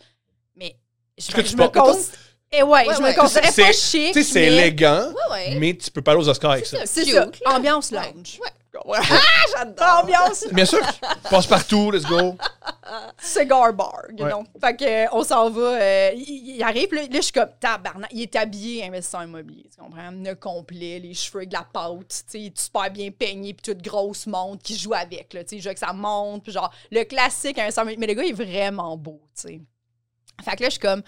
B: mais je,
D: que tu
B: je me
D: portes-
B: cons- Eh ouais,
C: Ouais,
B: je
C: ouais.
B: me considérais
D: C'est-
B: pas
D: Tu
B: chic,
D: sais, c'est
B: mais-
D: élégant,
C: Ouais, Ah ouais.
D: mais tu peux pas aller aux Oscars avec
C: C'est
D: ça.
C: ça,
B: c'est
C: cute,
B: ça,
C: là.
B: ambiance
C: Ouais.
B: lounge.
C: Ouais. Ah, j'adore!
B: Ambiance
D: Bien sûr, passe partout, let's go.
B: cigar bar, you
D: Ouais.
B: know. Fait que, euh, on s'en va. euh, il, il arrive, là, là, je suis comme tabarnak. Il est habillé investisseur immobilier, tu comprends? Nœud complet, les cheveux avec de la pâte, tu sais, il est super bien peigné, puis toute grosse montre qui joue avec, là, tu sais, il joue avec sa montre, puis genre, le classique investisseur immobilier. Mais le gars, il est vraiment beau, tu sais. Fait que là, je suis comme,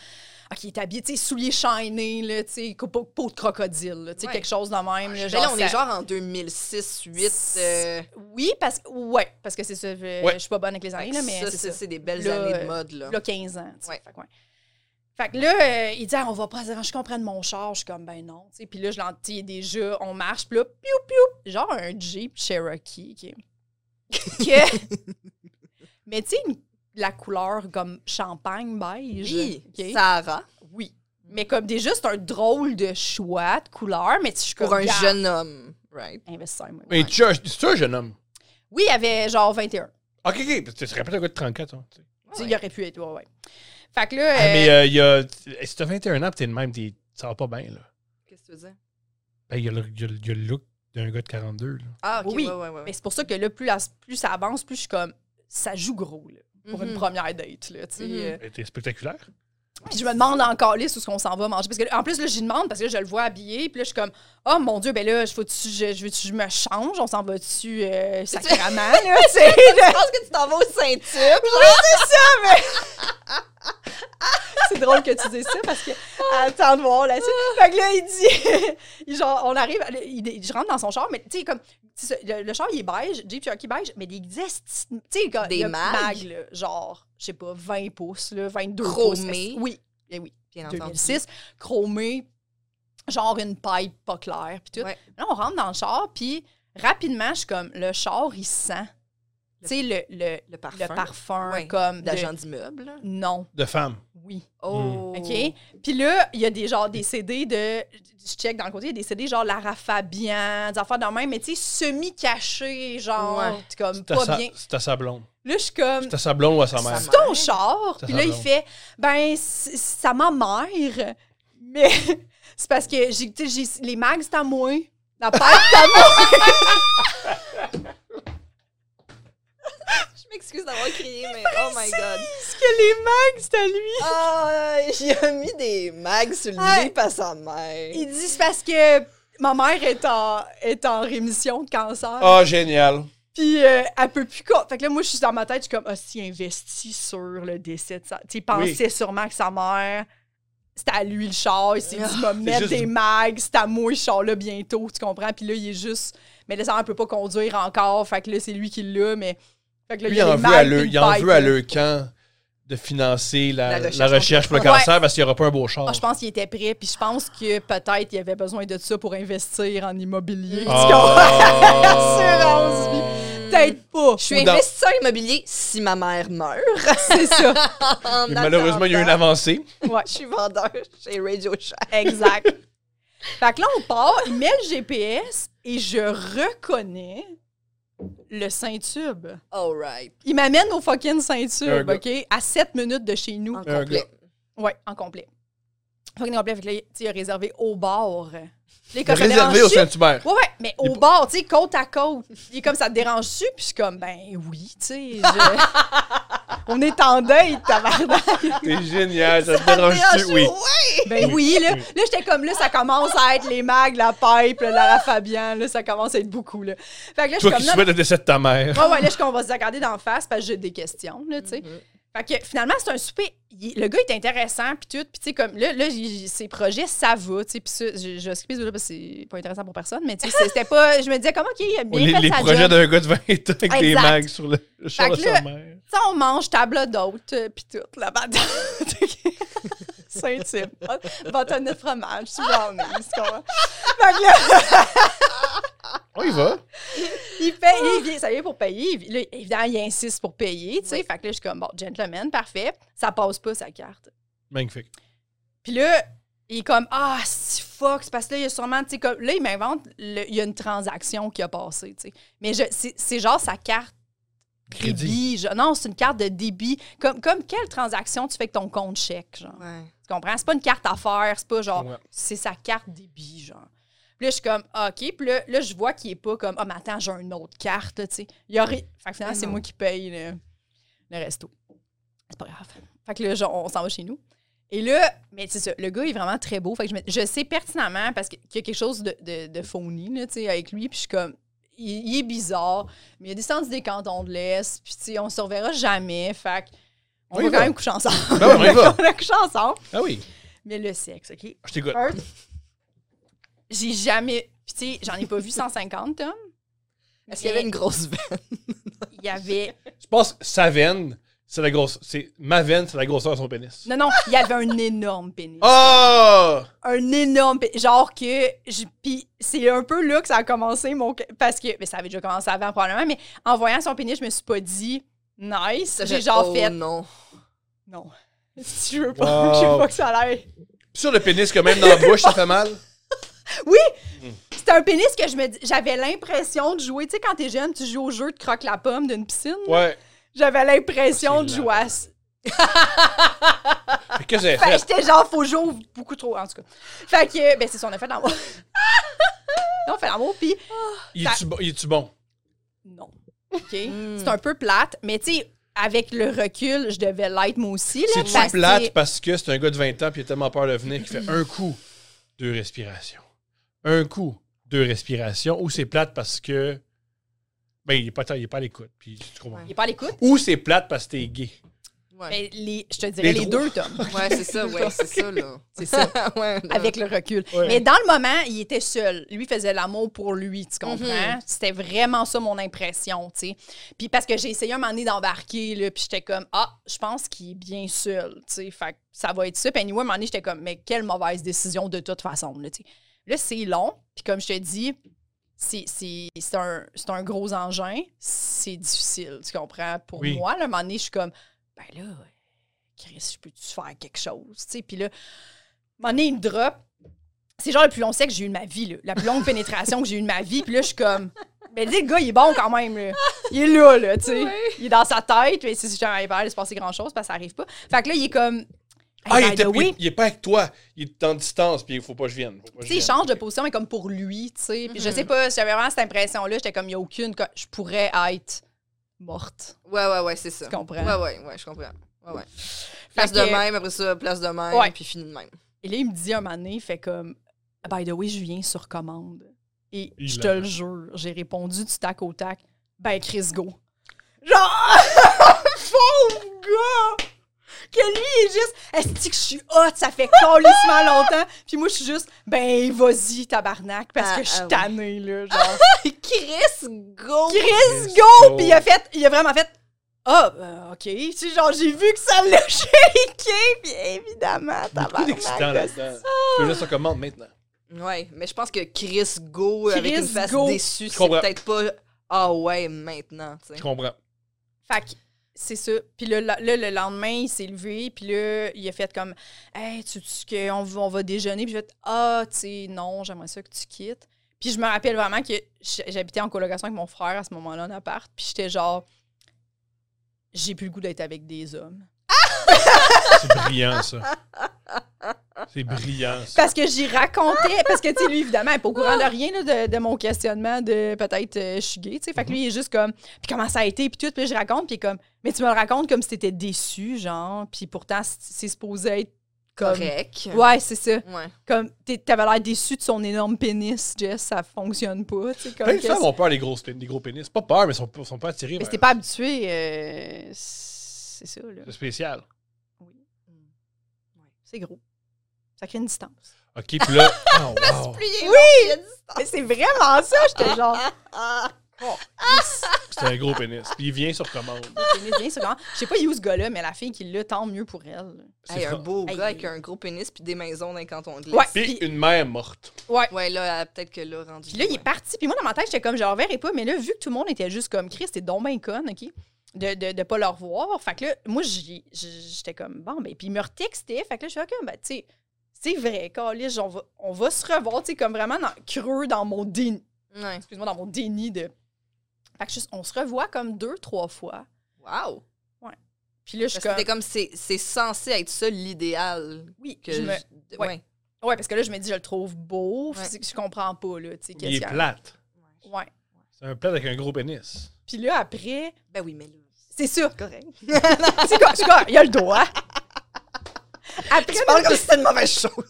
B: OK, il est habillé, tu sais, souliers shinés, là, tu sais, peau, peau de crocodile, là, tu sais,
C: Ouais. Ah,
B: quelque chose de même. là,
C: Mais
B: genre,
C: là, on
B: ça-
C: est genre en 2006, 2008. euh,
B: Oui, parce que, ouais, parce que c'est ça, je,
D: Ouais.
B: je suis pas bonne avec les années, là, mais
C: ça,
B: c'est
C: c'est
B: ça.
C: c'est des belles
B: Là,
C: années de
B: euh,
C: mode, là.
B: Là, 15 ans. tu sais.
C: Ouais.
B: Fait, que, ouais. Fait que là, euh, il dit Ah, on va pas je qu'on prenne mon char. Je suis comme ben non. tu sais. Puis là, je l'entends il est déjà, on marche, puis là, piou piou, genre un Jeep Cherokee.
C: *laughs*
B: qui que... Mais tu sais, une- la couleur comme champagne beige.
C: Oui,
B: ok?
C: Sarah,
B: Oui. Mais comme déjà, c'est un drôle de choix de couleur, mais tu- je suis
C: pour
B: comme,
C: un
B: Garde,
C: jeune homme, right?
B: investisseur, moi.
D: Mais tu es un- c'est un jeune homme.
B: Oui, il avait genre 21.
E: Ok, ok, parce que tu serais peut-être un gars de 34 ans. tu sais.
B: Tu sais, Il aurait pu être, ouais, ouais. Fait que là.
E: Ah, mais
B: euh,
E: euh, il y a. eh, Si t'as 21 ans, pis t'es le même, t'es- ça va pas bien, là.
C: Qu'est-ce que tu veux dire?
E: Ben, il y, a le- il y a le il y a le look d'un gars de 42, là.
C: Ah, ok,
B: Oui.
C: ouais, ouais, ouais, ouais.
B: mais c'est pour ça que là, plus, la- plus ça avance, plus je suis comme. Ça joue gros, là, pour
C: Mhm.
B: une première date, là, tu sais.
C: Mhm.
B: euh.
E: Ben, T'es spectaculaire.
B: Puis je me demande encore là, où ce qu'on s'en va manger. Parce que là, en plus, là, j'y demande parce que là, je le vois habillé. Puis là, je suis comme, oh mon Dieu, ben là, je, faut-tu- je, je veux-tu que je me change? On s'en va-tu euh, sacrément? là, tu sais? *laughs*
C: Je pense que tu t'en vas au *laughs* ceinture.
B: C'est drôle que tu dises ça parce que attends de voir là-dessus. Fait que là, il dit, *laughs* il- genre, on arrive, à- il, il- je rentre dans son char, mais tu sais, comme, tu sais, le, le char, il est beige, Jeep Cherokee beige, mais des estis- tu sais, comme,
C: Des
B: il y a
C: mags.
B: là, genre, je sais pas, 20 pouces, là, 22 pouces.
C: Chromés.
B: mais- Oui, eh oui.
C: Bien entendu.
B: 2006, chromé, genre une paille pas claire, puis tout.
C: Ouais.
B: Là, on rentre dans le char, puis rapidement, je suis comme, le char, il sent, tu sais, le, le,
C: Le parfum.
B: le parfum,
C: Ouais,
B: comme... de-
C: D'agent d'immeuble. là.
B: Non,
E: De femme.
B: oui.
C: Oh.
E: Hmm.
B: OK? Puis là, il y a des genre des CD de. Je check dans le côté, il y a des CD genre Lara Fabian, des affaires de même, mais tu sais, semi-cachés, genre,
C: Ouais.
B: t'es comme
E: T'as
B: pas
E: sa-
B: bien.
E: C'est à sa blonde.
B: Là, je suis comme.
E: C'est à sa blonde ou à sa
C: Ça
E: mère.
B: C'est ton
C: mère.
B: char.
E: Ça
B: Puis là, il
E: semble.
B: fait Ben, c'est c'est à ma mère. Mais *laughs* c'est parce que j'ai, tu sais, j'ai- les mags, c'est à moi. La paille, c'est à moi.
C: Je m'excuse d'avoir *laughs* crié, mais oh my god.
B: Parce que les mags, c'est à lui.
C: Ah, il a mis des mags sur le
B: Ouais.
C: lit par sa mère.
B: Il dit C'est parce que ma mère est en, est en rémission de cancer.
E: Ah, génial.
B: Puis euh, elle peut plus. co- Fait que là, moi, je suis dans ma tête, je suis comme, ah, si investi sur le décès de sa. Tu sais, il pensait sûrement que sa mère, c'était à lui le char. Il s'est dit, m'a mettre
E: Ah. juste
B: des
E: du-
B: mags, c'est à moi le char-là bientôt, tu comprends? Puis là, il est juste. Mais là, ça, elle peut pas conduire encore. Fait que là, c'est lui qui l'a, mais. Fait que là,
E: Lui,
B: il y
E: il
B: a
E: en
B: des
E: veut
B: mags,
E: à
B: puis
E: le,
B: une
E: il en
B: pipe,
E: veut à
B: là.
E: le camp de financer la,
C: La
E: la
C: recherche
E: recherche, pour le cancer parce qu'il n'y aura pas un beau char.
B: Ah, je pense qu'il était prêt, puis je pense que peut-être il avait besoin de ça pour investir en immobilier. Tu comprends? *laughs*
E: Ah.
B: Assurance Peut-être pas.
C: Je suis
E: Ou dans-
C: investisseur immobilier si ma mère meurt.
B: C'est ça.
C: *laughs* En
E: Mais Malheureusement, il y a eu une
C: attendant,
E: avancée.
B: Ouais.
C: Je suis vendeur chez Radio Shack.
B: Exact. fait que là, on part, il met le GPS et je reconnais le Saint-Tube.
C: All right.
B: Il m'amène au fucking
E: Un
B: Saint-Tube,
E: gars.
B: OK? À 7 minutes de chez nous.
C: En
E: Un
C: complet.
B: Ouais, en complet. Fucking complet. Fait que là, tu sais, il a réservé au bord. Les
E: Il a Réservé au Saint-Hubert.
B: Ouais, ouais, mais
E: Il
B: au
E: est
B: bord, tu sais, côte à côte. Il est comme ça te dérange-tu? Puis je suis comme, ben oui, tu sais. je-
E: *laughs*
B: On est en deuil, tabarnak.
E: C'est génial, ça te
C: Ah,
E: dérange-tu?
C: je-
E: Oui.
C: ouais.
B: Ben oui, là,
E: Oui.
B: là j'étais comme là, ça commence à être les mags, la pipe, là, Lara Fabian, là, ça commence à être beaucoup. Là. Fait que là, je suis
E: Toi
B: comme
E: qui
B: non.
E: souhaites le décès de ta mère.
B: Ouais, ouais, là, je suis comme, on va se regarder d'en face parce que j'ai des questions, là, tu sais. Fait que finalement, c'est un souper. il- le gars est intéressant, puis tout. Puis, tu sais, comme là, là il- ses projets, ça va, tu sais. Puis, ça, je, je vais skipper celui-là parce que c'est pas intéressant pour personne, mais tu sais, c'était pas. Je me disais, comment, OK, il a bien
E: Les,
B: fait
E: les
B: sa
E: projets
B: job.
E: d'un gars de 20 ans avec des
B: Exact.
E: mags sur le, le char
B: Fait
E: de
B: que
E: sa
B: là-
E: mère.
B: Tu sais, on mange table d'hôte, euh, puis tout, la *laughs* bataille. Saint-Tib. Bâtonnet de fromage, tu vois, on est, tu comprends? Fait que là,
E: On y va.
B: il paye, il vient, ça vient pour payer. Il- là, évidemment, il insiste pour payer, tu sais. Fait que là, je suis comme, bon, gentleman, parfait. Ça passe pas sa carte.
E: Magnifique.
B: Puis là, il est comme, ah, si fuck, c'est parce que là, il y a sûrement, tu sais, comme, là, il m'invente, le- il y a une transaction qui a passé, tu sais. Mais je- c'est c'est genre sa carte débit. je- non, c'est une carte de débit. Comme, comme quelle transaction tu fais avec ton compte chèque, genre?
C: Ouais.
B: Tu comprends? C'est pas une carte à faire, c'est pas genre,
E: Ouais.
B: c'est sa carte débit, genre. Puis là, je suis comme, ah, OK. Puis là, là, je vois qu'il est pas comme, ah, mais attends, j'ai une autre carte, là, tu sais. Il y a ri- Fait que finalement,
C: Mais
B: c'est
C: non.
B: moi qui paye le, le resto. C'est pas grave. Fait que là, genre, on s'en va chez nous. Et là, mais c'est ça, le gars est vraiment très beau. Fait que je, me- je sais pertinemment parce que- qu'il y a quelque chose de, de, de phony, là, tu sais, avec lui. Puis je suis comme, il, il est bizarre, mais il a descendu des cantons de l'Est. Puis, tu sais, on se reverra jamais. Fait que on
E: On y
B: va quand
E: va.
B: même coucher ensemble.
E: Ben oui, on y va.
B: *laughs* on a couché ensemble.
E: Ah oui,
B: Mais le sexe, OK?
E: je t'écoute.
B: Earth, j'ai jamais. Puis, tu sais, j'en ai pas vu 150, Tom.
C: Est-ce qu'il y avait une grosse veine?
B: Il y avait.
E: Je pense que sa veine, c'est la grosse. C'est ma veine, c'est la grosseur de son pénis.
B: Non, non, il y avait un énorme pénis.
E: Oh! Ah!
B: Un énorme pénis. Genre que. je- Puis, c'est un peu là que ça a commencé, mon. Parce que. Mais ça avait déjà commencé avant, probablement. Mais en voyant son pénis, je me suis pas dit. Nice. J'ai genre
C: Oh,
B: fait.
C: non.
B: Non. Si je veux pas, je veux
E: Wow.
B: pas que ça l'aille.
E: Sur le pénis que même dans la bouche, ça fait mal?
B: Oui! c'est un pénis que je me dis- J'avais l'impression de jouer. Tu sais, quand t'es jeune, tu joues au jeu de croque la pomme d'une piscine.
E: Ouais.
B: J'avais
E: Ah,
B: l'impression
E: c'est
B: de
E: lent.
B: jouer à ça.
E: Fait que j'ai
B: Fait que
E: fait.
B: Ben, j'étais genre, faut que j'ouvre beaucoup trop, en tout cas. Fait que, ben, c'est ça, on a fait l'amour. on a fait l'amour, puis
E: Il est-tu bon? il est-tu bon?
B: non. OK? C'est un peu plate, mais tu sais, avec le recul, je devais l'être moi aussi. là, parce
E: C'est-tu
B: que-
E: plate parce que c'est un gars de 20 ans puis il a tellement peur de venir qu'il fait un coup, deux respirations. Un coup, deux respirations. Ou c'est plate parce que. Ben, il est pas, il est pas à l'écoute. Puis tu comprends.
B: Il est pas à l'écoute,
E: Ou c'est plate parce que t'es gay.
C: Ouais,
B: mais les, je te dirais les,
E: Les trois.
B: deux, Tom.
C: Ouais, c'est ça, ouais, c'est ça, là.
B: C'est
C: *laughs*
B: ça.
C: Ouais, là.
B: Avec le recul.
E: Ouais.
B: Mais dans le moment, il était seul. Lui faisait l'amour pour lui, tu comprends?
C: Mhm.
B: C'était vraiment ça mon impression, tu sais. Puis parce que j'ai essayé un moment donné d'embarquer, là, puis j'étais comme, ah, je pense qu'il est bien seul, tu sais. Fait que ça va être ça. Puis anyway, un moment donné, j'étais comme, mais quelle mauvaise décision de toute façon, là, tu sais. Là, c'est long. Puis comme je te dis, c'est- c'est c'est un, c'est un gros engin. C'est difficile, tu comprends? Pour
E: Oui.
B: moi, là, un moment donné, je suis comme, ben là, Chris, je peux-tu faire quelque chose, tu sais. Puis là, un moment donné, il me drop. C'est genre le plus long sexe que j'ai eu de ma vie, là. la plus longue pénétration que j'ai eu de ma vie. Puis là, je suis comme. Mais dis, le gars, il est bon quand même. Là. Il est là, là, tu sais. Il est dans sa tête. Mais si jamais il va aller se passer grand-chose, parce que ça arrive pas. Fait que là, il est comme. hey,
E: Ah, il,
B: by
E: était,
B: the way,
E: il- il est pas avec toi. Il est en distance, puis il faut pas que je vienne. faut pas que je
B: tu sais, il
E: vienne.
B: change de position, mais comme pour lui, tu sais. Puis je sais pas, j'avais vraiment cette impression-là. J'étais comme, il n'y a aucune. co- Je pourrais être morte.
C: Ouais, ouais, ouais, c'est ça.
B: Tu comprends?
C: Ouais, ouais, ouais, je comprends. Ouais, ouais.
B: Fait
C: Place
B: que-
C: de même, après ça, place de même,
B: Ouais.
C: puis fini de même.
B: Et là, il me dit un moment donné, il fait comme, by the way, je viens sur commande. Et
E: Il
B: je
E: l'a
B: te
E: fait.
B: le jure, j'ai répondu du tac au tac, ben Chris Go. Genre, *laughs* pauvre gars! Que lui, il est juste, est-ce que je suis hot, ça fait colissement longtemps. Puis moi, je suis juste, ben vas-y, tabarnak, parce
C: Ah,
B: que je suis
C: ah oui.
B: tannée, là. Genre,
C: Chris, go!
B: Chris
E: Chris
B: Go!
E: Go.
B: Puis il a fait, il a vraiment fait, ah, ben, ok. Tu sais, genre, j'ai vu que ça l'a *laughs* shaké, puis évidemment,
E: Beaucoup d'excitant
B: tabarnak.
E: là-dedans. Je peux juste en commande maintenant.
C: Ouais, mais je pense que Chris Go, euh,
B: Chris
C: avec une face
B: Go.
C: déçue,
E: Je
C: c'est
E: comprends.
C: peut-être pas Ah ouais, maintenant, tu sais.
E: Je comprends.
B: Fait que c'est ça. Puis là, là, le lendemain, il s'est levé, puis là, il a fait comme Hey, tu sais qu'on va- on va déjeuner? Puis j'ai fait Ah, tu sais, non, j'aimerais ça que tu quittes. Puis je me rappelle vraiment que j- j'habitais en colocation avec mon frère à ce moment-là en appart, puis j'étais genre J'ai plus le goût d'être avec des hommes.
E: C'est brillant, ça. C'est brillant, ça.
B: Parce que j'y racontais, parce que, tu sais, lui, évidemment, il n'est pas au courant de rien, là, de, de mon questionnement de peut-être euh, je suis gay, tu sais. Fait que lui, il est juste comme, puis comment ça a été, puis tout, puis là, je raconte, puis il est comme, mais tu me le racontes comme si t'étais déçu, genre, puis pourtant, c'est- c'est supposé être comme.
C: Correct.
B: Ouais, c'est ça.
C: Ouais.
B: Comme, t'es- t'avais l'air déçu de son énorme pénis, Jess, ça fonctionne pas, tu sais, comme.
E: Plein de
B: que-
E: femmes ont peur des gros, des gros pénis. Pas peur, mais ils sont, sont pas attirés.
B: mais
E: vers
B: t'es pas habitué, euh, c'est ça, là.
E: eux. C'est spécial.
B: C'est gros. Ça crée une distance.
E: OK, puis là. *laughs* Oh, wow.
B: Oui! Mais c'est vraiment ça,
C: Ah.
B: j'étais genre.
E: C'est un gros pénis. Puis il vient sur commande.
B: pénis bien souvent. Je sais pas, il est où ce gars-là, mais la fille qui l'a, tant mieux pour elle.
E: C'est
C: Hey, un
E: fort.
C: beau
B: Hey.
C: gars avec un gros pénis puis des maisons dans les cantons de l'Est.
B: Ouais.
E: Puis
B: Puis-
E: une mère morte.
C: Ouais, là, euh, peut-être que là, rendu.
B: Puis là, il est parti. Puis moi, dans ma tête, j'étais comme, je le reverrai pas. Mais là, vu que tout le monde était juste comme, Chris, t'es donc ben conne, OK? De, de, de pas le revoir. Fait que là, moi, j'y- j'étais comme, bon, ben, puis il me retextait. Fait que là, je suis comme, ben, tu sais, c'est vrai, Calis, on va, on va se revoir, tu sais, comme vraiment dans- creux dans mon déni.
C: Ouais.
B: Excuse-moi, dans mon déni de. Fait que juste, on se revoit comme deux, trois fois.
C: Wow!
B: Puis là, je suis
C: Parce que
B: comme.
C: c'était comme, c'est c'est censé être ça l'idéal.
B: Oui,
C: Que
B: je me-
C: je-
B: ouais.
C: ouais.
B: Ouais, parce que là, je me dis, je le trouve beau.
C: Ouais.
B: physique, Je comprends pas, là, tu sais,
E: Il
B: qu'est-ce
E: est
B: qu'il y a.
E: plate.
B: Ouais.
E: C'est un plate avec un gros pénis.
B: Puis là, après,
C: Ben oui, mais là.
B: c'est sûr. *laughs*
C: Correct.
B: C'est quoi? C'est quoi? Il a le doigt. Après,
C: comme si c'était une mauvaise chose.
B: *laughs*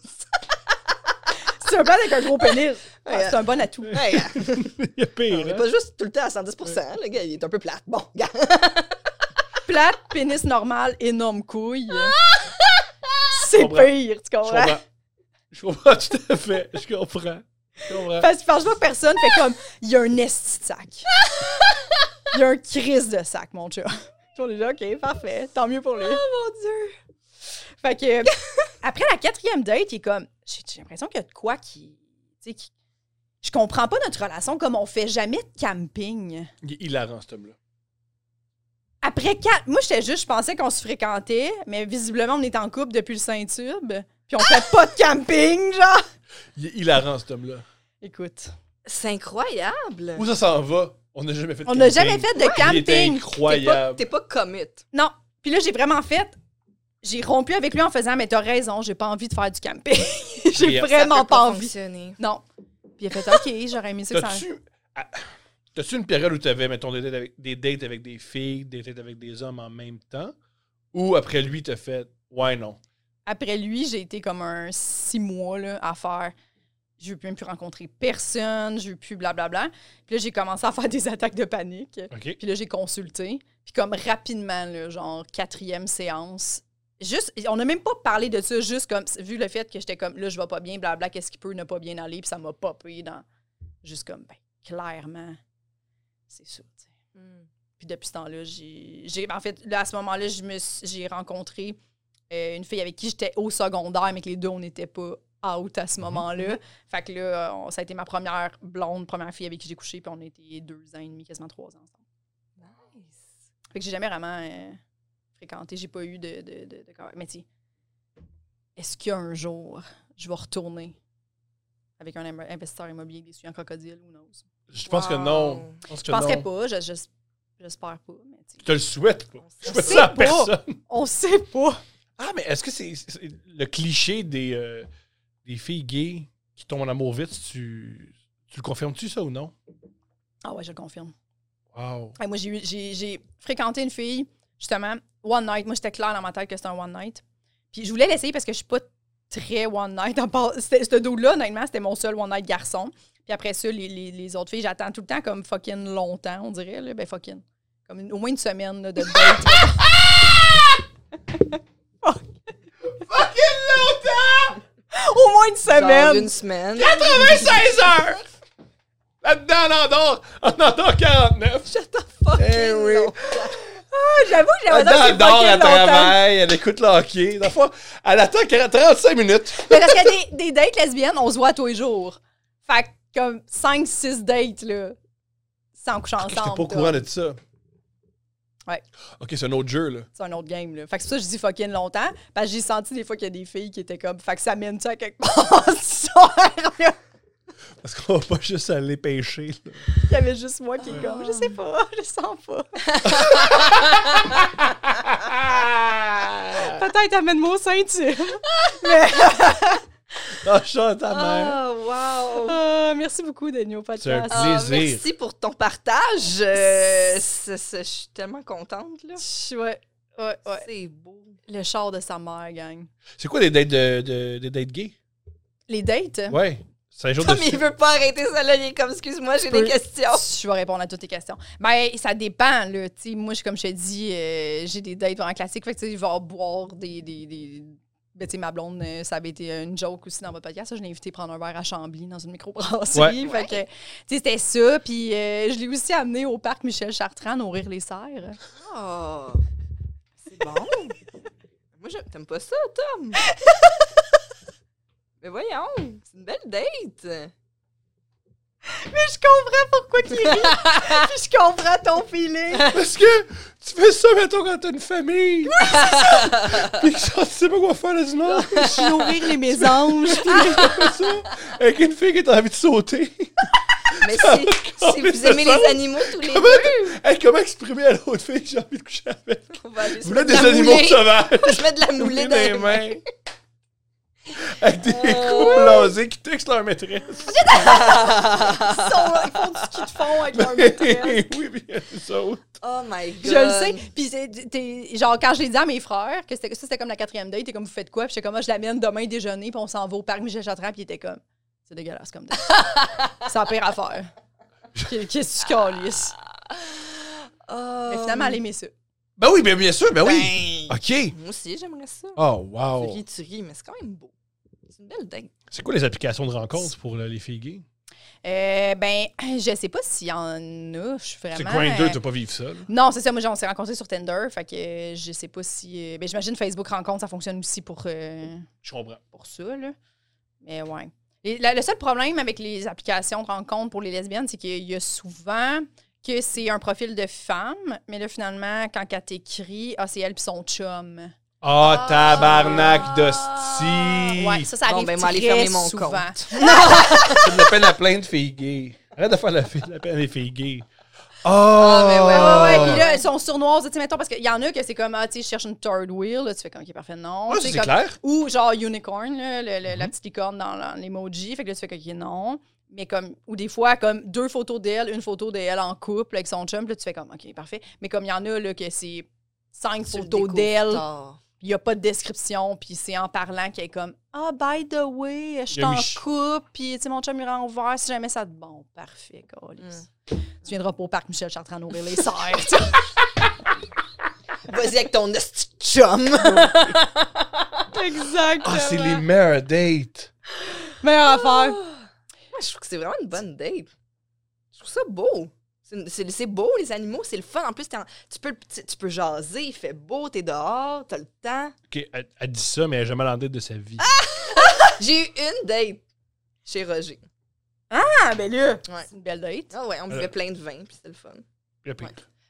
B: c'est un bal avec un gros pénis. Ah, c'est un bon atout.
C: Ouais,
E: Il est pire. hein?
C: juste tout le temps à 110 le gars, il est un peu plate. Bon, gars.
B: Plate, pénis normal, énorme
C: *laughs*
B: couille. C'est
E: comprends.
B: pire, tu
E: Je
B: comprends?
E: comprends. Je comprends tout à fait. Je comprends. Je comprends.
B: Parce que franchement, personne fait comme il y a un esti de sac. Il y a un crise de sac, mon chat. Puis On est là, OK, parfait. Tant mieux pour lui. Oh mon Dieu! Fait que, après la quatrième date, il est comme J'ai j'ai l'impression qu'il y a de quoi qui. Tu sais, qui- Je comprends pas notre relation comme on fait jamais de camping.
E: Il est hilarant, cet homme-là.
B: Après quatre. Moi, j'étais juste, je pensais qu'on se fréquentait, mais visiblement, on est en couple depuis le Saint-Tube. Puis on fait pas de camping, genre!
E: Il est hilarant, cet homme-là.
B: Écoute,
C: C'est incroyable.
D: Où ça s'en va? On n'a jamais fait de
B: On n'a
D: camping.
B: jamais fait de
D: Il était
B: camping.
C: T'es pas,
D: incroyable.
C: t'es pas commit.
B: Non. Puis là, j'ai vraiment fait. J'ai rompu avec lui en faisant, mais t'as raison, j'ai pas envie de faire du camping. *laughs* j'ai
D: Mais, euh,
C: Ça
B: vraiment
C: peut
B: pas envie.
C: fonctionner.
B: Non. Puis il a fait, OK, j'aurais aimé ça que ça.
D: T'as-tu. ah, *sighs* T'as-tu une période où tu avais, mettons, des dates, avec, des dates avec des filles, des dates avec des hommes en même temps? Ou après lui, t'as fait Ouais, non.
B: Après lui, j'ai été comme un six mois là, à faire. Je veux plus- même plus rencontrer personne, je veux plus blablabla. Puis là, j'ai commencé à faire des *laughs* attaques de panique.
D: OK.
B: Puis là, j'ai consulté. Puis comme rapidement, là, genre quatrième séance, juste, on n'a même pas parlé de ça, juste comme, vu le fait que j'étais comme, là, je vais pas bien, blabla, qu'est-ce qui peut ne pas bien aller, puis ça m'a popé dans, juste comme, ben, clairement, c'est ça, tu sais. Puis depuis ce temps-là, j'ai, j'ai- en fait, là, à ce moment-là, je me suis- j'ai rencontré euh, une fille avec qui j'étais au secondaire, mais que les deux, on n'était pas out à ce moment-là. Fait que là, on- ça a été ma première blonde, première fille avec qui j'ai couché, puis on a été deux ans et demi, quasiment trois ans ensemble.
C: Nice.
B: Fait que j'ai jamais vraiment euh, fréquenté, j'ai pas eu de, de, de, de corps. Mais tu sais, est-ce qu'un jour, je vais retourner avec un im- investisseur immobilier déçu en crocodile ou non?
D: Je pense que
C: Wow.
D: non. Je pense que
B: Je penserais
D: non.
B: pas, je- je- j'espère pas. Mais tu sais,
D: Je te le souhaite pas. Je souhaite
B: sait
D: ça à
B: pas.
D: personne.
B: on sait pas.
D: Ah, mais est-ce que c'est c'est le cliché des, euh, des filles gays qui tombent en amour vite? Tu, tu le confirmes-tu ça ou non?
B: Ah ouais, je le confirme.
D: Wow.
B: Ouais, moi, j'ai eu- j'ai j'ai fréquenté une fille, justement, one night. Moi, j'étais claire dans ma tête que c'était un one night. Puis je voulais l'essayer parce que je suis pas très one night. à part- c'était- Ce dos-là, honnêtement, c'était mon seul one night garçon. Puis après ça, les, les- les autres filles, j'attends tout le temps comme fucking longtemps, on dirait. Là. Ben fucking. Comme une- au moins une semaine là, de
C: *laughs*
B: date.
D: Fucking longtemps!
B: au moins une
C: Genre
B: semaine!
C: une semaine.
D: 96 heures! Là-dedans, on en dort, on en dort 49.
C: Fucking
D: Eh oui.
C: non.
B: Ah, J'avoue, j'avais
D: Là-dedans,
B: adoré
D: elle dort,
B: fucking
D: elle
B: longtemps.
D: travaille, elle écoute le hockey. Dans le fond, elle attend 40 35 minutes.
B: Mais parce qu'il y a des, des dates lesbiennes, on se voit tous les jours. Fait que comme 5-6 dates, là, sans coucher
D: J'étais pas
B: ensemble.
D: au
B: t'as-
D: courant de ça.
B: Ouais.
D: OK, c'est un autre jeu, là.
B: c'est un autre game. Là. Fait que c'est pour ça que je dis fucking longtemps. Parce que j'ai senti des fois qu'il y a des filles qui étaient comme. Fait que ça mène-tu à quelque part *laughs* du soir, là?
D: Parce qu'on va pas juste aller pêcher. là.
B: Il y avait juste moi qui est comme. Je sais pas, je sens pas.
D: *laughs*
B: Peut-être amène-moi au ceinture.
D: Dans le champ, Ah, ta mère.
B: Oh,
C: Ah, wow.
B: Ah, merci beaucoup, Daniel Podcast.
D: C'est un
C: Ah,
D: Plaisir.
C: merci pour ton partage. Euh, c'est- c'est- Je suis tellement contente. Là.
B: Je- Ouais, ouais, ouais.
C: C'est beau.
B: Le char de sa mère, gang.
D: C'est quoi des dates, de, de- des dates gays?
B: Les dates?
D: Ouais. C'est un jour de
C: Comme il veut pas arrêter ça, là, il est comme, excuse-moi, j'ai
B: peux-
C: des questions.
B: *laughs* Je vais répondre à toutes tes questions. Ben, ça dépend, là. Tu sais, moi, je- comme je te dis, euh, j'ai des dates vraiment classiques. Fait que, tu sais, je vais boire des. des, des- ben, tu sais, ma blonde, euh, ça avait été une joke aussi dans votre podcast. ça. Je l'ai invité prendre un verre à Chambly dans une microbrasserie. Fait que, tu sais, c'était ça. Puis, euh, je l'ai aussi amené au parc Michel Chartrand nourrir les cerfs.
C: Ah, c'est bon. Moi, je... t'aimes pas ça, *laughs* Tom? Mais voyons, c'est une belle date.
B: Mais je comprends pourquoi qu'il *laughs* rit. Puis, je comprends ton feeling.
D: Parce que tu fais ça, mettons, quand t'as
B: *laughs*
D: une famille. Oui, Puis que tu sais pas quoi faire là, du *laughs* monde.
B: Je nourrir les mésanges.
D: Comme ça, avec une fille qui t'a envie de sauter. *laughs*
C: Mais si, si
D: mais
C: vous
D: ça
C: aimez
D: sent-
C: les animaux tous les
D: Comment,
C: deux,
D: hey, comment exprimer à l'autre fille que j'ai envie de coucher avec?
C: on va aller
D: Vous
C: se
D: voulez
C: mettre
D: des
C: de la
D: animaux
C: moulée.
D: sauvages?
C: Je mets
D: *laughs*
C: de la moulée dans
D: des
C: les mains.
D: mains. Avec
B: Euh,
D: des coups blasés qui textent leur maîtresse.
B: Ils sont- euh, ils font du ski de fond avec leur maîtresse.
D: Ben oui, bien ça.
C: Oh my god.
B: Je le sais. Puis, c'est- t'es- genre, quand je l'ai dit à mes frères que c'était- ça, c'était comme la quatrième date, t'es comme, vous faites quoi? Puis, j'étais comme, moi, je l'amène demain déjeuner, puis on s'en va au parc Michel Chartrand, puis il était comme, c'est dégueulasse comme date. c'est la pire affaire. Qu'est- Qu'est-ce que tu calisses?
C: Oh.
B: Mais finalement, elle aimait ça.
D: Ben oui, ben bien sûr, ben oui.
C: Ben,
D: OK.
C: Moi aussi, j'aimerais ça.
D: Oh,
C: Tu
D: wow.
C: ris, tu ris, mais c'est quand même beau. C'est une belle date.
D: C'est quoi les applications de rencontre pour euh, les filles gays?
B: Euh, ben, je sais pas s'il y en a. Je suis vraiment.
D: C'est Grindr,
B: euh,
D: tu pas vivre ça. là.
B: Non, c'est ça. Moi, genre, on s'est rencontrés sur Tinder. Fait que euh, je sais pas si. euh, ben, j'imagine Facebook rencontre, ça fonctionne aussi pour. euh,
D: Je comprends.
B: pour ça, là. Mais ouais. Et la- le seul problème avec les applications de rencontre pour les lesbiennes, c'est qu'il y a souvent que c'est un profil de femme, mais là, finalement, quand elle t'écrit, ah, c'est elle puis son chum.
D: Ah, tabarnak d'hostie!
B: Ouais, ça, ça
C: Bon,
B: arrive
C: ben, moi,
B: très
C: aller fermer mon
B: souvent.
C: compte.
D: Tu fais de la peine à plein de filles gays. Arrête de faire la, fi- la peine à des filles gays. Oh!
C: mais
B: Ah, ben, Ouais, ouais, ouais.
C: Oh.
B: Puis là, ils sont surnoirs. Tu sais, mettons, parce qu'il y en a que c'est comme, ah, tu sais, je cherche une third wheel. Là, tu fais comme, OK, parfait, non.
D: Ouais,
B: Tu sais,
D: Ah, c'est
B: comme-
D: clair.
B: Ou genre unicorn, là, le- le- la petite licorne dans la- l'emoji. Fait que là, tu fais que OK, non. Mais comme, ou des fois, comme deux photos d'elle, une photo d'elle en couple avec son chum, puis là, tu fais comme, OK, parfait. Mais comme il y en a, là, que c'est cinq
C: Tu le
B: photos
C: découvres
B: d'elle,
C: tard.
B: il n'y a pas de description, puis c'est en parlant qu'elle est comme, ah, by the way, je
D: Il a
B: t'en
D: mis ch-
B: couple, puis tu sais, mon chum, il rend ouvert, si jamais ça te. Bon, parfait, câlisse.
C: Mm.
B: Tu viendras pas au parc Michel Chartrand nourrir les serres,
C: *laughs*
B: tu sais.
C: Vas-y avec ton hostie de *laughs* chum.
B: Exactement.
D: Ah, c'est les meilleurs dates.
B: meilleures affaires.
C: Ouais, je trouve que c'est vraiment une bonne date. Je trouve ça beau. C'est- C'est c'est beau, les animaux, c'est le fun. En plus, t'es en- tu, peux, tu, tu peux jaser, il fait beau, t'es dehors, t'as le temps.
D: OK, elle, elle dit ça, mais elle n'a jamais la date de sa
B: Ah!
D: vie.
C: J'ai eu une date chez Roger.
B: Ah, ben là,
C: Ouais.
B: c'est une belle date.
C: Ah ouais, on buvait
D: Euh.
C: plein de vin, puis c'était le fun.
D: Puis après,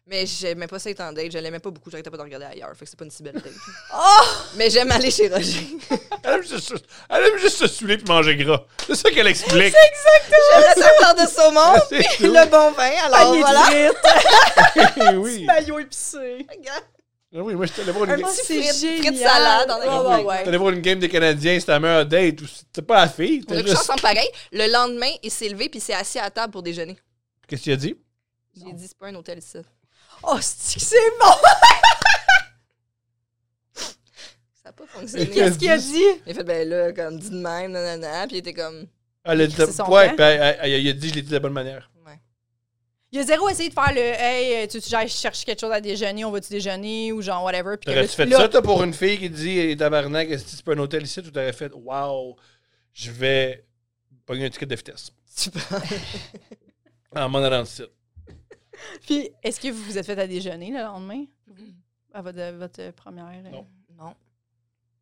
C: Mais j'aimais pas ça être en date, je l'aimais pas beaucoup, j'arrêtais pas de regarder ailleurs, fait que c'est pas une si belle date. Mais j'aime aller chez Roger.
D: Elle aime juste, elle aime juste se saouler puis manger gras. C'est ça qu'elle explique.
C: J'aime la saveur de saumon,
D: C'est
C: puis
D: tout.
C: le bon vin, alors
B: Panier de
C: voilà.
B: frites,
D: Eh *laughs* oui.
B: maillot épicé.
D: Eh oui, moi, je suis allé voir une,
B: Un
D: ga-
B: petit
C: frites-
B: frites,
C: frites salade, hein. on a-
B: Ouais, ouais, ouais.
D: j'étais allé voir une game des Canadiens, c'était la meilleure date. où C'était pas la fille.
C: On a
D: c'était
C: couché
D: Juste...
C: ensemble pareil. Le lendemain, il s'est levé, puis il s'est assis à la table pour déjeuner.
D: Qu'est-ce qu'il a dit?
C: J'ai dit, c'est pas un hôtel ici.
B: Oh, c'est que c'est bon!
C: Ça a pas fonctionné.
B: Qu'est-ce
D: Qu'est-ce
B: qu'il a dit?
C: Il a fait, ben là, comme, dis de même, nanana. Puis il était comme,
D: Elle a dit,
B: C'est son
D: ouais,
B: plan.
D: puis elle, elle- elle- elle a dit, je l'ai dit de la bonne manière.
C: ouais.
B: Il a zéro essayé de faire le Hey, euh, tu, tu j'aille chercher quelque chose à déjeuner, on va-tu déjeuner ou genre whatever. Puis que là,
D: T'aurais-tu fait
B: là,
D: ça, toi, pour une fille qui dit, eh, tabarnak, est-ce que c'est pas un hôtel ici? Ou t'aurais fait, wow, je vais pogner un ticket de vitesse.
C: Super.
D: En m'en allant de site.
B: Puis est-ce que vous vous êtes fait à déjeuner le lendemain? À votre, votre première. euh,
D: Non.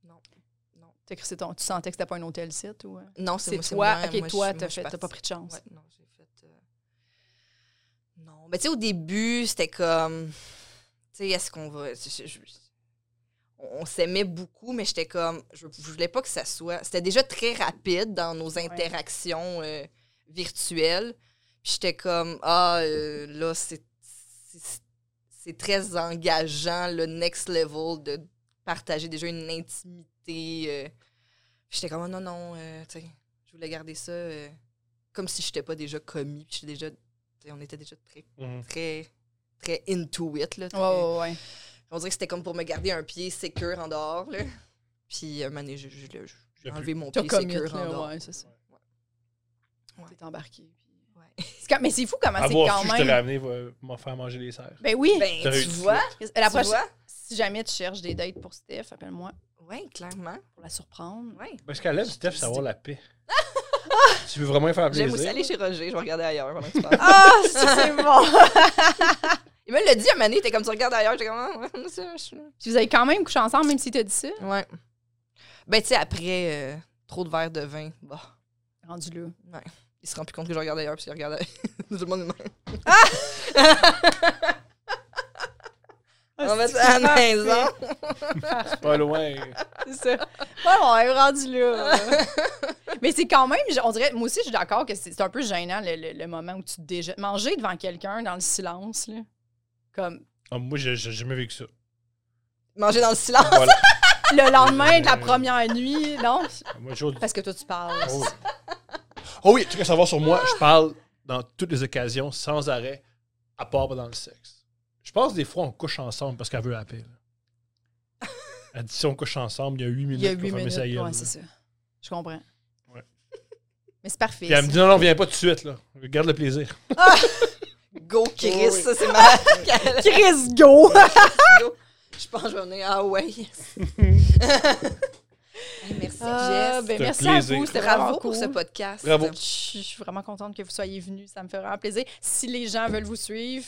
C: Non.
B: t'as crissé ton- tu sentais que c'était pas un hôtel site ou. euh?
C: Non, c'est
B: C'est
C: moi, c'est
B: toi.
C: moi.
B: ok,
C: Moi, je-
B: toi,
C: moi,
B: t'as
C: je
B: fait-
C: suis
B: t'as pas
C: partie.
B: pris de chance.
C: Ouais, non, j'ai fait. euh, Non. Ben, tu sais, au début, c'était comme. Tu sais, est-ce qu'on va. je- je- je- On on s'aimait beaucoup, mais j'étais comme. Je, je voulais pas que ça soit. C'était déjà très rapide dans nos interactions euh, virtuelles. Puis j'étais comme. Ah, euh, là, c'est. c'est- C'est très engageant, le next level, de partager déjà une intimité. euh. Puis j'étais comme, oh, non, non, euh, tu sais, je voulais garder ça. euh, comme si je n'étais pas déjà commis. Puis j'étais déjà, t'sais, on était déjà très,
D: Mhm.
C: très, très into it. Là, très-
B: Ouais, ouais, ouais.
C: On dirait que c'était comme pour me garder un pied sécure en dehors.
B: *laughs*
C: Là. Puis, euh, un moment donné, j'ai- j'ai j'ai- j'ai
D: T'as
C: enlevé mon
B: T'as
C: pied
B: commis,
C: sécure en
B: là,
C: dehors.
B: ouais, c'est ça.
C: Ouais.
B: T'es embarqué. puis-
C: Ouais.
B: C'est quand- Mais c'est fou comment
D: À
B: c'est
D: voir
B: quand
D: si je t'aurais
B: même.
D: amené euh, m'en faire manger les serres.
B: Ben oui.
C: Ben,
D: T'aurais
C: tu
D: eu-
C: vois,
B: la
C: tu
B: prochaine,
C: vois.
B: si jamais tu cherches des dates pour Steph, appelle-moi
C: Oui, clairement.
B: pour la surprendre.
C: Ouais.
D: Parce qu'elle aime, Steph, c'est avoir la
C: *laughs*
D: paix. tu veux vraiment lui faire plaisir.
C: J'aime aussi aller chez Roger, je vais regarder ailleurs pendant que tu parles.
B: Ah, *laughs* c'est bon.
C: *laughs* Il me l'a dit un moment donné, il était comme tu regardes ailleurs, j'étais comme *laughs* Ah, ouais, monsieur, je suis-
B: Puis vous avez quand même couché ensemble, même si t'as dit ça.
C: Ouais. Ben, tu sais, après euh, trop de verres de vin, bah,
B: Rendu là.
C: il se rend plus compte que je regarde ailleurs, puis il regarde *laughs* ailleurs. Tout le monde est même.
B: Ah!
C: *laughs* On va être à la maison.
D: C'est pas
C: *laughs*
D: loin.
B: C'est ça. *laughs* Ouais, bon, elle est rendu là. Mais c'est quand même, je- on dirait, moi aussi, je suis d'accord que c'est c'est un peu gênant le, le- le moment où tu déjeunes. Manger devant quelqu'un dans le silence, là. Comme
D: Ah, moi, j'ai j'ai jamais vécu
C: *laughs*
D: ça.
C: Manger dans le silence.
D: Voilà. *laughs*
B: le lendemain de la première nuit, non?
D: Moi, toujours-
B: Parce que toi, tu parles.
D: Oh. Oh oui, tu veux savoir sur moi, je parle dans toutes les occasions, sans arrêt, à part dans le sexe. Je pense des fois, on couche ensemble parce qu'elle veut la paix. là. Elle dit si on couche ensemble, il y a 8 minutes.
B: Il y a
D: qu'on va
B: huit
D: fermer
B: minutes.
D: sa gueule,
B: Ouais,
D: là.
B: c'est ça. Je comprends.
D: Ouais.
B: Mais c'est parfait.
D: Puis elle
B: ça.
D: me dit non, non, viens pas tout de suite. là. Garde le plaisir.
C: Go, Chris,
D: Oui.
C: ça, c'est ma.
B: *laughs* Chris Go!
D: *laughs*
B: Ah,
C: Go. Je pense que je vais venir. Ah ouais,
B: *laughs*
C: yes. Hey, merci,
B: Ah,
C: Jess.
B: ben,
D: C'était un
B: merci à
D: plaisir.
B: vous, c'était vraiment
C: Bravo
B: cool.
C: pour ce podcast.
D: Bravo.
B: Je suis vraiment contente que vous soyez venus, ça me fait vraiment plaisir. Si les gens veulent vous suivre,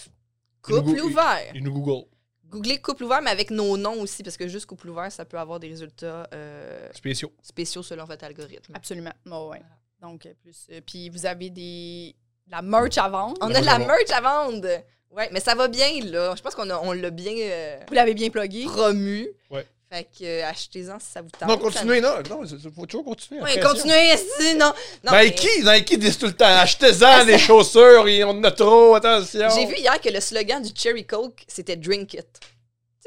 C: Couple
D: Google-
C: ouvert.
D: Il nous Google.
C: Googlez couple ouvert, mais avec nos noms aussi, parce que juste couple ouvert, ça peut avoir des résultats euh,
D: Spéciaux.
C: spéciaux selon votre algorithme.
B: Absolument. Ouais, ouais. Donc, euh, plus. euh, puis vous avez des, de la merch à vendre.
D: Ah,
C: On a de la
D: oui,
C: merch à vendre. Ouais, mais ça va bien, là. Je pense qu'on a- on l'a bien euh,
B: Vous l'avez bien plugué.
C: promu.
D: Ouais.
C: Fait que euh, achetez-en si ça vous tente.
D: Non, continuez, non. Non, il faut toujours continuer. Ben,
C: Oui,
D: la pression.
C: continuez, *laughs* esti, non. non mais-
D: Nike, Nike disent tout le temps
B: Ah,
D: achetez-en des chaussures, et on en a trop, attention.
C: J'ai vu hier que le slogan du Cherry Coke, c'était Drink It. Tu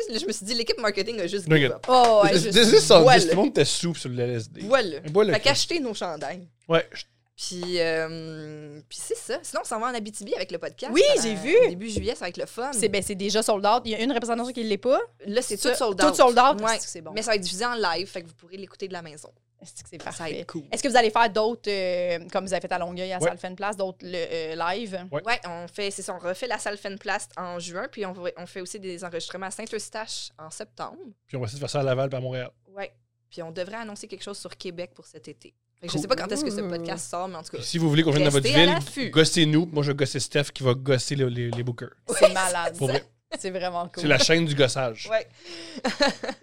C: sais, je me suis dit, l'équipe marketing a juste
D: Drink
C: give
D: it.
C: up.
B: Oh, ouais,
D: This
B: juste-
D: is some-
C: Voilà.
D: Tout le monde était sous sur le LSD.
C: Voilà.
D: Voilà.
C: Fait qu'achetez nos chandails.
D: Ouais, je-
C: Puis, euh, puis c'est ça. Sinon, on s'en va en Abitibi avec le podcast.
B: Oui,
C: pendant-
B: j'ai vu.
C: au Début juillet, ça va être le fun.
B: c'est ben, c'est déjà sold out. Il y a une représentation qui ne l'est pas.
C: Là, c'est
B: Ça,
C: tout sold
B: Tout
C: out.
B: sold out.
C: Ouais.
B: Est-ce que C'est bon.
C: Mais ça va être diffusé en live, fait que vous pourrez l'écouter de la maison.
B: Est-ce que c'est
C: Ça va
B: parfait?
C: être cool.
B: Est-ce que vous allez faire d'autres, euh, comme vous avez fait à Longueuil, à
D: Ouais.
B: Salle Fan Place, d'autres le- euh, live?
D: Ouais.
C: Ouais, on fait, c'est ça, on refait la salle Fenplast en juin, puis on, va- on fait aussi des enregistrements à Saint-Eustache en septembre.
D: Puis on va essayer de faire ça à Laval, puis à Montréal.
C: Ouais. Puis on devrait annoncer quelque chose sur Québec pour cet été. Fait que Je
D: Cool.
C: sais pas quand est-ce que ce podcast sort, mais en tout cas.
D: Puis si vous voulez qu'on vienne dans votre
C: Restez à
D: ville,
C: l'affût.
D: gossez-nous. Moi, je vais gosser Steph qui va gosser les, les, les bookers.
B: C'est malade.
D: Pour vrai.
B: C'est vraiment cool.
D: C'est la chaîne du gossage.
C: Ouais.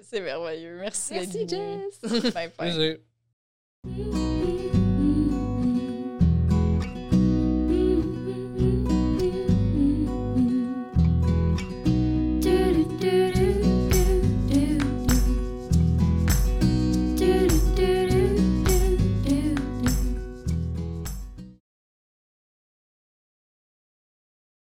B: C'est merveilleux. Merci, Ben,
C: Merci,
B: d'être venu. *laughs*
C: Jess.
B: Fin, fin.
D: Plaisir.
F: Thank you.